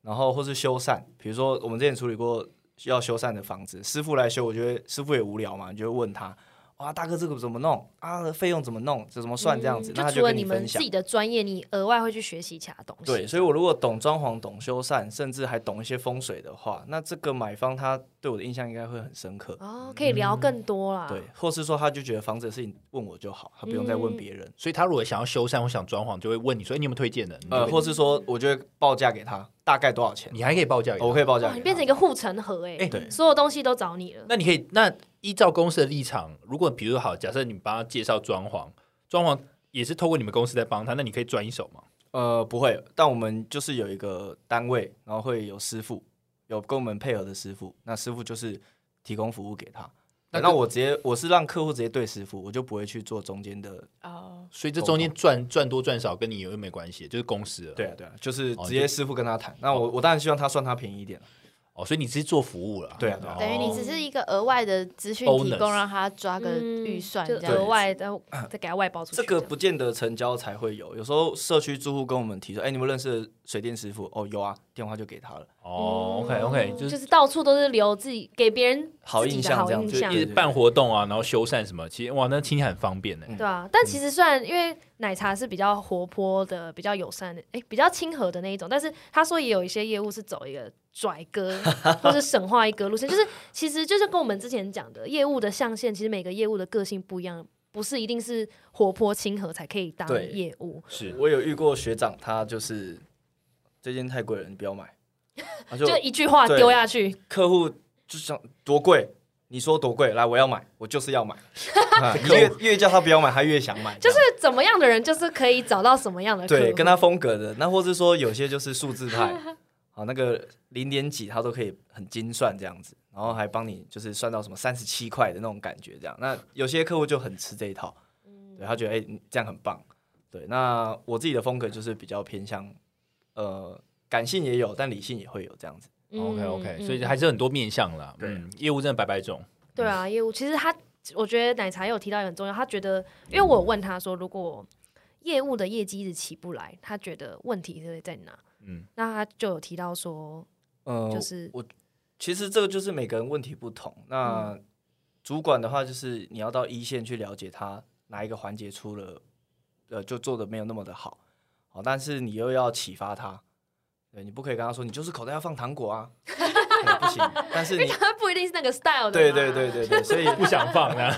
[SPEAKER 4] 然后或是修缮。比如说我们之前处理过需要修缮的房子，师傅来修，我觉得师傅也无聊嘛，你就会问他：哇，大哥这个怎么弄啊？费用怎么弄？这怎么算？这样子，
[SPEAKER 2] 嗯
[SPEAKER 4] 那他
[SPEAKER 2] 就除
[SPEAKER 4] 就
[SPEAKER 2] 了
[SPEAKER 4] 跟
[SPEAKER 2] 你们
[SPEAKER 4] 分
[SPEAKER 2] 自
[SPEAKER 4] 享
[SPEAKER 2] 己。的专业，你额外会去学习其他东西。
[SPEAKER 4] 对，所以我如果懂装潢、懂修缮，甚至还懂一些风水的话，那这个买方他对我的印象应该会很深刻。
[SPEAKER 2] 哦，可以聊更多啦。
[SPEAKER 4] 对，或是说他就觉得房子的事情问我就好，他不用再问
[SPEAKER 2] 嗯
[SPEAKER 4] 别人。
[SPEAKER 3] 所以他如果想要修缮或想装潢，就会问你说，哎、你有没有推荐的？你就
[SPEAKER 4] 呃，
[SPEAKER 3] 会
[SPEAKER 4] 或是说我就会报价给他，大概多少钱，
[SPEAKER 3] 你还可以报价给他
[SPEAKER 4] 我可以报价
[SPEAKER 2] 哇，
[SPEAKER 4] 给
[SPEAKER 2] 你
[SPEAKER 4] 他。
[SPEAKER 2] 变成一个护城河哎、
[SPEAKER 3] 哎
[SPEAKER 4] 对
[SPEAKER 2] 所有东西都找你了。
[SPEAKER 3] 那你可以，那依照公司的立场，如果比如好，假设你帮他介绍装潢，装潢也是透过你们公司在帮他，那你可以赚一手嘛？
[SPEAKER 4] 呃，不会，但我们就是有一个单位，然后会有师傅，有跟我们配合的师傅，那师傅就是提供服务给他。
[SPEAKER 3] 那
[SPEAKER 4] 那
[SPEAKER 3] 个
[SPEAKER 4] 我直接我是让客户直接对师傅，我就不会去做中间的。
[SPEAKER 1] 哦，
[SPEAKER 3] 所以这中间赚赚多赚少跟你有没关系，就是公司了。
[SPEAKER 4] 对啊，对啊，就是哦
[SPEAKER 3] 哦
[SPEAKER 4] 直
[SPEAKER 3] 就
[SPEAKER 4] 接师傅跟他谈。那我我当然希望他算他便宜一点。
[SPEAKER 3] 哦，所以你只是做服务了。
[SPEAKER 4] 对啊对啊
[SPEAKER 3] 哦
[SPEAKER 1] 等于你只是一个额外的资讯提
[SPEAKER 3] Bonus
[SPEAKER 1] 供，让他抓个预算
[SPEAKER 2] 就
[SPEAKER 1] 这样
[SPEAKER 2] 额
[SPEAKER 1] 子。
[SPEAKER 2] 外的再给他外包出去。
[SPEAKER 4] 啊这个不见得成交才会有，有时候社区住户跟我们提说，哎，你们认识水电师傅？哦，有啊，电话就给他了。
[SPEAKER 3] 哦，OK OK，
[SPEAKER 2] 就
[SPEAKER 3] 就
[SPEAKER 2] 是是到处都是留自己给别人
[SPEAKER 4] 好
[SPEAKER 2] 自己
[SPEAKER 4] 印
[SPEAKER 2] 的
[SPEAKER 4] 象
[SPEAKER 2] 好
[SPEAKER 4] 这样
[SPEAKER 2] 印
[SPEAKER 4] 子
[SPEAKER 2] 象
[SPEAKER 3] 一。直办活动啊，然后修缮什么，其实哇，那听起来很方便呢。
[SPEAKER 4] 嗯
[SPEAKER 2] 对啊，但其实虽然因为奶茶是比较活泼的、比较友善的、哎比较亲和的那一种，但是他说也有一些业务是走一个拽哥或者神话一哥路线，就是其实就是跟我们之前讲的业务的象限，其实每个业务的个性不一样，不是一定是活泼亲和才可以当
[SPEAKER 4] 对
[SPEAKER 2] 业务，
[SPEAKER 3] 是
[SPEAKER 4] 我有遇过学长，他就是这间太贵了，你不 要买。他就
[SPEAKER 2] 就一句话丢下去，
[SPEAKER 4] 客户就想多贵，你说多贵，来我要买，我就 是要买。啊你
[SPEAKER 3] 客
[SPEAKER 4] 越
[SPEAKER 3] 户
[SPEAKER 4] 越叫他不要买，他越想买。
[SPEAKER 2] 就
[SPEAKER 4] 这
[SPEAKER 2] 是
[SPEAKER 4] 样
[SPEAKER 2] 怎么样的人就是可以找到什么样的客户，
[SPEAKER 4] 对跟他风格的，那或是说有些就是数字派，好那个零点几他都可以很精算这样子，然后还帮你就是算到什么三十七块的那种感觉这样。那有些客户就很吃这一套，对他觉得哎、你这样很棒。对，那我自己的风格就是比较偏向呃感性也有，但理性也会有这样子。
[SPEAKER 3] OK OK，、
[SPEAKER 2] 嗯
[SPEAKER 3] 哦所以还是很多面向啦。
[SPEAKER 4] 对
[SPEAKER 3] 嗯，业务真的百百种。
[SPEAKER 2] 对啊，业务其实他，我觉得奶茶也有提到也很重要。他觉得，因为我有问他说，如果业务的业绩一直起不来，他觉得问题是在哪？
[SPEAKER 3] 嗯，
[SPEAKER 2] 那他就有提到说，呃
[SPEAKER 4] 嗯，
[SPEAKER 2] 就是
[SPEAKER 4] 其实这个就是每个人问题不同。那主管的话，就是你要到一线去了解他哪一个环节出了，呃，就做的没有那么的好，好，但是你又要启发他，对你不可以跟他说你就是口袋要放糖果啊， 对不行。但是你
[SPEAKER 2] 他不一定是那个 style 的，
[SPEAKER 4] 对对对，对对，所以
[SPEAKER 3] 不想放啊！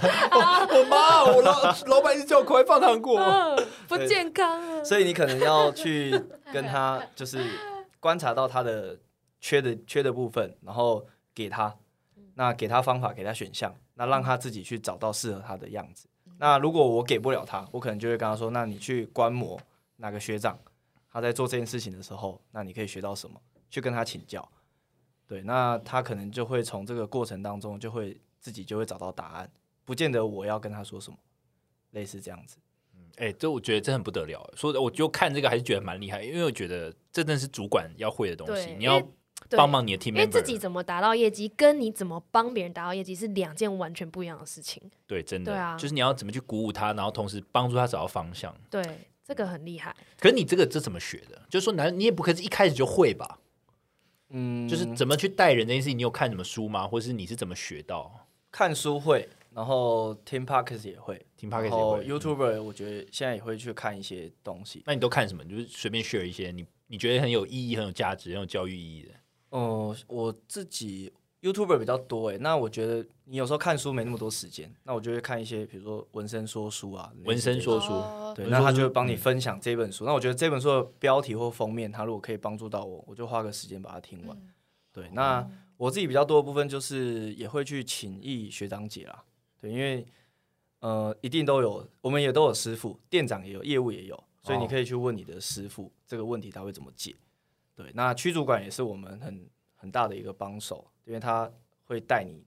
[SPEAKER 3] 我妈，我老老板一直叫我快放糖果。
[SPEAKER 2] 嗯，不健康 啊。
[SPEAKER 4] 所以你可能要去跟他，就是观察到他的缺的缺的部分，然后给他，那给他方法，给他选项，那让他自己去找到适合他的样子。那如果我给不了他，我可能就会跟他说：“那你去观摩哪个学长他在做这件事情的时候，那你可以学到什么？去跟他请教。”对，那他可能就会从这个过程当中，就会自己就会找到答案，不见得我要跟他说什么，类似这样子。
[SPEAKER 3] 哎、这我觉得真很不得了。说的，我就看这个还是觉得蛮厉害，因为我觉得这真的是主管要会的东西
[SPEAKER 2] 对，
[SPEAKER 3] 你要
[SPEAKER 2] 因为对
[SPEAKER 3] 帮忙你的 team
[SPEAKER 2] 因
[SPEAKER 3] member。
[SPEAKER 2] 为自己怎么达到业绩，跟你怎么帮别人达到业绩是两件完全不一样的事情。
[SPEAKER 3] 对，真的，
[SPEAKER 2] 对啊
[SPEAKER 3] 就是你要怎么去鼓舞他，然后同时帮助他找到方向。
[SPEAKER 2] 对，这个很厉害。
[SPEAKER 3] 可是你这个这怎么学的？就是说，难你也不可能一开始就会吧？
[SPEAKER 4] 嗯
[SPEAKER 3] 就是怎么去带人这件事情，你有看什么书吗？或是你是怎么学到？
[SPEAKER 4] 看书会，然后听 podcast 也会，
[SPEAKER 3] 听 podcast 也
[SPEAKER 4] 然后
[SPEAKER 3] 会嗯
[SPEAKER 4] YouTuber 我觉得现在也会去看一些东西。
[SPEAKER 3] 那你都看什么？你就是随便 share 一些你你觉得很有意义、很有价值、很有教育意义的。
[SPEAKER 4] 哦、我自己 YouTuber 比较多诶，那我觉得你有时候看书没那么多时间，那我就会看一些比如说文生说书啊，
[SPEAKER 3] 文生说书，
[SPEAKER 1] 哦
[SPEAKER 4] 对，
[SPEAKER 3] 文
[SPEAKER 4] 那
[SPEAKER 3] 生
[SPEAKER 4] 他
[SPEAKER 3] 说
[SPEAKER 4] 就会
[SPEAKER 3] 书
[SPEAKER 4] 帮你
[SPEAKER 3] 嗯
[SPEAKER 4] 分享这本书。那我觉得这本书的标题或封面，它如果可以帮助到我，我就花个时间把它听完。
[SPEAKER 1] 嗯
[SPEAKER 4] 对，那我自己比较多的部分就是也会去请益学长姐啦，对，因为呃，一定都有，我们也都有师傅，店长也有，业务也有，所以你
[SPEAKER 3] 哦
[SPEAKER 4] 可以去问你的师傅、这个问题他会怎么解。对，那区主管也是我们很很大的一个帮手，因为他会带你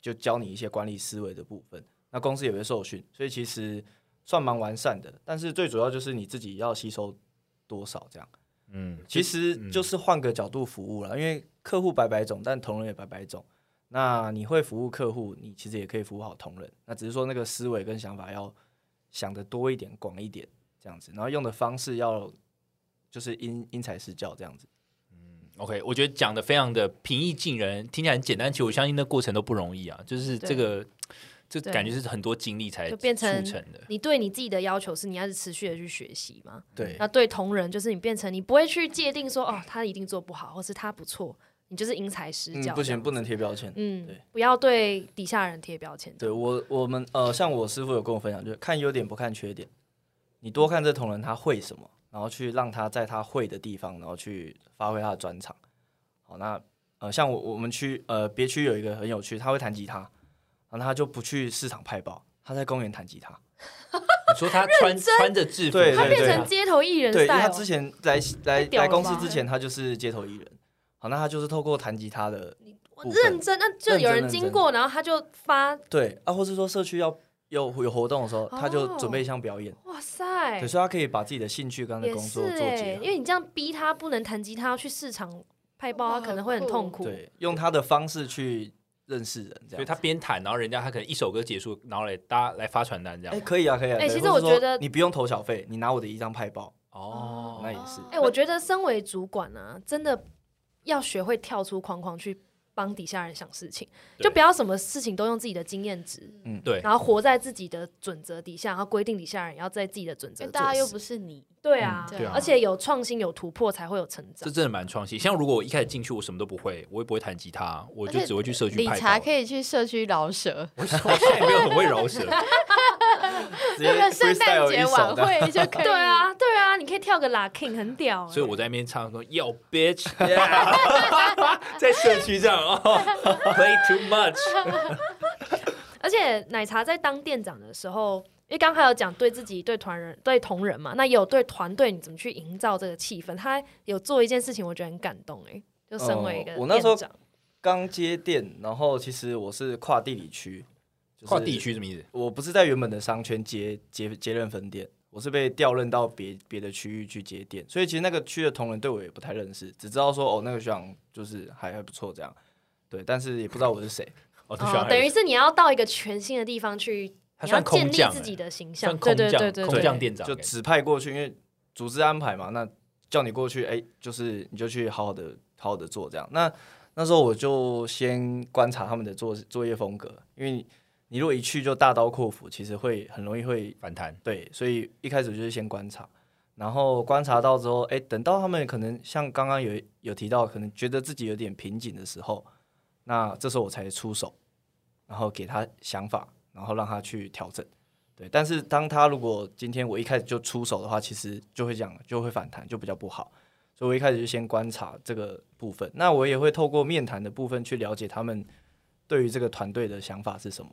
[SPEAKER 4] 就教你一些管理思维的部分。那公司也会受训，所以其实算蛮完善的。但是最主要就是你自己要吸收多少这样。
[SPEAKER 3] 嗯，
[SPEAKER 4] 其实就是换个角度服务了，因为客户百百种，但同仁也百百种。那你会服务客户，你其实也可以服务好同仁。那只是说那个思维跟想法要想的多一点、广一点这样子，然后用的方式要就是因因材施教这样子。
[SPEAKER 3] OK，我觉得讲的非常的平易近人，听起来很简单，其实我相信那过程都不容易啊，就是这个这
[SPEAKER 2] 对
[SPEAKER 3] 感觉是很多经历才
[SPEAKER 2] 就变
[SPEAKER 3] 促
[SPEAKER 2] 成
[SPEAKER 3] 成的。
[SPEAKER 2] 你对你自己的要求是你要是持续的去学习嘛？
[SPEAKER 4] 对
[SPEAKER 2] 那对同仁就是你变成你不会去界定说哦他一定做不好，或是他不错，你就是因材施
[SPEAKER 4] 嗯
[SPEAKER 2] 教、，
[SPEAKER 4] 不行，不能。贴标签。
[SPEAKER 2] 嗯
[SPEAKER 4] 对，
[SPEAKER 2] 不要对底下人贴标签。
[SPEAKER 4] 对我，我们呃，像我师傅有跟我分享，就是看优点不看缺点，你多看这同仁他会什么，然后去让他在他会的地方，然后去发挥他的专长。好，那呃，像我我们区呃别区有一个很有趣，他会弹吉他，然后他就不去市场派报，他在公园弹吉他。
[SPEAKER 3] 你说他穿穿着制服，啊
[SPEAKER 4] 对
[SPEAKER 2] 他
[SPEAKER 4] 对
[SPEAKER 2] 变
[SPEAKER 4] 对
[SPEAKER 2] 成街头艺人
[SPEAKER 4] 对，因为
[SPEAKER 2] style
[SPEAKER 4] 他之前来来
[SPEAKER 2] 哦屌
[SPEAKER 4] 来
[SPEAKER 2] 了
[SPEAKER 4] 公司
[SPEAKER 2] 吧
[SPEAKER 4] 之前，他就是街头艺人。好，那他就是透过弹吉他的
[SPEAKER 2] 我
[SPEAKER 4] 部分
[SPEAKER 2] 认真，那就有人经过，然后他就发，
[SPEAKER 4] 对啊，或是说社区要有有活动的时候，他就准备
[SPEAKER 2] 哦
[SPEAKER 4] 一项表演。
[SPEAKER 2] 哇塞
[SPEAKER 4] 对，，所以他可以把自己的兴趣跟他
[SPEAKER 2] 哎
[SPEAKER 4] 的
[SPEAKER 2] 也
[SPEAKER 4] 工
[SPEAKER 2] 是
[SPEAKER 4] 作做
[SPEAKER 2] 哎
[SPEAKER 4] 结，合
[SPEAKER 2] 因。为你这样逼他不能弹吉他，去市场派报，
[SPEAKER 1] 哇
[SPEAKER 2] 他可能会很
[SPEAKER 1] 很酷
[SPEAKER 2] 痛苦。
[SPEAKER 4] 对，用他的方式去认识人，这
[SPEAKER 3] 所以
[SPEAKER 4] 样。
[SPEAKER 3] 他边弹，然后人家他可能一首歌结束，然后来大家来发传单这样。
[SPEAKER 4] 哎，可以啊，可以啊。
[SPEAKER 2] 哎
[SPEAKER 4] 对
[SPEAKER 2] 其实
[SPEAKER 4] 或
[SPEAKER 2] 我
[SPEAKER 4] 是
[SPEAKER 2] 觉
[SPEAKER 4] 说
[SPEAKER 2] 得
[SPEAKER 4] 你不用投小费，你拿我的一张 派报，
[SPEAKER 3] 哦，
[SPEAKER 4] 那也是。
[SPEAKER 2] 哎、我觉得身为主管啊，真的要学会跳出框框去帮底下人想事情，
[SPEAKER 3] 对嗯
[SPEAKER 2] 就不要什么事情都用自己的经验值，
[SPEAKER 3] 对，
[SPEAKER 2] 然后活在自己的准则底下，然后规定底下人要在自己的准则
[SPEAKER 1] 因为
[SPEAKER 2] 做
[SPEAKER 1] 哎大家又
[SPEAKER 2] 事
[SPEAKER 1] 不是你，
[SPEAKER 2] 对啊，
[SPEAKER 1] 嗯对啊
[SPEAKER 2] 而且有创新有突破才会有成
[SPEAKER 3] 这
[SPEAKER 2] 长。
[SPEAKER 3] 真的蛮创新。像如果我一开始进去，我什么都不会，我也不会弹吉他，我就只会去社区
[SPEAKER 1] 理
[SPEAKER 3] 派
[SPEAKER 1] 查
[SPEAKER 3] 报
[SPEAKER 1] 可以去社区饶舌，
[SPEAKER 3] 我我现在也没有很会 饶舌，
[SPEAKER 4] 直接
[SPEAKER 1] 那个圣诞
[SPEAKER 4] freestyle
[SPEAKER 1] 节
[SPEAKER 4] 一首
[SPEAKER 1] 晚
[SPEAKER 4] 的。
[SPEAKER 1] 会就 可以。
[SPEAKER 2] 对，啊，对啊，你可以跳个 l a king 很屌、欸。
[SPEAKER 3] 所以我在那边唱说 “Yo bitch”，在社区这样 哦，play too much。
[SPEAKER 2] 而且奶茶在当店长的时候，因为刚才有讲对自己、对团人、对同仁嘛，那也有对团队你怎么去营造这个气氛。他有做一件事情，我觉得很感动哎、就身为一个
[SPEAKER 4] 哦我那时候
[SPEAKER 2] 店长，
[SPEAKER 4] 刚接店，然后其实我是跨 地理区，就是
[SPEAKER 3] 跨地，区什么意思？
[SPEAKER 4] 我不是在原本的商圈接接接任分店，我我是被调任到别别的区域去接电，所以其实那个区的同仁对我也不太认识，只知道说哦那个学长就是还还不错这样，对，但是也不知道我是谁。
[SPEAKER 3] 哦，这小
[SPEAKER 2] 哦，
[SPEAKER 3] 孩
[SPEAKER 2] 等于是你要到一个全新的地方去，
[SPEAKER 3] 他
[SPEAKER 2] 你要
[SPEAKER 3] 算
[SPEAKER 2] 建
[SPEAKER 3] 空
[SPEAKER 2] 立
[SPEAKER 3] 降欸，
[SPEAKER 2] 自己的形象
[SPEAKER 3] 算，
[SPEAKER 2] 对
[SPEAKER 3] 空
[SPEAKER 2] 对对
[SPEAKER 3] 降，
[SPEAKER 2] 对
[SPEAKER 3] 空降
[SPEAKER 2] 对，
[SPEAKER 3] 店长
[SPEAKER 4] 就
[SPEAKER 3] 欸，
[SPEAKER 4] 指派过去，因为组织安排嘛，那叫你过去，哎、就是你就去好好的好好的做这样。那那时候我就先观察他们的作作业风格，因为你你如果一去就大刀阔斧，其实会很容易会
[SPEAKER 3] 反弹。
[SPEAKER 4] 对，所以一开始就是先观察，然后观察到之后，哎、等到他们可能像刚刚有有提到，可能觉得自己有点瓶颈的时候，那这时候我才出手，然后给他想法，然后让他去调整。对，但是当他如果今天我一开始就出手的话，其实就会这样，就会反弹，就比较不好。所以我一开始就先观察这个部分，那我也会透过面谈的部分去了解他们对于这个团队的想法是什么。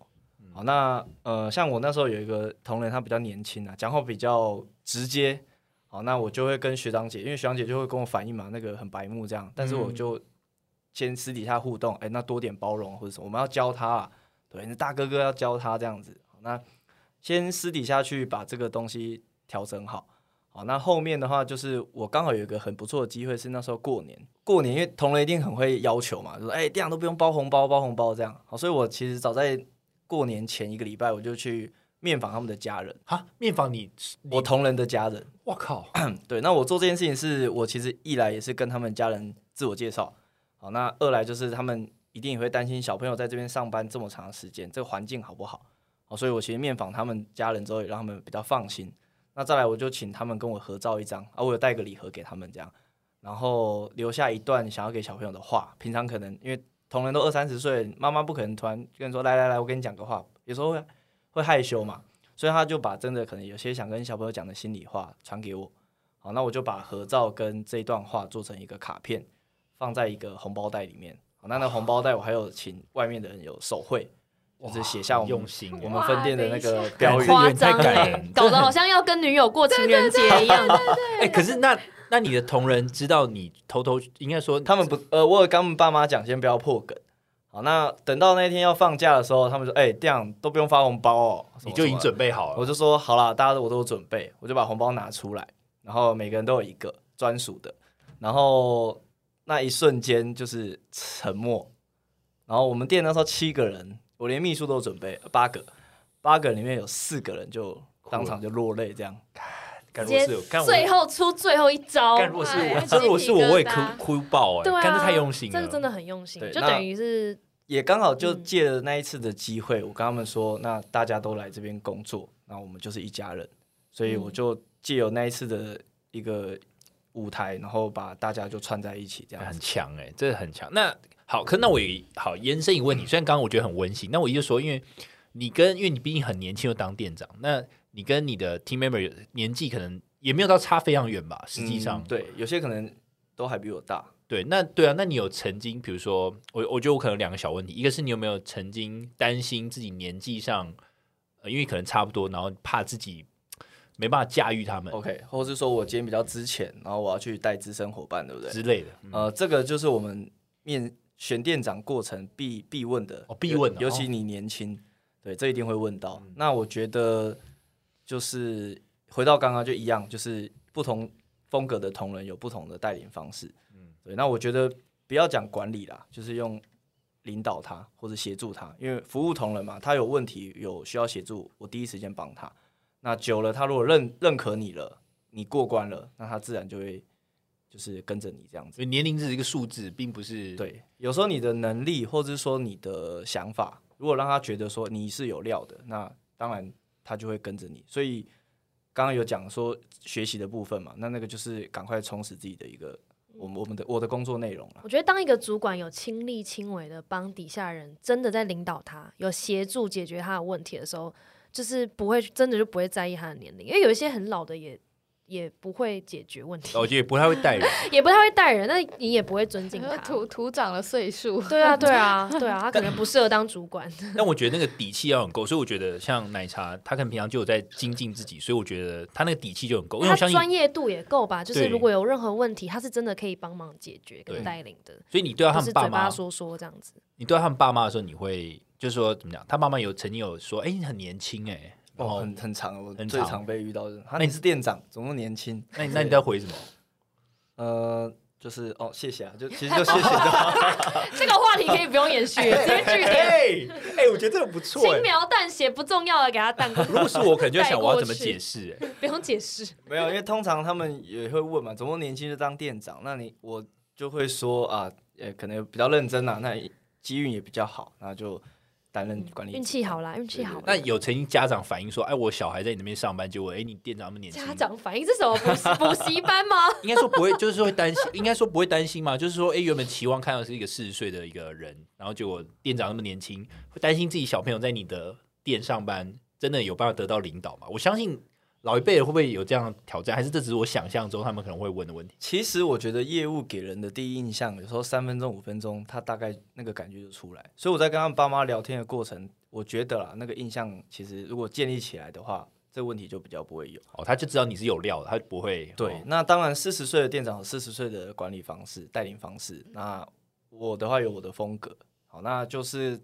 [SPEAKER 4] 好，那呃，像我那时候有一个同仁，他比较年轻啊，讲话比较直接。好，那我就会跟学长姐，因为学长姐就会跟我反映嘛，那个很白目这样，但是我就先私底下互动，哎、那多点包容或者什么，我们要教他、啊，对，大哥哥要教他这样子。好，那先私底下去把这个东西调整好。好，那后面的话就是我刚好有一个很不错的机会，是那时候过年，过年因为同仁一定很会要求嘛，就说哎、店长都不用包红包，包红包这样。好，所以我其实早在过年前一个礼拜，我就去面访他们的家人，
[SPEAKER 3] 哈，面访你，
[SPEAKER 4] 我同仁的家人。
[SPEAKER 3] 我靠，
[SPEAKER 4] 对，那我做这件事情是我其实一来也是跟他们家人自我介绍，好，那二来就是他们一定也会担心小朋友在这边上班这么长的时间，这个环境好不好？好，哦所以我其实面访他们家人之后，也让他们比较放心。那再来，我就请他们跟我合照一张啊，我有带个礼盒给他们这样，然后留下一段想要给小朋友的话。平常可能因为同仁都二三十岁，妈妈不可能突然跟你说来来来，我跟你讲个话，有时候会会害羞嘛，所以他就把真的可能有些想跟小朋友讲的心里话传给我。好，那我就把合照跟这一段话做成一个卡片，放在一个红包袋里面。好，那那红包袋我还有请外面的人有手绘，就是写下我
[SPEAKER 3] 很用
[SPEAKER 4] 们
[SPEAKER 3] 心欸，
[SPEAKER 4] 我们分店的那个
[SPEAKER 3] 等一
[SPEAKER 4] 标
[SPEAKER 3] 下
[SPEAKER 2] 嗯夸张
[SPEAKER 4] 语。
[SPEAKER 3] 有点太感
[SPEAKER 2] 哎
[SPEAKER 3] 人，
[SPEAKER 2] 搞得好像要跟女友过情人节一样。
[SPEAKER 3] 哎，可是那那你的同仁知道你偷偷，应该说
[SPEAKER 4] 他们不，呃，我有跟他们爸妈讲，先不要破梗。好，那等到那一天要放假的时候，他们说：“哎、这样都不用发红包哦。什么”
[SPEAKER 3] 你就已经
[SPEAKER 4] 什么
[SPEAKER 3] 准备好
[SPEAKER 4] 的，我
[SPEAKER 3] 了，
[SPEAKER 4] 就说：“好啦，大家都我都有准备，我就把红包拿出来，然后每个人都有一个专属的。”然后那一瞬间就是沉默。然后我们店那时候七个人，我连秘书都有准备八个，八个人里面有四个人就当场就落泪，这样。
[SPEAKER 3] 干
[SPEAKER 2] 直
[SPEAKER 3] 如
[SPEAKER 2] 接
[SPEAKER 3] 果是有 干我
[SPEAKER 2] 最后出最后一招，
[SPEAKER 3] 干如果是
[SPEAKER 1] 哎
[SPEAKER 3] 我，
[SPEAKER 1] 鸡
[SPEAKER 3] 这如果是我，
[SPEAKER 1] 皮疙瘩
[SPEAKER 3] 我也哭哭爆哎
[SPEAKER 2] 对，啊，
[SPEAKER 3] 干这太用心了，
[SPEAKER 2] 这个真的很用心，
[SPEAKER 4] 对
[SPEAKER 2] 就
[SPEAKER 4] 那
[SPEAKER 2] 等于是
[SPEAKER 4] 也刚好
[SPEAKER 3] 嗯
[SPEAKER 4] 就借了那一次的机会，我跟他们说，那大家都来这边工作，那我们就是一家人，所
[SPEAKER 3] 嗯
[SPEAKER 4] 以我就借由那一次的一个舞台，然后把大家就串在一起，这样
[SPEAKER 3] 很
[SPEAKER 4] 子。
[SPEAKER 3] 强哎、这很强。那好，可那我也好延伸一个问题，虽然刚刚我觉得很温馨，那我就说，因为你跟因为你毕竟很年轻就当店长，那你跟你的 team member 年纪可能也没有到差非常远吧？实际上，
[SPEAKER 4] 嗯对，有些可能都还比我大，
[SPEAKER 3] 对，那对啊，那你有曾经，比如说，我我觉得我可能有两个小问题，一个是你有没有曾经担心自己年纪上，呃，因为可能差不多，然后怕自己没办法驾驭他们
[SPEAKER 4] OK，或者是说我今天比较之前，然后我要去带资深伙伴，对不对？
[SPEAKER 3] 之类的。嗯
[SPEAKER 4] 呃，这个就是我们面选店长过程必必问的，
[SPEAKER 3] 哦必问的
[SPEAKER 4] 尤尤
[SPEAKER 3] 哦嗯
[SPEAKER 4] 其你年轻，对，这一定会问到。那我觉得就是回到刚刚就一样，就是不同风格的同仁有不同的带领方式，嗯，对。那我觉得不要讲管理啦，就是用领导他或者协助他，因为服务同仁嘛，他有问题有需要协助，我第一时间帮他。那久了，他如果认认可你了，你过关了，那他自然就会就是跟着你这样子
[SPEAKER 3] 所。以年龄只是一个数字，并不是
[SPEAKER 4] 对，有时候你的能力或者是说你的想法，如果让他觉得说你是有料的，那当然他就会跟着你。所以刚刚有讲说学习的部分嘛，那那个就是赶快充实自己的一个我们我们的我的工作内容啦。
[SPEAKER 2] 我觉得当一个主管有亲力亲为的帮底下人，真的在领导他，有协助解决他的问题的时候，就是不会真的就不会在意他的年龄，因为有一些很老的也也不会解决问题，
[SPEAKER 3] 我觉得也不太会带人。
[SPEAKER 2] 也不太会带人，那你也不会尊敬他。
[SPEAKER 1] 土土长了岁数，
[SPEAKER 2] 对啊，对啊，对啊，他可能不适合当主管。
[SPEAKER 3] 但我觉得那个底气要很够，所以我觉得像奶茶，他可能平常就有在精进自己，所以我觉得他那个底气就很够。因为
[SPEAKER 2] 他
[SPEAKER 3] 我相信，
[SPEAKER 2] 专业度也够吧，就是
[SPEAKER 3] 对
[SPEAKER 2] 如果有任何问题，他是真的可以帮忙解决
[SPEAKER 3] 对
[SPEAKER 2] 跟带领的，
[SPEAKER 3] 所以你对到
[SPEAKER 2] 不
[SPEAKER 3] 他
[SPEAKER 2] 是
[SPEAKER 3] 们爸
[SPEAKER 2] 嘴
[SPEAKER 3] 妈
[SPEAKER 2] 巴，说说这样子。
[SPEAKER 3] 你对到他们爸妈的时候，你会就是说怎么讲？他妈妈有曾经有说：“哎、你很年轻哎、然
[SPEAKER 4] 哦，
[SPEAKER 3] 后
[SPEAKER 4] 很很长，我
[SPEAKER 3] 很
[SPEAKER 4] 最
[SPEAKER 3] 长
[SPEAKER 4] 常被遇到的。他
[SPEAKER 3] 那
[SPEAKER 4] 你
[SPEAKER 3] 你
[SPEAKER 4] 是店长，怎么那么年轻？
[SPEAKER 3] 那你那你在回什么？
[SPEAKER 4] 呃，就是哦，谢谢啊，就其实就谢 谢就好。
[SPEAKER 2] 这个话题可以不用 延续，直接据点。
[SPEAKER 3] 哎哎，我觉得这个不错
[SPEAKER 2] 轻
[SPEAKER 3] 哎。
[SPEAKER 2] 描淡写，不重要的给他淡过去，
[SPEAKER 3] 如果是我，可能就在想我要怎么
[SPEAKER 2] 带过去
[SPEAKER 3] 解释。哎
[SPEAKER 2] 不用解释。
[SPEAKER 4] 没有，因为通常他们也会问嘛，怎么那么年轻就当店长？那你我就会说啊，呃，可能比较认真啊，那机运也比较好，那就担任管理
[SPEAKER 2] 运气好啦，运气好啦。
[SPEAKER 3] 那有曾经家长反映说，哎，我小孩在你那边上班，结果哎，你店长那么年轻，
[SPEAKER 2] 家长反应这什么补习补习班吗？
[SPEAKER 3] 应该说不会，就是会担心，应该说不会担心嘛，就是说，哎、原本期望看到是一个四十岁的一个人，然后结果店长那么年轻，会担心自己小朋友在你的店上班，真的有办法得到领导吗？我相信老一辈人会不会有这样的挑战，还是这只是我想象中他们可能会问的问题？
[SPEAKER 4] 其实我觉得业务给人的第一印象，有时候三分钟、五分钟，他大概那个感觉就出来。所以我在跟他们爸妈聊天的过程，我觉得啦，那个印象其实如果建立起来的话，这问题就比较不会有。
[SPEAKER 3] 哦，他就知道你是有料的，他不会
[SPEAKER 4] 对，
[SPEAKER 3] 哦
[SPEAKER 4] 那当然，四十岁的店长有四十岁的管理方式、带领方式。那我的话有我的风格，好，那就是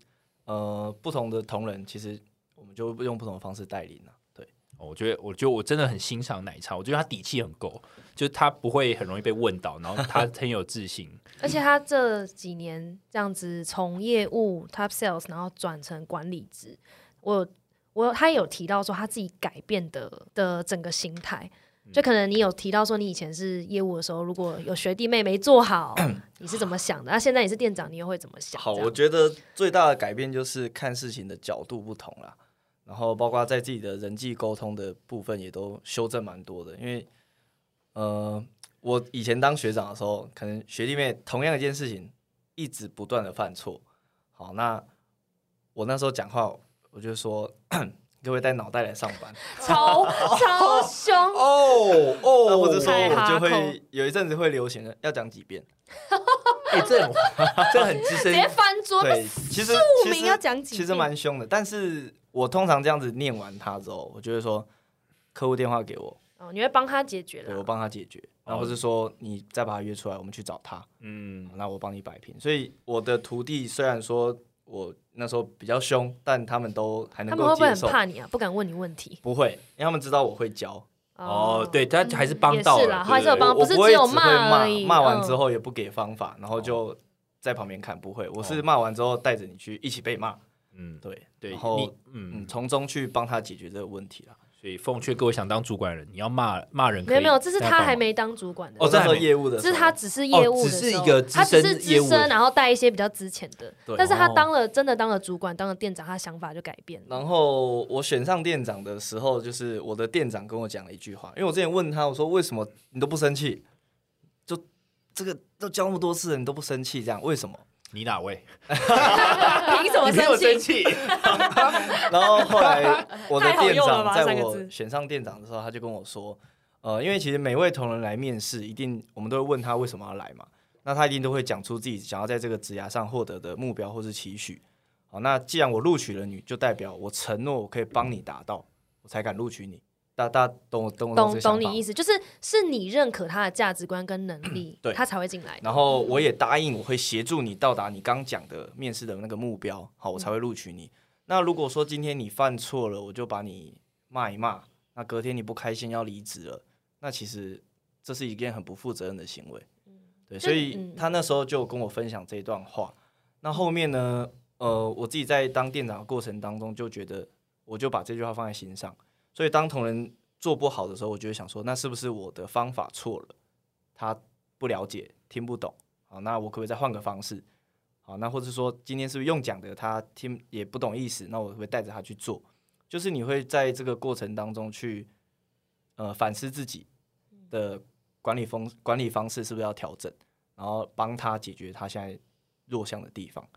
[SPEAKER 4] 呃，不同的同仁，其实我们就用不同的方式带领啊了、对，
[SPEAKER 3] 哦我觉得，我觉得我真的很欣赏奶茶，我觉得他底气很够，就是他不会很容易被问到，然后他很有自信。
[SPEAKER 2] 而且他这几年这样子从业务 top sales，然后转成管理职，我有我有他也有提到说他自己改变的的整个心态。
[SPEAKER 4] 嗯
[SPEAKER 2] 就可能你有提到说，你以前是业务的时候，如果有学弟妹没做 好，你是怎么想的？那、现在你是店长，你又会怎么想？
[SPEAKER 4] 好，
[SPEAKER 2] 这样
[SPEAKER 4] 我觉得最大的改变就是看事情的角度不同啦，然后包括在自己的人际沟通的部分也都修正蛮多的，因为呃，我以前当学长的时候，可能学弟妹同样一件事情一直不断的犯错，好，那我那时候讲话，我就说 各位带脑袋来上班，
[SPEAKER 2] 超超凶，
[SPEAKER 4] 哦哦，或者说
[SPEAKER 2] 太
[SPEAKER 4] 我
[SPEAKER 2] 哈
[SPEAKER 4] 就
[SPEAKER 2] 扣
[SPEAKER 4] 会有一阵子会流行的要讲 几遍，
[SPEAKER 3] 哎、这 很这很资
[SPEAKER 2] 直
[SPEAKER 3] 深
[SPEAKER 2] 接翻桌，
[SPEAKER 4] 对，其实
[SPEAKER 2] 庶
[SPEAKER 4] 其
[SPEAKER 2] 民
[SPEAKER 4] 实
[SPEAKER 2] 要讲几
[SPEAKER 4] 其实
[SPEAKER 2] 遍
[SPEAKER 4] 蛮凶的。但是我通常这样子念完他之后，我就会说，客户电话给我，
[SPEAKER 2] 哦，你会帮他解决
[SPEAKER 4] 对我
[SPEAKER 2] 了。
[SPEAKER 4] 帮他解决，然
[SPEAKER 2] 哦
[SPEAKER 4] 后或是说你再把他约出来，我们去找他，
[SPEAKER 3] 嗯，
[SPEAKER 4] 那我帮你摆平。所以我的徒弟虽然说我那时候比较凶，但他们都还
[SPEAKER 2] 他
[SPEAKER 4] 能
[SPEAKER 2] 们会
[SPEAKER 4] 够
[SPEAKER 2] 不会
[SPEAKER 4] 接
[SPEAKER 2] 很
[SPEAKER 4] 受，
[SPEAKER 2] 怕你啊？不敢问你问题？
[SPEAKER 4] 不会，因为他们知道我会教，
[SPEAKER 3] 哦，对，他还是
[SPEAKER 2] 嗯
[SPEAKER 3] 帮
[SPEAKER 2] 也
[SPEAKER 3] 到
[SPEAKER 2] 是
[SPEAKER 3] 了，
[SPEAKER 2] 啦，
[SPEAKER 3] 对
[SPEAKER 2] 还是有
[SPEAKER 3] 对对
[SPEAKER 2] 帮，
[SPEAKER 4] 我
[SPEAKER 2] 是
[SPEAKER 4] 不
[SPEAKER 2] 只
[SPEAKER 4] 会
[SPEAKER 2] 有
[SPEAKER 4] 只会
[SPEAKER 2] 而
[SPEAKER 4] 骂
[SPEAKER 2] 已。，
[SPEAKER 4] 骂完
[SPEAKER 2] 嗯哦
[SPEAKER 4] 之，后也不给方法，然后就在旁边看，不会，我是骂完之后带着你去一起被骂，
[SPEAKER 3] 嗯，
[SPEAKER 4] 对
[SPEAKER 3] 对，
[SPEAKER 4] 然
[SPEAKER 3] 你
[SPEAKER 4] 后
[SPEAKER 3] 嗯
[SPEAKER 4] 嗯，，从中去帮他解决这个问题啦。
[SPEAKER 3] 所以奉劝各位想当主管的人，你要骂骂人可
[SPEAKER 2] 没
[SPEAKER 3] 以
[SPEAKER 2] 有没有，这是
[SPEAKER 3] 但
[SPEAKER 2] 他
[SPEAKER 3] 帮
[SPEAKER 2] 还
[SPEAKER 3] 忙
[SPEAKER 2] 没当主管的
[SPEAKER 3] 哦
[SPEAKER 4] 我
[SPEAKER 3] 这
[SPEAKER 4] 那
[SPEAKER 3] 还
[SPEAKER 4] 时候
[SPEAKER 3] 没
[SPEAKER 4] 业务的时
[SPEAKER 2] 只
[SPEAKER 4] 候，
[SPEAKER 2] 是他只是业务的时候，
[SPEAKER 3] 哦只是一个资
[SPEAKER 2] 他只是
[SPEAKER 3] 深业
[SPEAKER 2] 资
[SPEAKER 3] 务
[SPEAKER 2] 深，然后带一些比较值钱的。
[SPEAKER 4] 对
[SPEAKER 2] 但是他
[SPEAKER 3] 哦
[SPEAKER 2] 当了真的当了主管，当了店长，他想法就改变 了。
[SPEAKER 4] 然后我选上店长的时候，就是我的店长跟我讲了一句话，因为我之前问他，我说为什么你都不生气？就这个都教那么多次了，你都不生气，这样为什么？
[SPEAKER 3] 你哪 位？
[SPEAKER 2] 凭什么
[SPEAKER 3] 你没有
[SPEAKER 2] 生
[SPEAKER 3] 生
[SPEAKER 2] 气？
[SPEAKER 3] 气？
[SPEAKER 4] 然后后来我的
[SPEAKER 2] 太好
[SPEAKER 4] 店
[SPEAKER 2] 用了
[SPEAKER 4] 长
[SPEAKER 2] 吧
[SPEAKER 4] 在
[SPEAKER 2] 三个
[SPEAKER 4] 我
[SPEAKER 2] 字
[SPEAKER 4] 选上店长的时候，他就跟我说，呃，因为其实每位同仁来面试，一定我们都会问他为什么要来嘛，那他一定都会讲出自己想要在这个职涯上获得的目标或是期许。好，那既然我录取了你，就代表我承诺我可以帮你达到，我才敢录取你。大大家懂我懂我
[SPEAKER 2] 懂懂你意
[SPEAKER 4] 思。
[SPEAKER 2] 思，就是是你认可他的价值观跟能力
[SPEAKER 4] 对，
[SPEAKER 2] 他才会进来。
[SPEAKER 4] 然后我也答应我会协助你到达你刚讲的面试的那个目标，好，我才会录取你。那如果说今天你犯错了，我就把你骂一骂，那隔天你不开心要离职了，那其实这是一件很不负责任的行为。对，
[SPEAKER 2] 就
[SPEAKER 4] 所以
[SPEAKER 2] 嗯
[SPEAKER 4] 他那时候就跟我分享这一段话。那后面呢，呃，我自己在当店长的过程当中，就觉得我就把这句话放在心上。所以当同仁做不好的时候，我就会想说，那是不是我的方法错了？他不了解，听不懂，好，那我可不可以再换个方式？好，那或者说今天是不是用讲的他听也不懂意思，那我会带着他去做，就是你会在这个过程当中去呃反思自己的管理风管理方式是不是要调整，然后帮他解决他现在弱项的地方。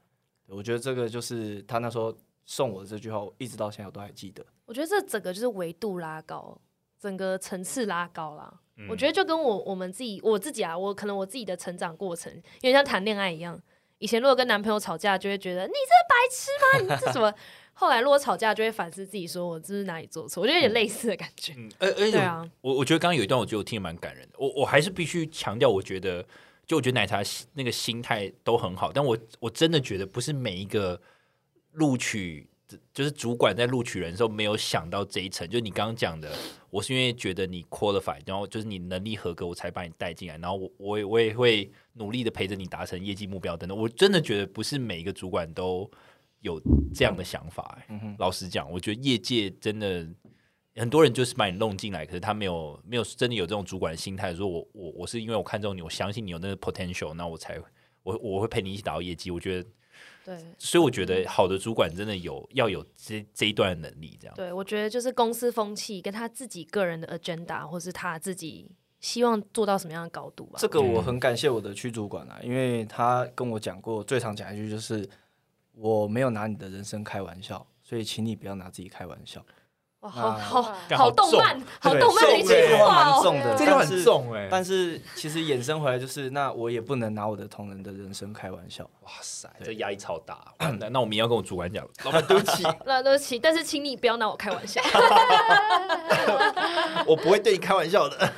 [SPEAKER 4] 对我觉得这个就是他那时候送我的这句话，我一直到现在我都还记得。
[SPEAKER 2] 我觉得这整个就是维度拉高，整个层次拉高啦。我觉得就跟我我们自己我自己啊，我可能我自己的成长过程，因为像谈恋爱一样，以前如果跟男朋友吵架，就会觉得你这白痴吗？你这什么？ 后来如果吵架，就会反思自己，说我是不是哪里做错？我觉得有点类似的感觉。
[SPEAKER 3] 嗯，而而且
[SPEAKER 2] 对啊
[SPEAKER 3] 我我觉得刚刚有一段，我觉得我听得蛮感人的。我我还是必须强调，我觉得就我觉得奶茶那个心态都很好，但我我真的觉得不是每一个录取就是主管在录取人的时候没有想到这一层，就是你刚刚讲的，我是因为觉得你 qualify，然后就是你能力合格，我才把你带进来，然后我我也我也会努力的陪着你达成业绩目标等等。我真的觉得不是每一个主管都有这样的想法、欸。老实讲，我觉得业界真的很多人就是把你弄进来，可是他没有没有真的有这种主管的心态，说我我我是因为我看中你，我相信你有那个 potential，那我才我我会陪你一起达到业绩。我觉得。
[SPEAKER 2] 对
[SPEAKER 3] 所以我觉得好的主管真的有要有这这一段的能力，这样。
[SPEAKER 2] 对，我觉得就是公司风气跟他自己个人的 agenda，或是他自己希望做到什么样的高度吧。
[SPEAKER 4] 这个我很感谢我的区主管啊，因为他跟我讲过，最常讲一句就是我没有拿你的人生开玩笑，所以请你不要拿自己开玩笑。
[SPEAKER 2] 哇，
[SPEAKER 4] 那
[SPEAKER 2] 好好
[SPEAKER 3] 干
[SPEAKER 2] 好
[SPEAKER 3] 好
[SPEAKER 2] 动
[SPEAKER 3] 重
[SPEAKER 2] 漫，好
[SPEAKER 4] 对
[SPEAKER 2] 动漫的一
[SPEAKER 4] 重欸
[SPEAKER 2] 句话
[SPEAKER 4] 蛮
[SPEAKER 2] 哦。
[SPEAKER 4] 重的，
[SPEAKER 3] 这就
[SPEAKER 4] 但是
[SPEAKER 3] 很。重
[SPEAKER 2] 欸
[SPEAKER 3] 哎、
[SPEAKER 4] 但是其实衍生回来就是，那我也不能拿我的同仁的人生开玩笑。
[SPEAKER 3] 哇塞，这压力超大。那那我明天要跟我主管讲，老板对不起，
[SPEAKER 2] 那对不起，但是请你不要拿我开玩笑。
[SPEAKER 3] 我不会对你开玩笑的。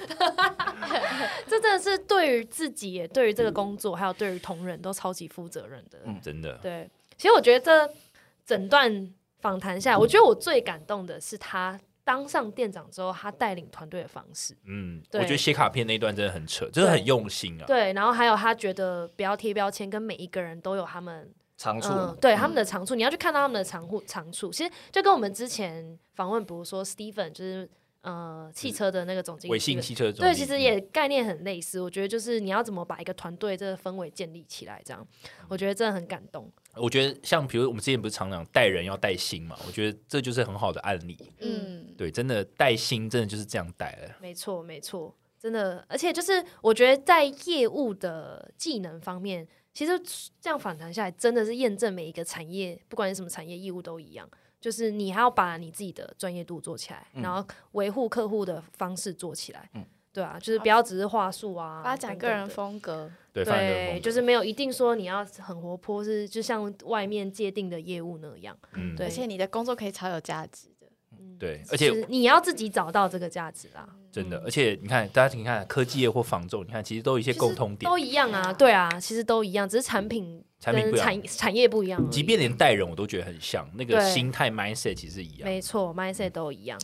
[SPEAKER 2] 这真的是对于自己也、对于这个工作，还有对于同仁都超级负责任的。
[SPEAKER 4] 嗯
[SPEAKER 3] 真的，
[SPEAKER 2] 对，其实我觉得这整段访谈下来，我觉得我最感动的是他当上店长之后，他带领团队的方式。
[SPEAKER 3] 嗯，我
[SPEAKER 2] 对
[SPEAKER 3] 觉得写卡片那一段真的很扯，真的很用心啊。
[SPEAKER 2] 对，然后还有他觉得不要贴标签，跟每一个人都有他们
[SPEAKER 4] 长处，
[SPEAKER 2] 嗯，对他们的长处，你要去看到他们的长处长处。其实就跟我们之前访问，比如说 Steven，就是呃汽车的那个总经
[SPEAKER 3] 伟
[SPEAKER 2] 理
[SPEAKER 3] 信
[SPEAKER 2] Steven，
[SPEAKER 3] 汽车总
[SPEAKER 2] 对，其实也概念很类似。我觉得就是你要怎么把一个团队这个氛围建立起来，这样我觉得真的很感动。
[SPEAKER 3] 我觉得像比如我们之前不是常讲带人要带心嘛，我觉得这就是很好的案例。
[SPEAKER 1] 嗯，
[SPEAKER 3] 对，真的带心真的就是这样带的。
[SPEAKER 2] 没错，没错，真的，而且就是我觉得在业务的技能方面，其实这样反弹下来，真的是验证每一个产业，不管是什么产业业务都一样，就是你还要把你自己的专业度做起来，然后维护客户的方式做起来，
[SPEAKER 4] 嗯
[SPEAKER 2] 对啊，就是不要只是话术啊，
[SPEAKER 1] 发展
[SPEAKER 2] 等
[SPEAKER 1] 个
[SPEAKER 2] 等
[SPEAKER 1] 人
[SPEAKER 2] 的。
[SPEAKER 1] 风格，
[SPEAKER 3] 对，发展这个风
[SPEAKER 2] 对，
[SPEAKER 3] 格
[SPEAKER 2] 就是没有一定说你要很活泼，是就像外面界定的业务那样。
[SPEAKER 3] 嗯，
[SPEAKER 2] 对
[SPEAKER 1] 而且你的工作可以超有价值的。
[SPEAKER 3] 对，而且
[SPEAKER 2] 就是你要自己找到这个价值啦，
[SPEAKER 3] 真的，而且你看，大家你看科技业或房仲，你看其实都有一些
[SPEAKER 2] 其实
[SPEAKER 3] 共通点
[SPEAKER 2] 都。一样啊，对啊，其实都一样，只是产品
[SPEAKER 3] 产品
[SPEAKER 2] 跟
[SPEAKER 3] 不一样
[SPEAKER 2] 产产业不一样而已。
[SPEAKER 3] 即便连带人我都觉得很像，那个
[SPEAKER 2] 对
[SPEAKER 3] 心态 mindset 其实一样，
[SPEAKER 2] 没错，mindset 都一样，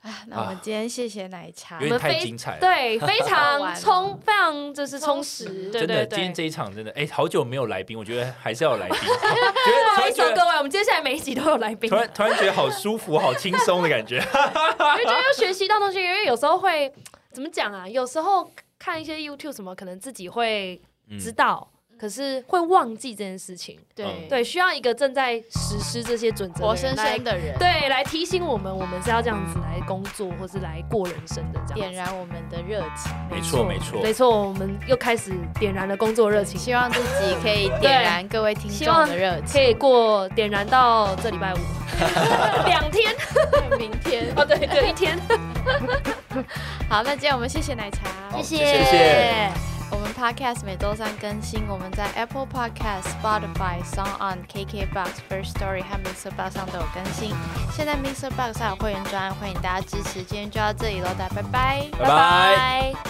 [SPEAKER 1] 啊，那我们今天谢谢奶茶
[SPEAKER 2] 我
[SPEAKER 3] 有，点
[SPEAKER 2] 们
[SPEAKER 3] 太
[SPEAKER 2] 非
[SPEAKER 3] 精彩了。
[SPEAKER 2] 对，非
[SPEAKER 1] 好玩
[SPEAKER 2] 常
[SPEAKER 1] 哦
[SPEAKER 2] 充，非常就是充
[SPEAKER 1] 充
[SPEAKER 2] 实，
[SPEAKER 1] 实
[SPEAKER 2] 对
[SPEAKER 3] 真的，
[SPEAKER 2] 对
[SPEAKER 3] 今天
[SPEAKER 2] 对。
[SPEAKER 3] 这一场真的，哎，好久没有来宾，我觉得还是要有 来宾，觉
[SPEAKER 2] 不
[SPEAKER 3] 得突
[SPEAKER 2] 好
[SPEAKER 3] 然
[SPEAKER 2] 意思
[SPEAKER 3] 觉
[SPEAKER 2] 哦各
[SPEAKER 3] 得
[SPEAKER 2] 位，我们接下来每一集都有来宾，
[SPEAKER 3] 突然突然觉得好舒服，好轻松的感觉。
[SPEAKER 2] 因为觉得要学习到东西，因为有时候会怎么讲啊？有时候看一些 YouTube 什么，可能自己会
[SPEAKER 3] 嗯
[SPEAKER 2] 知道，可是会忘记这件事情。
[SPEAKER 3] 嗯
[SPEAKER 1] 对
[SPEAKER 2] 对，需要一个正在实施这些准则的
[SPEAKER 1] 活
[SPEAKER 2] 人
[SPEAKER 1] 生
[SPEAKER 2] 来
[SPEAKER 1] 生的人，
[SPEAKER 2] 对，来提醒我们，我们是要这样子来工作，或是来过人生的这样
[SPEAKER 1] 点
[SPEAKER 2] 子。
[SPEAKER 1] 燃我们的热情，
[SPEAKER 3] 嗯没错没错
[SPEAKER 2] 没错，我们又开始点燃了工作热情，
[SPEAKER 1] 希望自己可以点燃各位听
[SPEAKER 2] 希
[SPEAKER 1] 众
[SPEAKER 2] 望
[SPEAKER 1] 的热
[SPEAKER 2] 可
[SPEAKER 1] 情。
[SPEAKER 2] 以过点燃到这礼 拜五两天
[SPEAKER 1] 明天
[SPEAKER 2] 哦，对，就一天，
[SPEAKER 1] 好，那今天我们谢谢奶茶，
[SPEAKER 4] 好
[SPEAKER 2] 谢
[SPEAKER 4] 谢谢
[SPEAKER 1] 我们 Podcast 每周三更新，我们在 Apple Podcast、Spotify、Sound On、KKBox、First Story 和 Mixer Box 上都有更新。现在 Mixer Box 上有会员专案，欢迎大家支持。今天就到这里喽，大家拜拜，
[SPEAKER 3] 拜拜。
[SPEAKER 2] 拜。